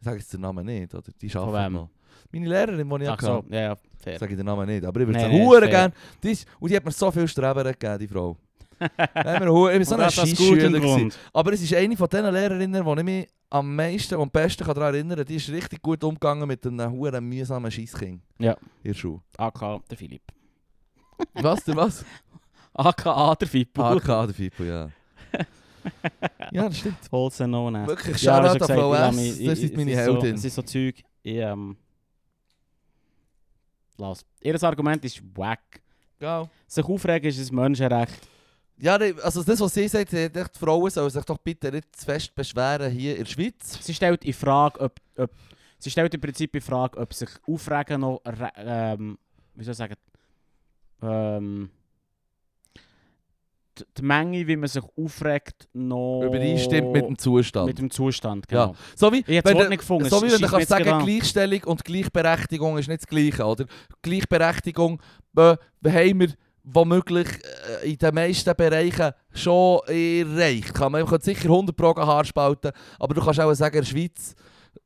[SPEAKER 1] Ich sage jetzt den Namen nicht, oder? Die
[SPEAKER 2] wem?
[SPEAKER 1] arbeitet noch. Meine Lehrerin, die ich
[SPEAKER 2] Ach
[SPEAKER 1] hatte.
[SPEAKER 2] so, ja, ja, fair.
[SPEAKER 1] Sag ich den Namen nicht, aber ich würde
[SPEAKER 2] Nein,
[SPEAKER 1] nee,
[SPEAKER 2] nein, ist
[SPEAKER 1] nee,
[SPEAKER 2] fair.
[SPEAKER 1] gerne. Die ist, und die hat mir so viel Streben gegeben, eh, die
[SPEAKER 2] (laughs)
[SPEAKER 1] Frau. Ja, mir hu- ich war so
[SPEAKER 2] Und
[SPEAKER 1] ein
[SPEAKER 2] das aus gutem
[SPEAKER 1] Scheissschüler. gewesen.
[SPEAKER 2] Grund.
[SPEAKER 1] Aber es ist eine von diesen Lehrerinnen, die ich mich am meisten und am besten daran erinnern kann. Die ist richtig gut umgegangen mit einem huren mühsamen Scheisskind.
[SPEAKER 2] Ja.
[SPEAKER 1] In der Schule.
[SPEAKER 2] AKA der Philipp.
[SPEAKER 1] Was, der
[SPEAKER 2] (laughs)
[SPEAKER 1] was?
[SPEAKER 2] AKA der Philipp.
[SPEAKER 1] Ah, klar, der Fippo,
[SPEAKER 2] (laughs)
[SPEAKER 1] ja. Ja, das stimmt.
[SPEAKER 2] Also known as.
[SPEAKER 1] Wirklich,
[SPEAKER 2] Ja,
[SPEAKER 1] Shoutout an
[SPEAKER 2] ich hab gesagt,
[SPEAKER 1] Frau
[SPEAKER 2] ich lass
[SPEAKER 1] S. Dus
[SPEAKER 2] mich- ich-
[SPEAKER 1] Das ist
[SPEAKER 2] ich-
[SPEAKER 1] meine
[SPEAKER 2] es So,
[SPEAKER 1] Heldin.
[SPEAKER 2] es ist so Zeug, ich, ähm... Lass. Ihr Argument ist wack.
[SPEAKER 1] Genau.
[SPEAKER 2] Sich aufregen ist ein Menschenrecht.
[SPEAKER 1] Ja, nee, also das, was sie sagt, sie hat echt, die Frauen sollen sich doch bitte nicht zu fest beschweren hier in der Schweiz.
[SPEAKER 2] Sie stellt in Frage, ob... ob sie stellt im Prinzip in Frage, ob sich aufregen noch... re- Ähm, wie soll ich sagen? Ähm... Die, die Menge, wie man sich aufregt, noch...
[SPEAKER 1] Übereinstimmt mit dem Zustand.
[SPEAKER 2] Oh. mit dem Zustand,
[SPEAKER 1] Ja.
[SPEAKER 2] genau.
[SPEAKER 1] So wie,
[SPEAKER 2] Ich hab's
[SPEAKER 1] wenn
[SPEAKER 2] Wort
[SPEAKER 1] du-
[SPEAKER 2] nicht gefunden,
[SPEAKER 1] So
[SPEAKER 2] es
[SPEAKER 1] wie wenn
[SPEAKER 2] scheisst
[SPEAKER 1] du
[SPEAKER 2] mir
[SPEAKER 1] kannst
[SPEAKER 2] jetzt
[SPEAKER 1] sagen,
[SPEAKER 2] gerade an.
[SPEAKER 1] Gleichstellung und Gleichberechtigung ist nicht das Gleiche, oder? Gleichberechtigung äh, haben wir womöglich äh, in den meisten Bereichen schon erreicht. Kann man, man kann sicher 100 Pro Haarspalten, aber du kannst auch sagen, in der Schweiz,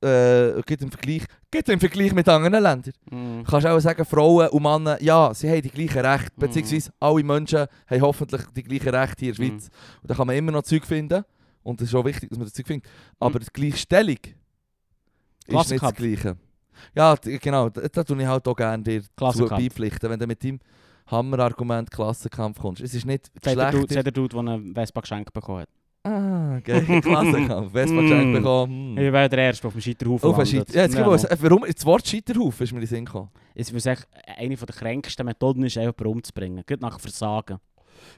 [SPEAKER 1] äh, gibt im Vergleich, gibt im Vergleich mit anderen Ländern.
[SPEAKER 2] Mhm.
[SPEAKER 1] Du kannst auch sagen, Frauen und Männer, ja, sie haben die gleichen Rechte,
[SPEAKER 2] Mhm.
[SPEAKER 1] beziehungsweise alle Menschen haben hoffentlich die gleichen Rechte hier in der Schweiz.
[SPEAKER 2] Mhm.
[SPEAKER 1] Und da kann man immer noch Zeug finden, und das ist auch wichtig, dass man das Zeug findet, aber die Gleichstellung ist nicht das
[SPEAKER 2] Mhm. Klassenkampf.
[SPEAKER 1] Gleiche. Ja, d- genau, da, da tue ich halt auch gerne dir zu
[SPEAKER 2] Klassenkampf.
[SPEAKER 1] beipflichten, wenn du mit deinem Hammerargument Klassenkampf kommst. Es ist nicht
[SPEAKER 2] Sagt der Dude,
[SPEAKER 1] schlecht.
[SPEAKER 2] sagt der Dude, der einen Vespa geschenkt bekommen hat.
[SPEAKER 1] Ah,
[SPEAKER 2] (laughs)
[SPEAKER 1] okay, Klassenkampf, Vespa geschenkt
[SPEAKER 2] Mm.
[SPEAKER 1] bekommen.
[SPEAKER 2] Ich wäre der Erste, der auf dem Scheiterhaufen
[SPEAKER 1] Mhm. Auf einen
[SPEAKER 2] landet.
[SPEAKER 1] Scheiter- ja, jetzt
[SPEAKER 2] Ja,
[SPEAKER 1] gib
[SPEAKER 2] Mann.
[SPEAKER 1] uns- äh, warum das Wort Scheiterhaufen ist mir in den Sinn gekommen.
[SPEAKER 2] Es ist echt eine der kränksten Methoden, ist einfach umzubringen. Gerade nach Versagen.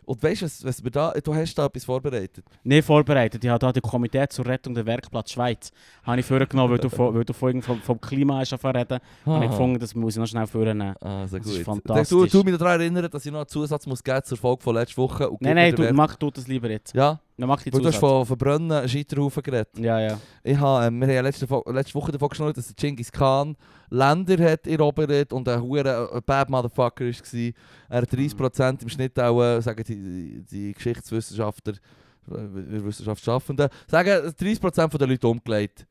[SPEAKER 1] Und weißt du, was, was wir da, du hast da etwas vorbereitet.
[SPEAKER 2] Nicht vorbereitet. Ich habe hier den Komitee zur Rettung der Werkplatz Schweiz habe ich vorgenommen, weil du, von, weil du vorhin vom, vom Klima hast angefangen zu reden. Habe ich gefunden, das muss ich noch schnell vornehmen.
[SPEAKER 1] Ah, sehr
[SPEAKER 2] Das ist
[SPEAKER 1] gut.
[SPEAKER 2] fantastisch.
[SPEAKER 1] Du, du mich daran erinnern, dass ich noch einen Zusatz muss geben zur Folge von letzter Woche. Und
[SPEAKER 2] Nein,
[SPEAKER 1] gib
[SPEAKER 2] nein,
[SPEAKER 1] mir den
[SPEAKER 2] du,
[SPEAKER 1] Wert.
[SPEAKER 2] mach du das lieber jetzt.
[SPEAKER 1] Ja,
[SPEAKER 2] Dann mach die
[SPEAKER 1] weil du hast
[SPEAKER 2] Zusatz.
[SPEAKER 1] von Verbrennen, Scheiterhaufen geredet.
[SPEAKER 2] Ja, ja.
[SPEAKER 1] Ich habe, ähm, wir haben ja letzte, Fo- letzte Woche davon geschnurrt, dass der Genghis Khan Länder hat erobert und ein hure Bad Motherfucker war. Er
[SPEAKER 2] Mhm.
[SPEAKER 1] hat 30% im Schnitt auch, äh, sagen die, die Geschichtswissenschaftler, äh, Wissenschaftsschaffenden, sagen äh, 30% der Leute umgelegt,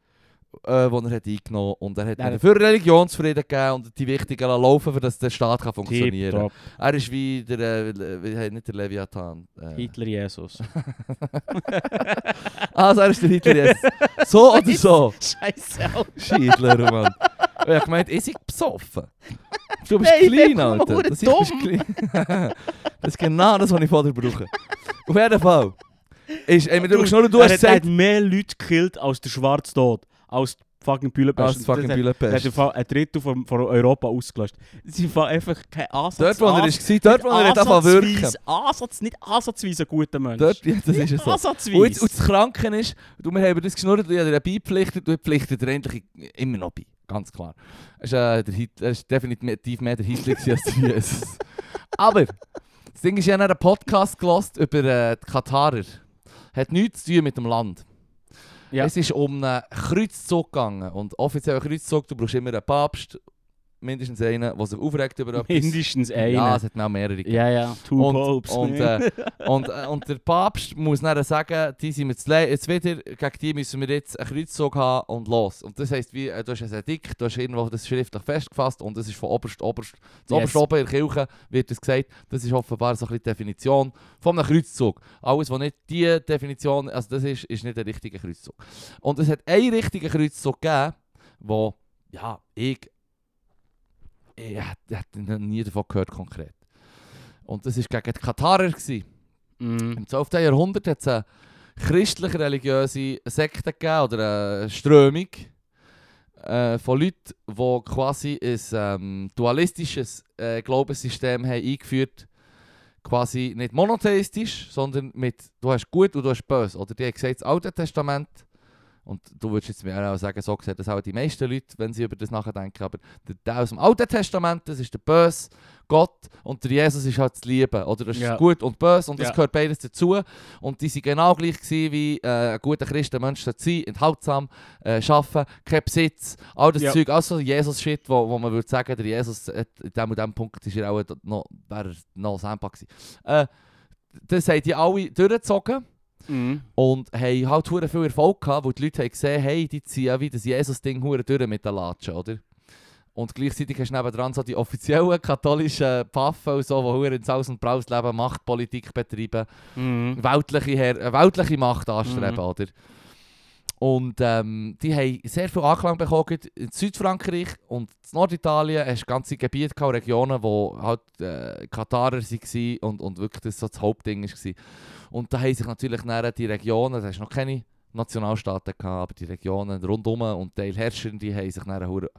[SPEAKER 1] äh, die er hat eingenommen hat. Und er hat
[SPEAKER 2] Ja,
[SPEAKER 1] ihnen
[SPEAKER 2] das-
[SPEAKER 1] für Religionsfrieden gegeben und die Wichtigen lassen laufen, für dass der Staat kann funktionieren kann.
[SPEAKER 2] Tipptopp.
[SPEAKER 1] Er ist wie der, äh, Le- wie- hey, nicht der Leviathan. Äh. (laughs)
[SPEAKER 2] Hitler Jesus.
[SPEAKER 1] Also er ist der Hitler
[SPEAKER 2] (laughs)
[SPEAKER 1] jetzt. So oder so.
[SPEAKER 2] Scheiße.
[SPEAKER 1] Schiedler, Mann. Und ich meinte, ich sei besoffen. Du bist
[SPEAKER 2] Nein, ich bin
[SPEAKER 1] klein,
[SPEAKER 2] einfach
[SPEAKER 1] Alter.
[SPEAKER 2] nur
[SPEAKER 1] Das, ich, bist (laughs) klein. das ist genau das, was ich von dir brauche. Auf jeden Fall. Ist, ey, du, du, du
[SPEAKER 2] er
[SPEAKER 1] hast
[SPEAKER 2] hat- er hat
[SPEAKER 1] gesagt,
[SPEAKER 2] mehr Leute gekillt als der Schwarze Tod. Als die fucking
[SPEAKER 1] als
[SPEAKER 2] Bühlenpest.
[SPEAKER 1] das Oh, fucking
[SPEAKER 2] Er hat
[SPEAKER 1] Bühlenpest.
[SPEAKER 2] im Fall ein Drittel von, von Europa ausgelöscht. Sie haben einfach kein Ansatz.
[SPEAKER 1] Dort, wo er war, dort, wo er hat angefangen zu wirken.
[SPEAKER 2] Ansatzweise- Ansatz, nicht ansatzweise ein guter Mensch.
[SPEAKER 1] Dort, ja, das ist es so. Und, jetzt,
[SPEAKER 2] Ansatzweise.
[SPEAKER 1] und das Kranke ist, du, wir haben über das geschnurrt, du hast dir beipflichtet, du pflichtet dir endlich immer noch bei. Ganz klar. Er ist, äh, der Hit, er ist definitiv mehr der Hitler gewesen (laughs) als der Jesus. Aber, das Ding ist, ich habe einen Podcast gelost über äh, die Katarer. Hat nichts zu tun mit dem Land.
[SPEAKER 2] Ja.
[SPEAKER 1] Es ist um einen Kreuzzug gegangen. Und offiziell ein Kreuzzug, du brauchst immer einen Papst, mindestens einen, der sich aufregt
[SPEAKER 2] (laughs)
[SPEAKER 1] über etwas.
[SPEAKER 2] Mindestens einer.
[SPEAKER 1] Ja, nou es hat auch mehrere gegeben.
[SPEAKER 2] ja, ja. Two
[SPEAKER 1] Und-
[SPEAKER 2] Popes.
[SPEAKER 1] Und,
[SPEAKER 2] (laughs)
[SPEAKER 1] äh, und, äh, und der Papst muss dann sagen, die sind wir zu le- jetzt wieder, gegen die müssen wir jetzt einen Kreuzzug haben und los. Und das heisst, wie, äh, du hast ein Edikt, du hast irgendwo das schriftlich festgefasst und das ist von oberst, oberst, zu
[SPEAKER 2] Yes.
[SPEAKER 1] oberst oben in der Kirche wird das gesagt. Das ist offenbar so ein bisschen die Definition von einem Kreuzzug. Alles, was nicht die Definition, also das ist, ist nicht der richtige Kreuzzug. Und es hat einen richtigen Kreuzzug gegeben, wo, ja, ich ich hätte hätte noch nie davon gehört konkret. Und das war gegen die Katarer. Gewesen.
[SPEAKER 2] Mhm.
[SPEAKER 1] Im 12. Jahrhundert hat es eine christlich-religiöse Sekte gegeben, oder eine Strömung äh, von Leuten, die quasi ein ähm, dualistisches äh, Glaubenssystem haben eingeführt quasi nicht monotheistisch, sondern mit du hast gut und du hast böse. Oder die haben gesagt, das Alte Testament. Und du würdest jetzt mir auch sagen, so sehen das auch die meisten Leute, wenn sie über das nachdenken. Aber der, der aus dem Alten Testament, das ist der böse Gott und der Jesus ist halt das Liebe. Oder das ist
[SPEAKER 2] Ja.
[SPEAKER 1] gut und böse und das
[SPEAKER 2] Ja.
[SPEAKER 1] gehört beides dazu. Und die sind genau gleich gewesen, wie äh, ein guter Christenmensch sollte sein, enthaltsam, äh, arbeiten, kein Besitz, all das
[SPEAKER 2] Ja.
[SPEAKER 1] Zeug, also Jesus-Shit, wo, wo man würde sagen, der Jesus hat in dem und dem Punkt ist er auch noch, wäre er noch selber gewesen. Äh, das haben die alle durchgezogen mm.
[SPEAKER 2] Mhm.
[SPEAKER 1] und haben halt hure viel Erfolg gehabt, weil die Leute haben gesehen, hey, die ziehen wie das Jesus-Ding hure durch mit der Latsche, oder? Und gleichzeitig hast du nebenan so die offiziellen katholischen Pfaffen und so, die hure in Saus und Braus leben, Machtpolitik betreiben
[SPEAKER 2] Mhm.
[SPEAKER 1] weltliche, Her äh, weltliche Macht anstreben,
[SPEAKER 2] Mhm.
[SPEAKER 1] oder? Und ähm, die haben sehr viel Anklang bekommen, gerade in Südfrankreich und in Norditalien hast du ganze Gebiete gehabt, Regionen, wo halt äh, Katarer waren und, und wirklich das so das Hauptding war. Und da haben sich natürlich dann die Regionen, da hast du noch keine Nationalstaaten gehabt, aber die Regionen rundum und Teilherrschende haben sich dann hure-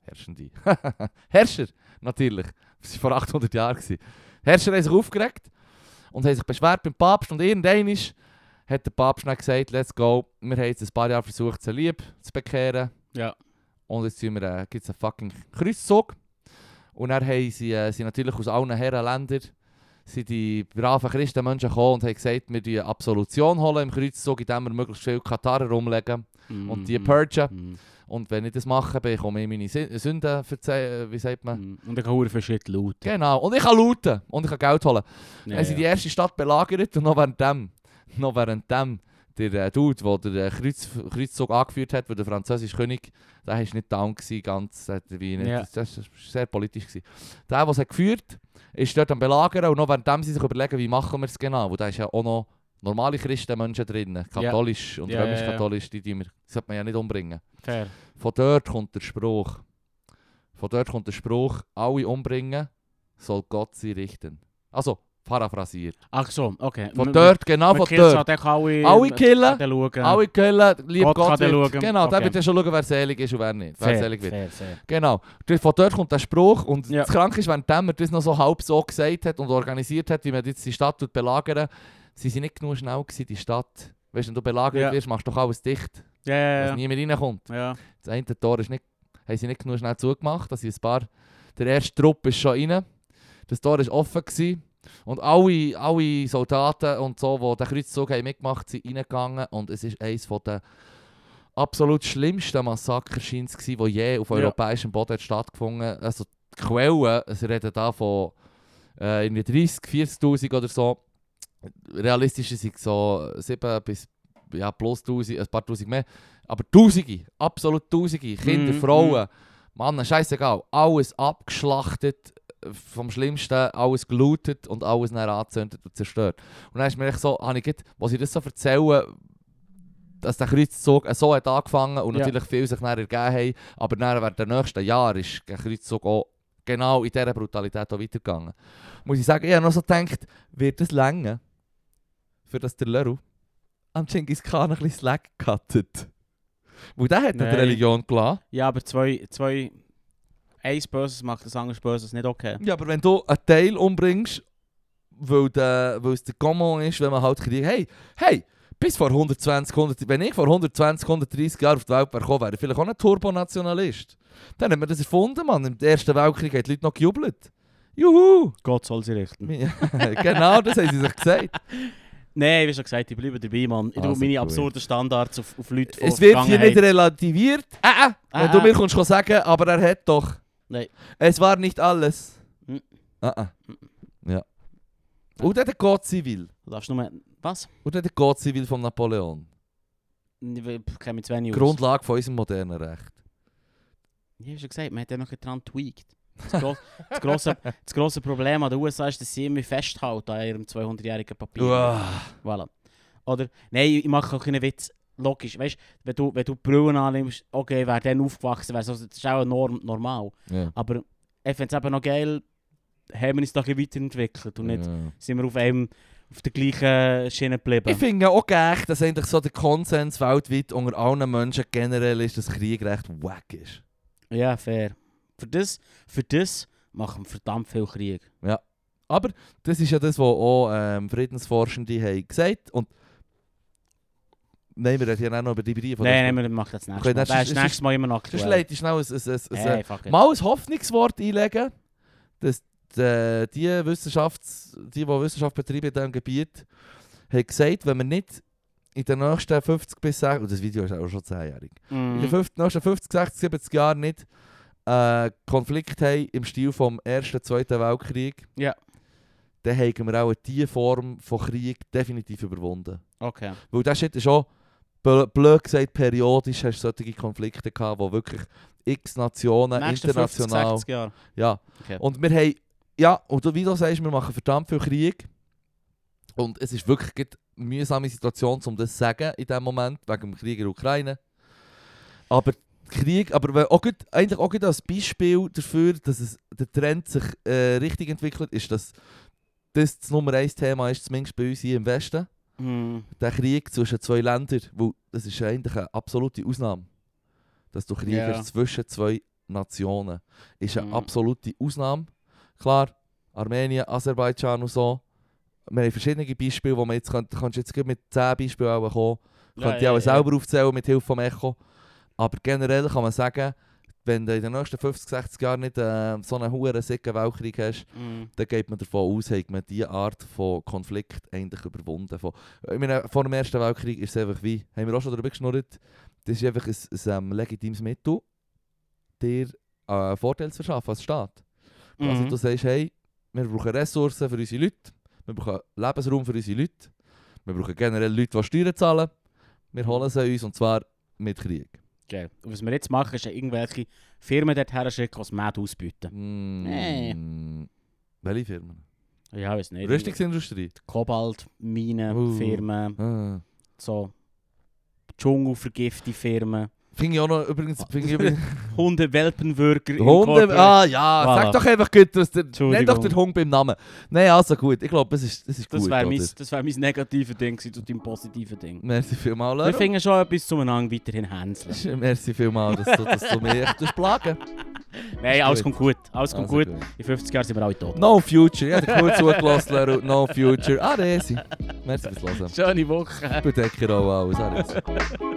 [SPEAKER 1] Herrschende. (laughs) Herrscher, natürlich. Das war vor 800 Jahren. gewesen. Herrscher haben sich aufgeregt und haben sich beschwert beim Papst. Und irgendwann ist- hat der Papst dann gesagt, let's go, wir haben jetzt ein paar Jahre versucht, sie lieb zu bekehren.
[SPEAKER 2] Ja.
[SPEAKER 1] Und jetzt gibt wir, äh, gibt's einen fucking Kreuzzug. Und dann haben sie, äh, sind natürlich aus allen Herrenländern sind die braven Christenmenschen gekommen und haben gesagt, wir holen Absolution holen im Kreuzzug, indem wir möglichst viel Katarer rumlegen Mm. und die
[SPEAKER 2] Mhm.
[SPEAKER 1] purgen.
[SPEAKER 2] Mhm.
[SPEAKER 1] Und wenn ich das mache, bekomme ich meine Sü- Sünden, verze- äh, wie sagt man?
[SPEAKER 2] Mhm. Und ich kann hure viel Shit laut.
[SPEAKER 1] Genau. Und ich kann looten und ich kann Geld holen.
[SPEAKER 2] Ja,
[SPEAKER 1] Haben sie die
[SPEAKER 2] ja.
[SPEAKER 1] erste Stadt belagert und noch während dem, noch während dem der äh, Dude, der den äh, Kreuz, Kreuzzug angeführt hat, wo der französische König, der war nicht down, gewesen, ganz, äh, wie nicht,
[SPEAKER 2] Ja.
[SPEAKER 1] das, das war sehr politisch. Gewesen. Der, der es hat geführt ist dort am Belagern und noch während dem sie sich überlegen, wie machen wir es genau, weil da ist ja auch noch normale Christenmenschen drin, katholisch und
[SPEAKER 2] Ja, ja, ja.
[SPEAKER 1] römisch-katholisch, die, die, wir, die sollte man ja nicht umbringen.
[SPEAKER 2] Fair.
[SPEAKER 1] Von dort kommt der Spruch. Von dort kommt der Spruch, alle umbringen, soll Gott sie richten. Also, paraphrasiert.
[SPEAKER 2] Ach so, okay.
[SPEAKER 1] Von
[SPEAKER 2] Man-
[SPEAKER 1] dort, genau
[SPEAKER 2] man-
[SPEAKER 1] von
[SPEAKER 2] man killt
[SPEAKER 1] dort.
[SPEAKER 2] halt echt alle...
[SPEAKER 1] Alle killen,
[SPEAKER 2] Dann schauen.
[SPEAKER 1] alle killen, lieb
[SPEAKER 2] Gott
[SPEAKER 1] Gott,
[SPEAKER 2] kann dann
[SPEAKER 1] wird.
[SPEAKER 2] schauen.
[SPEAKER 1] Genau, der
[SPEAKER 2] Okay.
[SPEAKER 1] wird ja schon schauen, wer selig ist und wer nicht. Wer
[SPEAKER 2] Fair,
[SPEAKER 1] selig wird.
[SPEAKER 2] fair, fair.
[SPEAKER 1] Genau. Dort- Von dort kommt der Spruch und
[SPEAKER 2] Ja.
[SPEAKER 1] das Kranke ist, wenn er das noch so halb so gesagt hat und organisiert hat, wie man jetzt die Stadt tut belagern, sie sind nicht genug schnell gewesen, die Stadt. Weißt du, wenn du belagert
[SPEAKER 2] Ja.
[SPEAKER 1] wirst, machst du doch alles dicht,
[SPEAKER 2] Ja,
[SPEAKER 1] dass
[SPEAKER 2] ja, ja.
[SPEAKER 1] niemand reinkommt.
[SPEAKER 2] Ja,
[SPEAKER 1] Das eine Tor ist nicht, haben sie nicht genug schnell zugemacht, dass sie ein paar... Der erste Trupp ist schon rein. Das Tor war offen. Gewesen. Und alle, alle Soldaten und so, die den Kreuzzug haben mitgemacht haben, sind reingegangen. Und es ist eines der absolut schlimmsten Massaker, scheint's gewesen, die je auf
[SPEAKER 2] Ja.
[SPEAKER 1] europäischem Boden hat stattgefunden hat. Also die Quellen, sie reden da von äh, irgendwie 30, 40'000 oder so. Realistische sind so 7 bis ja, plus 1000, ein paar tausend mehr. Aber Tausende, absolut Tausende, Kinder,
[SPEAKER 2] Mhm,
[SPEAKER 1] Frauen, Mann, scheißegal, alles abgeschlachtet, äh, vom Schlimmsten, alles gelootet und alles dann angezündet und zerstört. Und dann ist mir echt so, habe ich grad, wo sie das so erzählen, dass der Kreuzzug äh, so hat angefangen und
[SPEAKER 2] Ja.
[SPEAKER 1] natürlich viel sich dann ergeben haben, aber dann während der nächsten Jahre ist der Kreuzzug auch genau in dieser Brutalität auch weitergegangen. Muss ich sagen, ich habe noch so gedacht, wird es länger, für das der Leru am Genghis Khan ein bisschen Slack gecuttet. Weil der hat nicht
[SPEAKER 2] Nein.
[SPEAKER 1] die Religion gelassen.
[SPEAKER 2] ja aber zwei... zwei Eins Böses macht das andere Böses nicht okay.
[SPEAKER 1] Ja, aber wenn du einen Teil umbringst, weil, der, weil es der Common ist, wenn man halt kriegt, hey, hey, bis vor 120, 100, wenn ich vor 120, 130 Jahren auf die Welt wäre gekommen, wäre ich vielleicht auch ein Turbonationalist. Dann haben wir das erfunden, Mann. Im Ersten Weltkrieg haben die Leute noch gejubelt. (laughs) Juhu!
[SPEAKER 2] Gott soll sie richten.
[SPEAKER 1] genau, das haben sie sich gesagt.
[SPEAKER 2] Nein, wie schon gesagt, ich bleibe dabei, Mann. Ich tue
[SPEAKER 1] Also
[SPEAKER 2] meine
[SPEAKER 1] gut.
[SPEAKER 2] absurden Standards auf, auf Leute von
[SPEAKER 1] Ah, Es wird hier
[SPEAKER 2] Vergangenheit.
[SPEAKER 1] nicht relativiert. Äh, äh,
[SPEAKER 2] Äh,
[SPEAKER 1] wenn du
[SPEAKER 2] äh.
[SPEAKER 1] mir kommst, kannst du sagen, aber er hat doch.
[SPEAKER 2] Nein.
[SPEAKER 1] Es war nicht alles.
[SPEAKER 2] Mhm.
[SPEAKER 1] Äh, äh. Ja. Und dann der Gott Zivil.
[SPEAKER 2] Du darfst nur... Was?
[SPEAKER 1] Und dann der Gott Zivil von Napoleon.
[SPEAKER 2] Ich will- ich kenne mich zu wenig aus.
[SPEAKER 1] Grundlage von unserem modernen Recht.
[SPEAKER 2] Ich habe schon gesagt, man hat einfach dran tweaked. Das, gro
[SPEAKER 1] (laughs)
[SPEAKER 2] das, grosse, das grosse Problem an den USA ist, dass sie immer festhalten an ihrem 200-jährigen Papier.
[SPEAKER 1] Uah.
[SPEAKER 2] Voilà. Oder, nein, ich mache auch keinen Witz. Logisch, weißt wenn du, wenn du die Brillen annimmst, okay, wer dann aufgewachsen wäre, so, das ist auch norm, normal.
[SPEAKER 1] Ja.
[SPEAKER 2] Aber ich finde es eben noch geil, haben wir uns da ein bisschen weiterentwickelt und nicht
[SPEAKER 1] Ja.
[SPEAKER 2] sind wir auf einem, auf der gleichen Schiene geblieben.
[SPEAKER 1] Ich finde auch gleich, dass eigentlich so der Konsens weltweit unter allen Menschen generell ist, dass Krieg recht wack ist.
[SPEAKER 2] Ja, fair. Für das, für das machen wir verdammt viel Krieg.
[SPEAKER 1] Aber das ist ja das, was auch ähm, Friedensforschende haben gesagt Und nein, wir reden ja auch noch über die Briefe.
[SPEAKER 2] Nein, nein, wir machen das nächstes
[SPEAKER 1] Okay,
[SPEAKER 2] Mal.
[SPEAKER 1] das
[SPEAKER 2] Das
[SPEAKER 1] ist-
[SPEAKER 2] ist
[SPEAKER 1] das
[SPEAKER 2] nächstes Mal immer noch
[SPEAKER 1] Sonst
[SPEAKER 2] aktuell.
[SPEAKER 1] legt ich schnell ein, ein, ein, ein,
[SPEAKER 2] Hey, fuck it.
[SPEAKER 1] mal ein Hoffnungswort einlegen, dass äh, die, die, Wissenschafts-, die, die Wissenschaft betreiben in diesem Gebiet, haben gesagt, wenn wir nicht in den nächsten 50 bis 60, und das Video ist auch schon 10-jährig, in den
[SPEAKER 2] Mhm.
[SPEAKER 1] 50, nächsten 50, 60, 70 Jahren nicht äh, Konflikt haben im Stil vom Ersten, Zweiten Weltkrieg,
[SPEAKER 2] Ja.
[SPEAKER 1] dann haben wir auch diese Form von Krieg definitiv überwunden.
[SPEAKER 2] Okay.
[SPEAKER 1] Weil das Shit ist schon, bl- blöd gesagt, periodisch hast du solche Konflikte gehabt, wo wirklich x Nationen
[SPEAKER 2] Nächste
[SPEAKER 1] international.
[SPEAKER 2] 50, 60 Jahre.
[SPEAKER 1] ja.
[SPEAKER 2] Okay.
[SPEAKER 1] Und wir haben, ja, und du- wie du sagst, wir machen verdammt viel Krieg. Und es ist wirklich gerade eine mühsame Situation, um das zu sagen in dem Moment, wegen dem Krieg in der Ukraine. Aber Krieg, aber wenn- auch gut, eigentlich auch gut als Beispiel dafür, dass es, der Trend sich äh, richtig entwickelt, ist, dass das das Nummer 1 Thema ist, zumindest bei uns hier im Westen
[SPEAKER 2] Mhm.
[SPEAKER 1] der Krieg zwischen zwei Ländern, wo das ist eigentlich eine absolute Ausnahme. Dass du Krieg
[SPEAKER 2] Ja.
[SPEAKER 1] hast zwischen zwei Nationen. Ist eine
[SPEAKER 2] Mhm.
[SPEAKER 1] absolute Ausnahme. Klar, Armenien, Aserbaidschan und so. Wir haben verschiedene Beispiele, wo man jetzt könnte, kannst jetzt gerade mit 10 Beispielen auch kommen.
[SPEAKER 2] Ja,
[SPEAKER 1] Könnt ihr
[SPEAKER 2] ja,
[SPEAKER 1] auch
[SPEAKER 2] ja.
[SPEAKER 1] selber aufzählen mit Hilfe vom Echo. Aber generell kann man sagen, wenn du in den nächsten 50, 60 Jahren nicht äh, so einen hohen sicken Weltkrieg hast,
[SPEAKER 2] Mhm.
[SPEAKER 1] dann geht man davon aus, hat man diese Art von Konflikt eigentlich überwunden. Von, ich meine, vor dem Ersten Weltkrieg ist es einfach wie, haben wir auch schon darüber geschnurrt, das ist einfach ein, ein, ähm, legitimes Mittel, dir äh, Vorteil zu verschaffen als Staat. Also
[SPEAKER 2] Mhm.
[SPEAKER 1] du sagst, hey, wir brauchen Ressourcen für unsere Leute, wir brauchen Lebensraum für unsere Leute, wir brauchen generell Leute, die Steuern zahlen, wir holen sie uns und zwar mit Krieg.
[SPEAKER 2] Geil. Und was wir jetzt machen, ist ja irgendwelche Firmen dort herschicken, die das Mad ausbieten.
[SPEAKER 1] Mm,
[SPEAKER 2] Nee.
[SPEAKER 1] Welche Firmen?
[SPEAKER 2] Ja, weiß nicht.
[SPEAKER 1] Rüstungsindustrie?
[SPEAKER 2] Kobalt, Minen,
[SPEAKER 1] Uh.
[SPEAKER 2] Firmen,
[SPEAKER 1] Ah.
[SPEAKER 2] so
[SPEAKER 1] (laughs)
[SPEAKER 2] Dschungelvergifte Firmen,
[SPEAKER 1] Finde ich auch noch übrigens... Finde ich übrigens
[SPEAKER 2] Hunde, Welpenwürger,
[SPEAKER 1] Hunde,
[SPEAKER 2] Incorporated.
[SPEAKER 1] ah ja,
[SPEAKER 2] Voilà.
[SPEAKER 1] sag doch einfach gut, dass der, nenn
[SPEAKER 2] Entschuldigung.
[SPEAKER 1] doch den Hund beim Namen. Nein, also gut, ich glaube, das ist, das ist
[SPEAKER 2] Das
[SPEAKER 1] gut.
[SPEAKER 2] wäre
[SPEAKER 1] oder?
[SPEAKER 2] mein, das wär mein negatives Ding gewesen zu deinem positiven Ding.
[SPEAKER 1] Merci vielmals,
[SPEAKER 2] Wir
[SPEAKER 1] Lero.
[SPEAKER 2] finden schon etwas zueinander weiterhin
[SPEAKER 1] (laughs)
[SPEAKER 2] hänseln.
[SPEAKER 1] Merci dus vielmals, dass du, dass du mich echt tust plagen
[SPEAKER 2] Nein,
[SPEAKER 1] ist
[SPEAKER 2] alles
[SPEAKER 1] gut.
[SPEAKER 2] kommt gut. Alles kommt
[SPEAKER 1] Also
[SPEAKER 2] gut. In 50 Jahren sind wir alle tot.
[SPEAKER 1] No Future, ich habe dir gut zugelassen, Lero. Ah, No Future. Adesi. Merci fürs Hören.
[SPEAKER 2] (laughs) Schöne Woche.
[SPEAKER 1] Ich bedecke auch alles. Adesi.